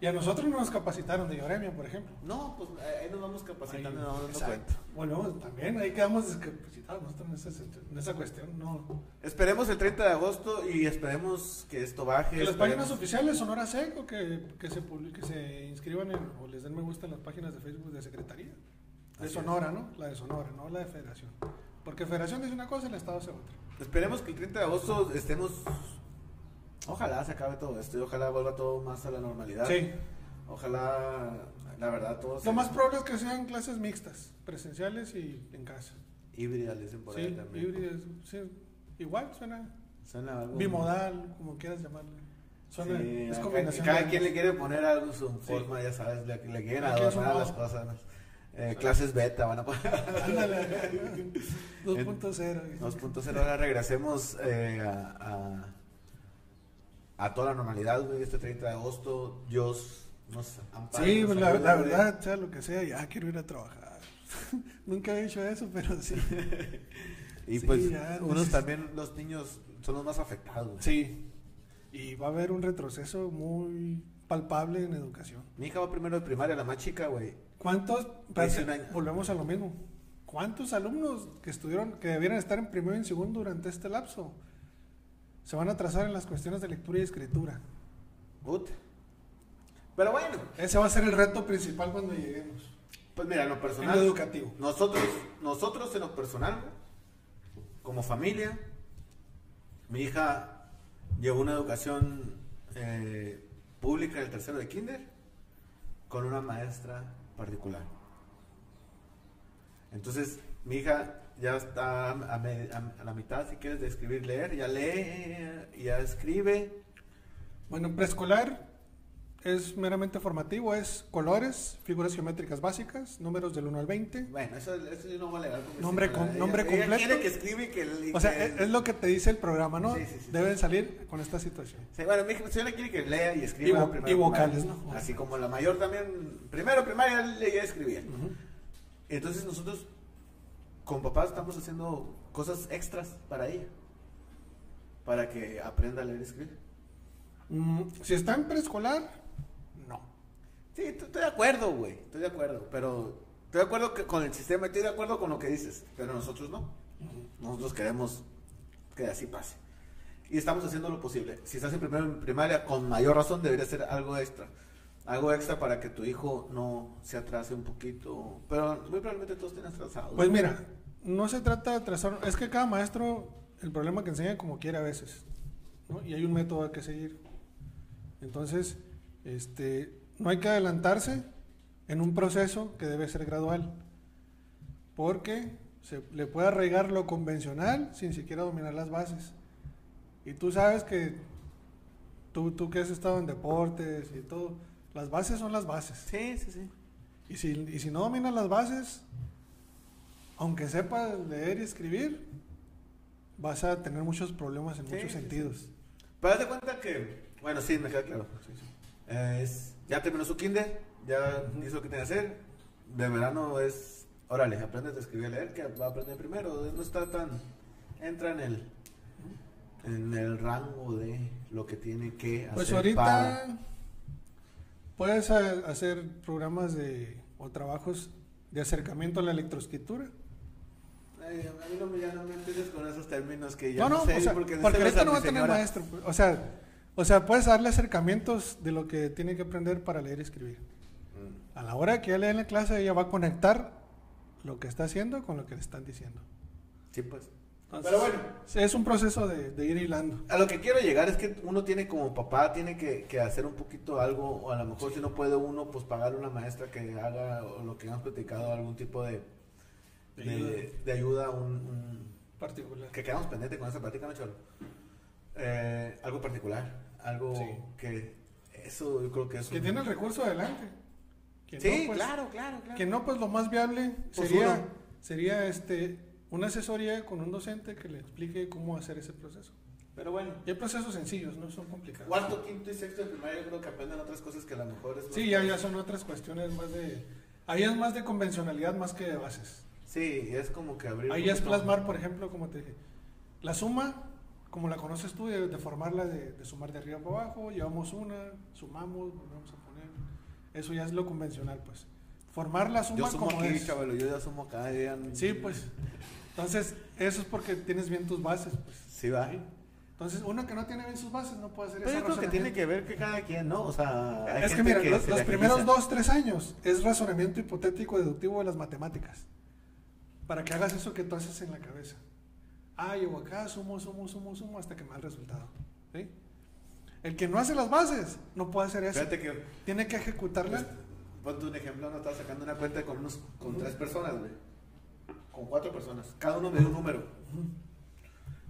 [SPEAKER 2] Y a nosotros no nos capacitaron de Lloremia, por ejemplo.
[SPEAKER 1] No, pues ahí nos vamos capacitando y
[SPEAKER 2] Ahí,
[SPEAKER 1] nos vamos dando
[SPEAKER 2] exacto.
[SPEAKER 1] cuenta.
[SPEAKER 2] Bueno, también ahí quedamos discapacitados nosotros en, ese sentido- en esa cuestión. No.
[SPEAKER 1] Esperemos el 30 de agosto y esperemos que esto baje.
[SPEAKER 2] Que las
[SPEAKER 1] esperemos-
[SPEAKER 2] páginas oficiales, Sonora Sec, o que, que se, publi- que se inscriban en, o les den me gusta en las páginas de Facebook de Secretaría. De
[SPEAKER 1] Así
[SPEAKER 2] Sonora, ¿no? La de Sonora, no la de Federación. Porque Federación es una cosa y el Estado es otra.
[SPEAKER 1] Esperemos que el 30 de agosto estemos... Ojalá se acabe todo esto y ojalá vuelva todo más a la normalidad.
[SPEAKER 2] Sí.
[SPEAKER 1] Ojalá, la verdad, todo
[SPEAKER 2] Lo
[SPEAKER 1] sea
[SPEAKER 2] más probable es que sean clases mixtas, presenciales y en casa.
[SPEAKER 1] híbrida, le dicen por ahí
[SPEAKER 2] Sí,
[SPEAKER 1] también.
[SPEAKER 2] híbridas. Sí, igual suena
[SPEAKER 1] Suena algo-
[SPEAKER 2] bimodal, como quieras llamarlo. Suena,
[SPEAKER 1] Sí,
[SPEAKER 2] es
[SPEAKER 1] acá-
[SPEAKER 2] combinación.
[SPEAKER 1] cada
[SPEAKER 2] de
[SPEAKER 1] quien le
[SPEAKER 2] ambas.
[SPEAKER 1] quiere poner algo su
[SPEAKER 2] Sí.
[SPEAKER 1] forma, ya sabes, le, le quieren
[SPEAKER 2] Le quiere su
[SPEAKER 1] adornar
[SPEAKER 2] modo.
[SPEAKER 1] las cosas. ¿no? Eh, clases beta van a poner.
[SPEAKER 2] Ándale. 2.0.
[SPEAKER 1] 2.0, ahora regresemos eh, a, a, a toda la normalidad, güey, este 30 de agosto, Dios nos ampare.
[SPEAKER 2] Sí,
[SPEAKER 1] nos
[SPEAKER 2] pues, la,
[SPEAKER 1] ayude,
[SPEAKER 2] la
[SPEAKER 1] güey.
[SPEAKER 2] verdad, sea lo que sea, ya quiero ir a trabajar. Nunca he hecho eso, pero sí.
[SPEAKER 1] Y
[SPEAKER 2] sí,
[SPEAKER 1] pues,
[SPEAKER 2] ya,
[SPEAKER 1] unos
[SPEAKER 2] neces-
[SPEAKER 1] también, los niños son los más afectados. güey.
[SPEAKER 2] Sí. Y va a haber un retroceso muy palpable en educación.
[SPEAKER 1] Mi hija va primero de primaria, la más chica, güey.
[SPEAKER 2] ¿Cuántos?
[SPEAKER 1] 21 Pues, años.
[SPEAKER 2] Volvemos a lo mismo. ¿Cuántos alumnos que estuvieron, que debieran estar en primero y en segundo durante este lapso, se van a atrasar en las cuestiones de lectura y escritura?
[SPEAKER 1] Ut. Pero bueno,
[SPEAKER 2] Ese va a ser el reto principal cuando lleguemos.
[SPEAKER 1] Pues mira, en lo personal.
[SPEAKER 2] En lo educativo.
[SPEAKER 1] Nosotros, nosotros en lo personal, como familia, mi hija llevó una educación eh, pública del tercero de kinder con una maestra particular. Entonces, mi hija ya está a, me- a- a la mitad, si quieres, de escribir, leer, ya lee, ya escribe.
[SPEAKER 2] Bueno, preescolar es meramente formativo, es colores, figuras geométricas básicas, números del 1 al 20.
[SPEAKER 1] Bueno, eso, eso yo no voy a leer. porque
[SPEAKER 2] Nombre
[SPEAKER 1] sí,
[SPEAKER 2] com-
[SPEAKER 1] ella-
[SPEAKER 2] nombre
[SPEAKER 1] ella
[SPEAKER 2] completo.
[SPEAKER 1] quiere que escribe y que le-
[SPEAKER 2] O sea, e-,
[SPEAKER 1] que-
[SPEAKER 2] es, es lo que te dice el programa, ¿no?
[SPEAKER 1] Sí, sí, sí,
[SPEAKER 2] Deben salir con esta situación.
[SPEAKER 1] Sí, bueno, mi señora quiere que lea y escriba.
[SPEAKER 2] Y vo-
[SPEAKER 1] primero
[SPEAKER 2] y vocales,
[SPEAKER 1] primaria.
[SPEAKER 2] ¿no?
[SPEAKER 1] Así como la mayor también, primero primaria leía y escribía. Entonces nosotros con papá estamos haciendo cosas extras para ella. Para que aprenda a leer y escribir.
[SPEAKER 2] Mm, si está en preescolar, no.
[SPEAKER 1] Sí, t- estoy de acuerdo, güey. Estoy de acuerdo. Pero estoy de acuerdo que- con el sistema, estoy de acuerdo con lo que dices. Pero nosotros no. Nosotros queremos que así pase. Y estamos haciendo lo posible. Si estás en primero en primaria, con mayor razón debería ser algo extra. Algo extra para que tu hijo no se atrase un poquito. Pero muy probablemente todos estén atrasados.
[SPEAKER 2] Pues mira, no se trata de trazar, es que cada maestro el problema que enseña como quiere a veces, ¿no? Y hay un método que seguir. Entonces, este, no hay que adelantarse en un proceso que debe ser gradual, porque se le puede arraigar lo convencional sin siquiera dominar las bases. Y tú sabes que tú, tú que has estado en deportes y todo, las bases son las bases.
[SPEAKER 1] Sí, sí, sí.
[SPEAKER 2] Y si, y si no dominas las bases, aunque sepas leer y escribir, vas a tener muchos problemas en
[SPEAKER 1] Sí,
[SPEAKER 2] muchos
[SPEAKER 1] sí, sí.
[SPEAKER 2] sentidos.
[SPEAKER 1] Pero haz de cuenta que, bueno, sí, me queda claro.
[SPEAKER 2] Sí, sí.
[SPEAKER 1] Eh, es- ya terminó su kinder, ya hizo lo que tenía que hacer. De verano es, órale, aprendes a escribir y a leer, que va a aprender primero. No está tan, entra en el, en el rango de lo que tiene que hacer
[SPEAKER 2] Pues ahorita
[SPEAKER 1] para-
[SPEAKER 2] puedes ha- hacer programas de o trabajos de acercamiento a la electroescritura.
[SPEAKER 1] Ay, a mí no me, ya no me empieces con esos términos que ya
[SPEAKER 2] no,
[SPEAKER 1] no,
[SPEAKER 2] no,
[SPEAKER 1] sé,
[SPEAKER 2] o sea,
[SPEAKER 1] porque,
[SPEAKER 2] porque,
[SPEAKER 1] no se los
[SPEAKER 2] ahorita no va a
[SPEAKER 1] mi
[SPEAKER 2] tener
[SPEAKER 1] señora.
[SPEAKER 2] maestro. pues, O sea, o sea, puedes darle acercamientos de lo que tiene que aprender para leer y escribir.
[SPEAKER 1] Mm,
[SPEAKER 2] A la hora que ella le den la clase, ella va a conectar lo que está haciendo con lo que le están diciendo.
[SPEAKER 1] Sí, pues.
[SPEAKER 2] Entonces,
[SPEAKER 1] Pero bueno.
[SPEAKER 2] Es un proceso de, de ir hilando.
[SPEAKER 1] A lo que quiero llegar es que uno tiene como papá, tiene que, que hacer un poquito algo, o a lo mejor si no puede uno, pues pagar una maestra que haga o lo que hemos platicado, algún tipo de,
[SPEAKER 2] De
[SPEAKER 1] de,
[SPEAKER 2] ayuda.
[SPEAKER 1] de ayuda, un, un-
[SPEAKER 2] Particular.
[SPEAKER 1] que quedamos pendiente con esa plática, ¿no, Cholo? Eh, algo particular, algo
[SPEAKER 2] Sí.
[SPEAKER 1] que eso yo creo que es...
[SPEAKER 2] Que
[SPEAKER 1] un-
[SPEAKER 2] tiene el recurso adelante. Que
[SPEAKER 1] Sí,
[SPEAKER 2] no, pues,
[SPEAKER 1] claro, claro, claro.
[SPEAKER 2] Que no, pues lo más viable
[SPEAKER 1] Pues
[SPEAKER 2] sería,
[SPEAKER 1] uno.
[SPEAKER 2] sería este, una asesoría con un docente que le explique cómo hacer ese proceso.
[SPEAKER 1] Pero bueno.
[SPEAKER 2] Y hay procesos sencillos, no son complicados.
[SPEAKER 1] Cuarto, quinto y sexto de primaria yo creo que aprenden otras cosas que a lo mejor es...
[SPEAKER 2] Sí, ya, ya son otras cuestiones más de... Ahí es más de convencionalidad más que de bases.
[SPEAKER 1] Sí, es como que abrir... un
[SPEAKER 2] Ahí es
[SPEAKER 1] poquito-
[SPEAKER 2] plasmar, por ejemplo, como te dije, la suma, como la conoces tú, de, de formarla, de, de sumar de arriba para abajo, llevamos una, sumamos, volvemos a poner. Eso ya es lo convencional, pues. Formar la suma
[SPEAKER 1] Yo sumo
[SPEAKER 2] como
[SPEAKER 1] aquí,
[SPEAKER 2] es.
[SPEAKER 1] chavalo, yo ya sumo acá. ya-
[SPEAKER 2] Sí, pues. Entonces, eso es porque tienes bien tus bases, pues.
[SPEAKER 1] Sí, va.
[SPEAKER 2] Sí. Entonces, uno que no tiene bien sus bases no puede hacer
[SPEAKER 1] Pero
[SPEAKER 2] ese
[SPEAKER 1] Pues yo creo que tiene
[SPEAKER 2] razonamiento.
[SPEAKER 1] que ver que cada quien, ¿no? O sea, hay
[SPEAKER 2] Es que
[SPEAKER 1] gente
[SPEAKER 2] mira, los,
[SPEAKER 1] se
[SPEAKER 2] los
[SPEAKER 1] le
[SPEAKER 2] primeros
[SPEAKER 1] agiliza.
[SPEAKER 2] dos, tres años es razonamiento hipotético deductivo de las matemáticas. Para que hagas eso que tú haces en la cabeza. Ah, llevo acá, sumo, sumo, sumo, sumo, hasta que me da el resultado. ¿sí? El que no hace las bases no puede hacer eso.
[SPEAKER 1] Fíjate que, pues,
[SPEAKER 2] Tiene que ejecutarla.
[SPEAKER 1] ponte un ejemplo, no estaba sacando una cuenta con, unos, con tres personas, güey. Con cuatro personas. Cada uno me dio un número.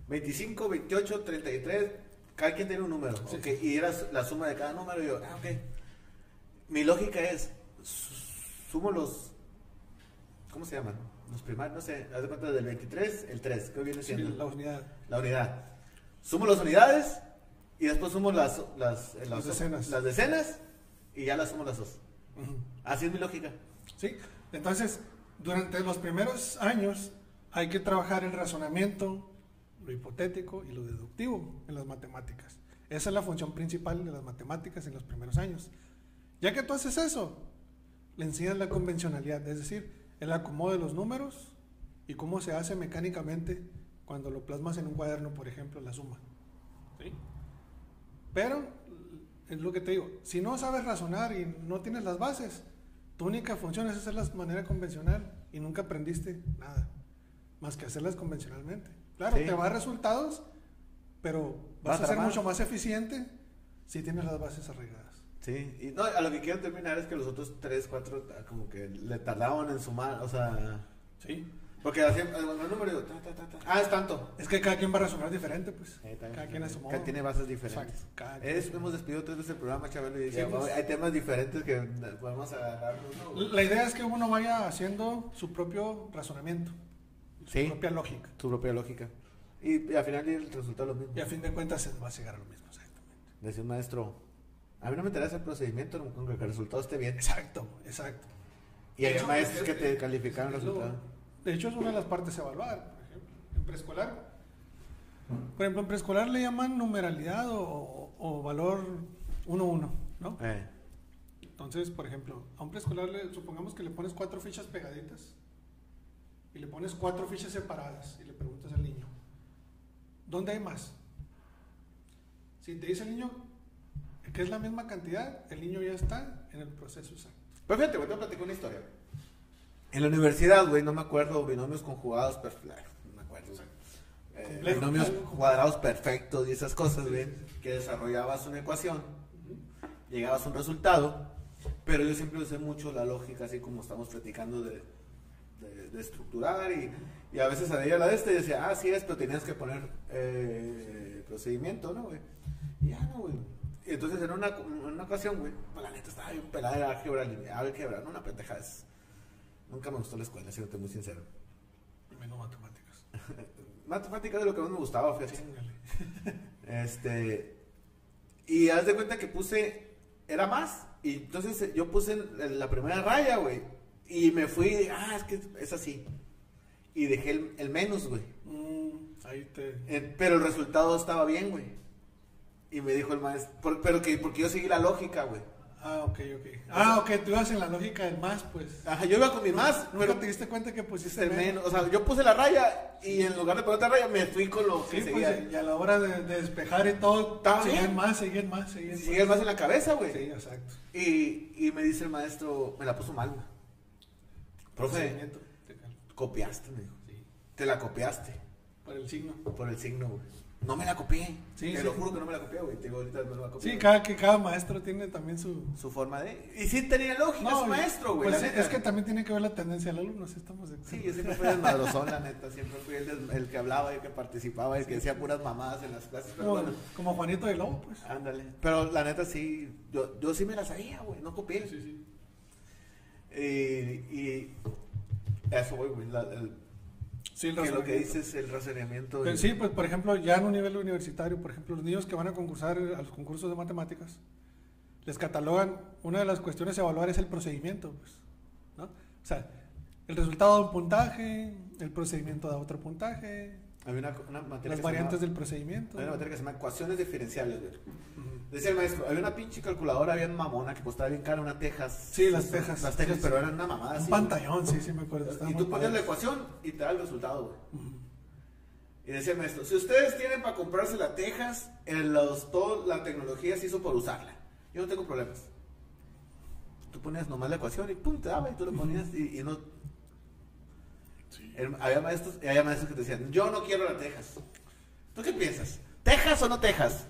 [SPEAKER 1] 25, 28, 33. Cada quien tiene un número.
[SPEAKER 2] Sí.
[SPEAKER 1] ok, Y era su- la suma de cada número. Y yo, ah, ok. Mi lógica es, su- sumo los... ¿Cómo se llaman? Los primarios, no sé. Haz de cuenta del 23, el 3. ¿Qué viene
[SPEAKER 2] Sí,
[SPEAKER 1] siendo?
[SPEAKER 2] la unidad.
[SPEAKER 1] la unidad. Sumo las unidades y después sumo las, las, eh, las,
[SPEAKER 2] Las decenas.
[SPEAKER 1] las decenas y ya las sumo las dos.
[SPEAKER 2] Ujú.
[SPEAKER 1] Así es mi lógica.
[SPEAKER 2] ¿Sí? Entonces, durante los primeros años hay que trabajar el razonamiento, lo hipotético y lo deductivo en las matemáticas. Esa es la función principal de las matemáticas en los primeros años. Ya que tú haces eso, le enseñas la convencionalidad, es decir, el acomodo de los números y cómo se hace mecánicamente cuando lo plasmas en un cuaderno, por ejemplo, la suma. ¿Sí? Pero, es lo que te digo, si no sabes razonar y no tienes las bases, tu única función es hacerlas de manera convencional y nunca aprendiste nada más que hacerlas convencionalmente. Claro,
[SPEAKER 1] Sí.
[SPEAKER 2] te va a resultados, pero
[SPEAKER 1] Va a
[SPEAKER 2] vas a ser
[SPEAKER 1] tramar.
[SPEAKER 2] mucho más eficiente si tienes las bases arregladas.
[SPEAKER 1] Sí, y no, a lo que quiero terminar es que los otros tres, cuatro, ta- como que le tardaban en sumar, o sea,
[SPEAKER 2] Sí.
[SPEAKER 1] porque hacían eh, bueno, el número, digo, ta, ta, ta, ta. ah, es tanto.
[SPEAKER 2] Es que cada quien va a razonar diferente, pues.
[SPEAKER 1] Eh, también-
[SPEAKER 2] cada quien a su modo.
[SPEAKER 1] cada tiene bases diferentes.
[SPEAKER 2] Exacto, cada quien.
[SPEAKER 1] Es, hemos despedido tres veces el programa, Chabelo, y
[SPEAKER 2] Sí,
[SPEAKER 1] ya,
[SPEAKER 2] pues.
[SPEAKER 1] hay temas diferentes que eh, podemos agarrarnos. ¿no?
[SPEAKER 2] La idea es que uno vaya haciendo su propio razonamiento, su
[SPEAKER 1] Sí,
[SPEAKER 2] propia lógica.
[SPEAKER 1] tu propia lógica. Y, y al final el resultado es lo mismo.
[SPEAKER 2] Y a fin de cuentas se va a llegar a lo mismo, exactamente.
[SPEAKER 1] Decía un maestro, a mí no me interesa el procedimiento, con que el resultado esté bien.
[SPEAKER 2] Exacto, exacto.
[SPEAKER 1] Y hay
[SPEAKER 2] No,
[SPEAKER 1] maestros
[SPEAKER 2] es-
[SPEAKER 1] que te calificaron el
[SPEAKER 2] Es lo-
[SPEAKER 1] resultado.
[SPEAKER 2] De hecho, es una de las partes a evaluar, por ejemplo, en preescolar. Por ejemplo, en preescolar le llaman numeralidad o, o- o valor 1-1, ¿no?
[SPEAKER 1] Eh,
[SPEAKER 2] Entonces, por ejemplo, a un preescolar le- supongamos que le pones cuatro fichas pegaditas y le pones cuatro fichas separadas y le preguntas al niño, ¿dónde hay más? Si te dice el niño que es la misma cantidad, el niño ya está en el proceso exacto.
[SPEAKER 1] Pero fíjate, güey, te voy a platicar una historia. En la universidad, güey, no me acuerdo, binomios conjugados perfectos. No me acuerdo, o sea, eh,
[SPEAKER 2] Complejo.
[SPEAKER 1] binomios cuadrados perfectos y esas cosas, güey. Que desarrollabas una ecuación, llegabas a un resultado. Pero yo siempre usé mucho la lógica, así como estamos platicando de, de- de estructurar. Y, y a veces salía la de este y decía, ah, sí es, pero tenías que poner eh, procedimiento, ¿no, güey? Y ya no, güey. Y entonces en una, en una ocasión, güey, pues, la neta estaba bien pelada de álgebra lineal, álgebra, no una pendeja es. Nunca me gustó la escuela, siéndote muy sincero.
[SPEAKER 2] Menos matemáticas.
[SPEAKER 1] Matemáticas de lo que más me gustaba, fíjate.
[SPEAKER 2] Chíngale.
[SPEAKER 1] Este. Y haz de cuenta que puse. Era más. Y entonces eh, yo puse en la primera raya, güey. Y me fui. Ah, es que es así. Y dejé el, el menos, güey.
[SPEAKER 2] Mm, ahí te.
[SPEAKER 1] Eh, pero el resultado estaba bien, güey. Y me dijo el maestro. por- pero que porque yo seguí la lógica, güey.
[SPEAKER 2] Ah, ok, ok. Ah, ok, tú ibas en la lógica del más, pues.
[SPEAKER 1] Ajá, yo iba con mi más,
[SPEAKER 2] Nunca
[SPEAKER 1] pero
[SPEAKER 2] te diste cuenta que
[SPEAKER 1] es
[SPEAKER 2] pusiste
[SPEAKER 1] el menos. O sea, yo puse la raya y en lugar de poner otra raya me fui con lo que
[SPEAKER 2] Sí,
[SPEAKER 1] seguía.
[SPEAKER 2] pues, y a la hora de, de despejar y todo,
[SPEAKER 1] Está bien.
[SPEAKER 2] seguían más, seguían más, seguían
[SPEAKER 1] Y
[SPEAKER 2] más.
[SPEAKER 1] sigue el más en la cabeza, güey.
[SPEAKER 2] pues, Sí, exacto.
[SPEAKER 1] Y, y me dice el maestro, me la puso mal, güey. Profe,
[SPEAKER 2] Procedimiento. Te calmo.
[SPEAKER 1] copiaste, me dijo.
[SPEAKER 2] Sí.
[SPEAKER 1] Te la copiaste
[SPEAKER 2] Por el signo.
[SPEAKER 1] por el signo, güey. No me la copié.
[SPEAKER 2] Sí,
[SPEAKER 1] te
[SPEAKER 2] sí.
[SPEAKER 1] lo juro que no me la copié, güey. Te digo, ahorita no la copié.
[SPEAKER 2] Sí,
[SPEAKER 1] güey.
[SPEAKER 2] cada, que cada maestro tiene también su...
[SPEAKER 1] Su forma de... Y sí tenía lógica, es
[SPEAKER 2] y-
[SPEAKER 1] maestro, güey.
[SPEAKER 2] pues
[SPEAKER 1] la
[SPEAKER 2] sí,
[SPEAKER 1] neta.
[SPEAKER 2] es que también tiene que ver la tendencia del alumno, si estamos de
[SPEAKER 1] Sí, yo siempre fui el madrozón, la neta. Siempre fui el, des- el que hablaba, el que participaba, el que decía puras mamadas en las clases. Pero
[SPEAKER 2] como,
[SPEAKER 1] bueno,
[SPEAKER 2] como Juanito de Lobo, pues.
[SPEAKER 1] ándale. Pero la neta sí, yo, yo sí me la sabía, güey. No copié.
[SPEAKER 2] Sí, sí.
[SPEAKER 1] Y, y eso, güey, güey, la- el-
[SPEAKER 2] Sí, el
[SPEAKER 1] que lo que
[SPEAKER 2] razonamiento.
[SPEAKER 1] dices el razonamiento.
[SPEAKER 2] Pero
[SPEAKER 1] y-
[SPEAKER 2] sí, pues por ejemplo, ya en un nivel universitario, por ejemplo, los niños que van a concursar a los concursos de matemáticas, les catalogan, una de las cuestiones a evaluar es el procedimiento, pues, ¿no? O sea, el resultado de un puntaje, el procedimiento da otro puntaje,
[SPEAKER 1] Había una, una materia
[SPEAKER 2] las
[SPEAKER 1] que se
[SPEAKER 2] variantes
[SPEAKER 1] llama-
[SPEAKER 2] del procedimiento.
[SPEAKER 1] había una materia que se llama ecuaciones diferenciales, güey.
[SPEAKER 2] Ujú.
[SPEAKER 1] Decía el maestro, había una pinche calculadora bien mamona que costaba bien cara, una Texas.
[SPEAKER 2] Sí, las Texas.
[SPEAKER 1] Las Texas,
[SPEAKER 2] Sí,
[SPEAKER 1] pero
[SPEAKER 2] sí.
[SPEAKER 1] eran una mamada.
[SPEAKER 2] Un
[SPEAKER 1] así,
[SPEAKER 2] pantallón, sí, sí me acuerdo.
[SPEAKER 1] güey.
[SPEAKER 2] estaba
[SPEAKER 1] Ah, Y
[SPEAKER 2] muy
[SPEAKER 1] tú ponías la
[SPEAKER 2] padre.
[SPEAKER 1] ecuación y te da el resultado, güey.
[SPEAKER 2] Ujú.
[SPEAKER 1] Y decía el maestro, si ustedes tienen para comprarse la Texas, en los, todo, la tecnología se hizo por usarla. Yo no tengo problemas. Tú ponías nomás la ecuación y pum, te daba y tú lo ponías y, y no... El- había, maestros, y había maestros que te decían, yo no quiero la Texas. ¿Tú qué piensas? ¿Texas o no Texas?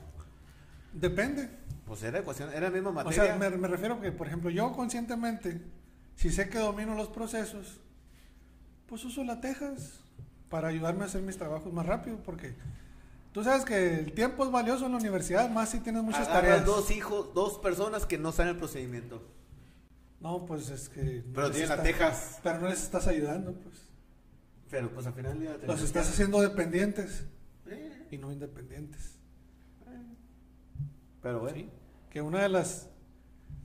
[SPEAKER 2] Depende.
[SPEAKER 1] Pues era ecuación, era la misma
[SPEAKER 2] O
[SPEAKER 1] materia.
[SPEAKER 2] sea, me, me refiero que, por ejemplo, yo conscientemente, si sé que domino los procesos, pues uso la Texas para ayudarme a hacer mis trabajos más rápido, porque tú sabes que el tiempo es valioso en la universidad, más si tienes muchas
[SPEAKER 1] Agarras
[SPEAKER 2] tareas.
[SPEAKER 1] dos hijos, dos personas que no saben el procedimiento.
[SPEAKER 2] No, pues es que... no
[SPEAKER 1] Pero
[SPEAKER 2] les
[SPEAKER 1] tiene la
[SPEAKER 2] está-
[SPEAKER 1] Texas.
[SPEAKER 2] Pero no les estás ayudando, pues.
[SPEAKER 1] Pero pues al final ya
[SPEAKER 2] Los estás haciendo dependientes
[SPEAKER 1] Eh,
[SPEAKER 2] y no independientes.
[SPEAKER 1] Pero bueno.
[SPEAKER 2] Sí. Que una de las...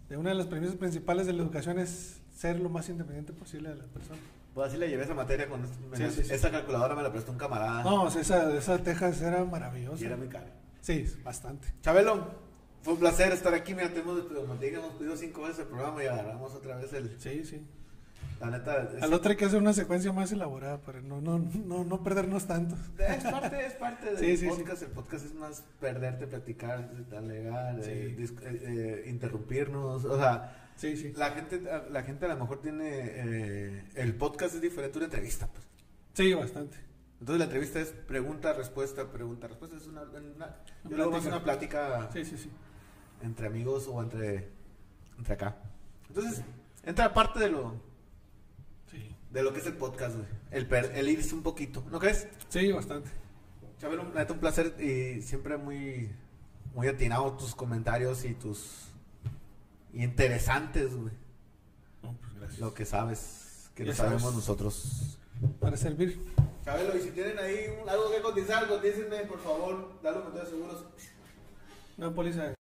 [SPEAKER 2] De una de las premisas principales de la educación es ser lo más independiente posible de la persona.
[SPEAKER 1] Pues así le llevé esa materia con este, me
[SPEAKER 2] Sí,
[SPEAKER 1] la-
[SPEAKER 2] sí, sí.
[SPEAKER 1] esa calculadora me la prestó un camarada
[SPEAKER 2] No, o sea, esa, esa Texas era
[SPEAKER 1] Ah. y
[SPEAKER 2] maravillosa.
[SPEAKER 1] era muy cara.
[SPEAKER 2] Sí, bastante.
[SPEAKER 1] Chabelo, fue un placer estar aquí. Mira, te hemos, como te dije, hemos pedido cinco veces el programa y agarramos otra vez el.
[SPEAKER 2] Sí, sí.
[SPEAKER 1] La neta, es,
[SPEAKER 2] Al otro hay que hacer una secuencia más elaborada para no, no, no, no perdernos tantos.
[SPEAKER 1] es parte, es parte del
[SPEAKER 2] Sí, sí, sí.
[SPEAKER 1] podcast. El podcast es más perderte, platicar, alegar, eh,
[SPEAKER 2] Sí.
[SPEAKER 1] dis- eh, eh, interrumpirnos. O sea,
[SPEAKER 2] Sí, sí.
[SPEAKER 1] la gente, la gente a lo mejor tiene. eh, el podcast es diferente a una entrevista, pues.
[SPEAKER 2] Sí, bastante.
[SPEAKER 1] Entonces la entrevista es pregunta, respuesta, pregunta, respuesta. Es una, una- yo lo hago más
[SPEAKER 2] Plática.
[SPEAKER 1] una plática
[SPEAKER 2] Sí, sí, sí.
[SPEAKER 1] entre amigos o entre, entre acá. Entonces, entra parte de lo,
[SPEAKER 2] Sí,
[SPEAKER 1] de lo que es el podcast, güey. El, per- el irse un poquito, ¿no crees?
[SPEAKER 2] sí bastante.
[SPEAKER 1] Chabelo, la neta, un placer y siempre muy, muy atinado tus comentarios y tus interesantes, güey.
[SPEAKER 2] No, pues gracias.
[SPEAKER 1] Lo que sabes, que
[SPEAKER 2] Ya
[SPEAKER 1] lo sabemos
[SPEAKER 2] sabes.
[SPEAKER 1] nosotros.
[SPEAKER 2] Para servir.
[SPEAKER 1] Chabelo, y si tienen ahí un- algo que cotizar, cotícenme, por favor. Dale un montón de seguros.
[SPEAKER 2] Una póliza de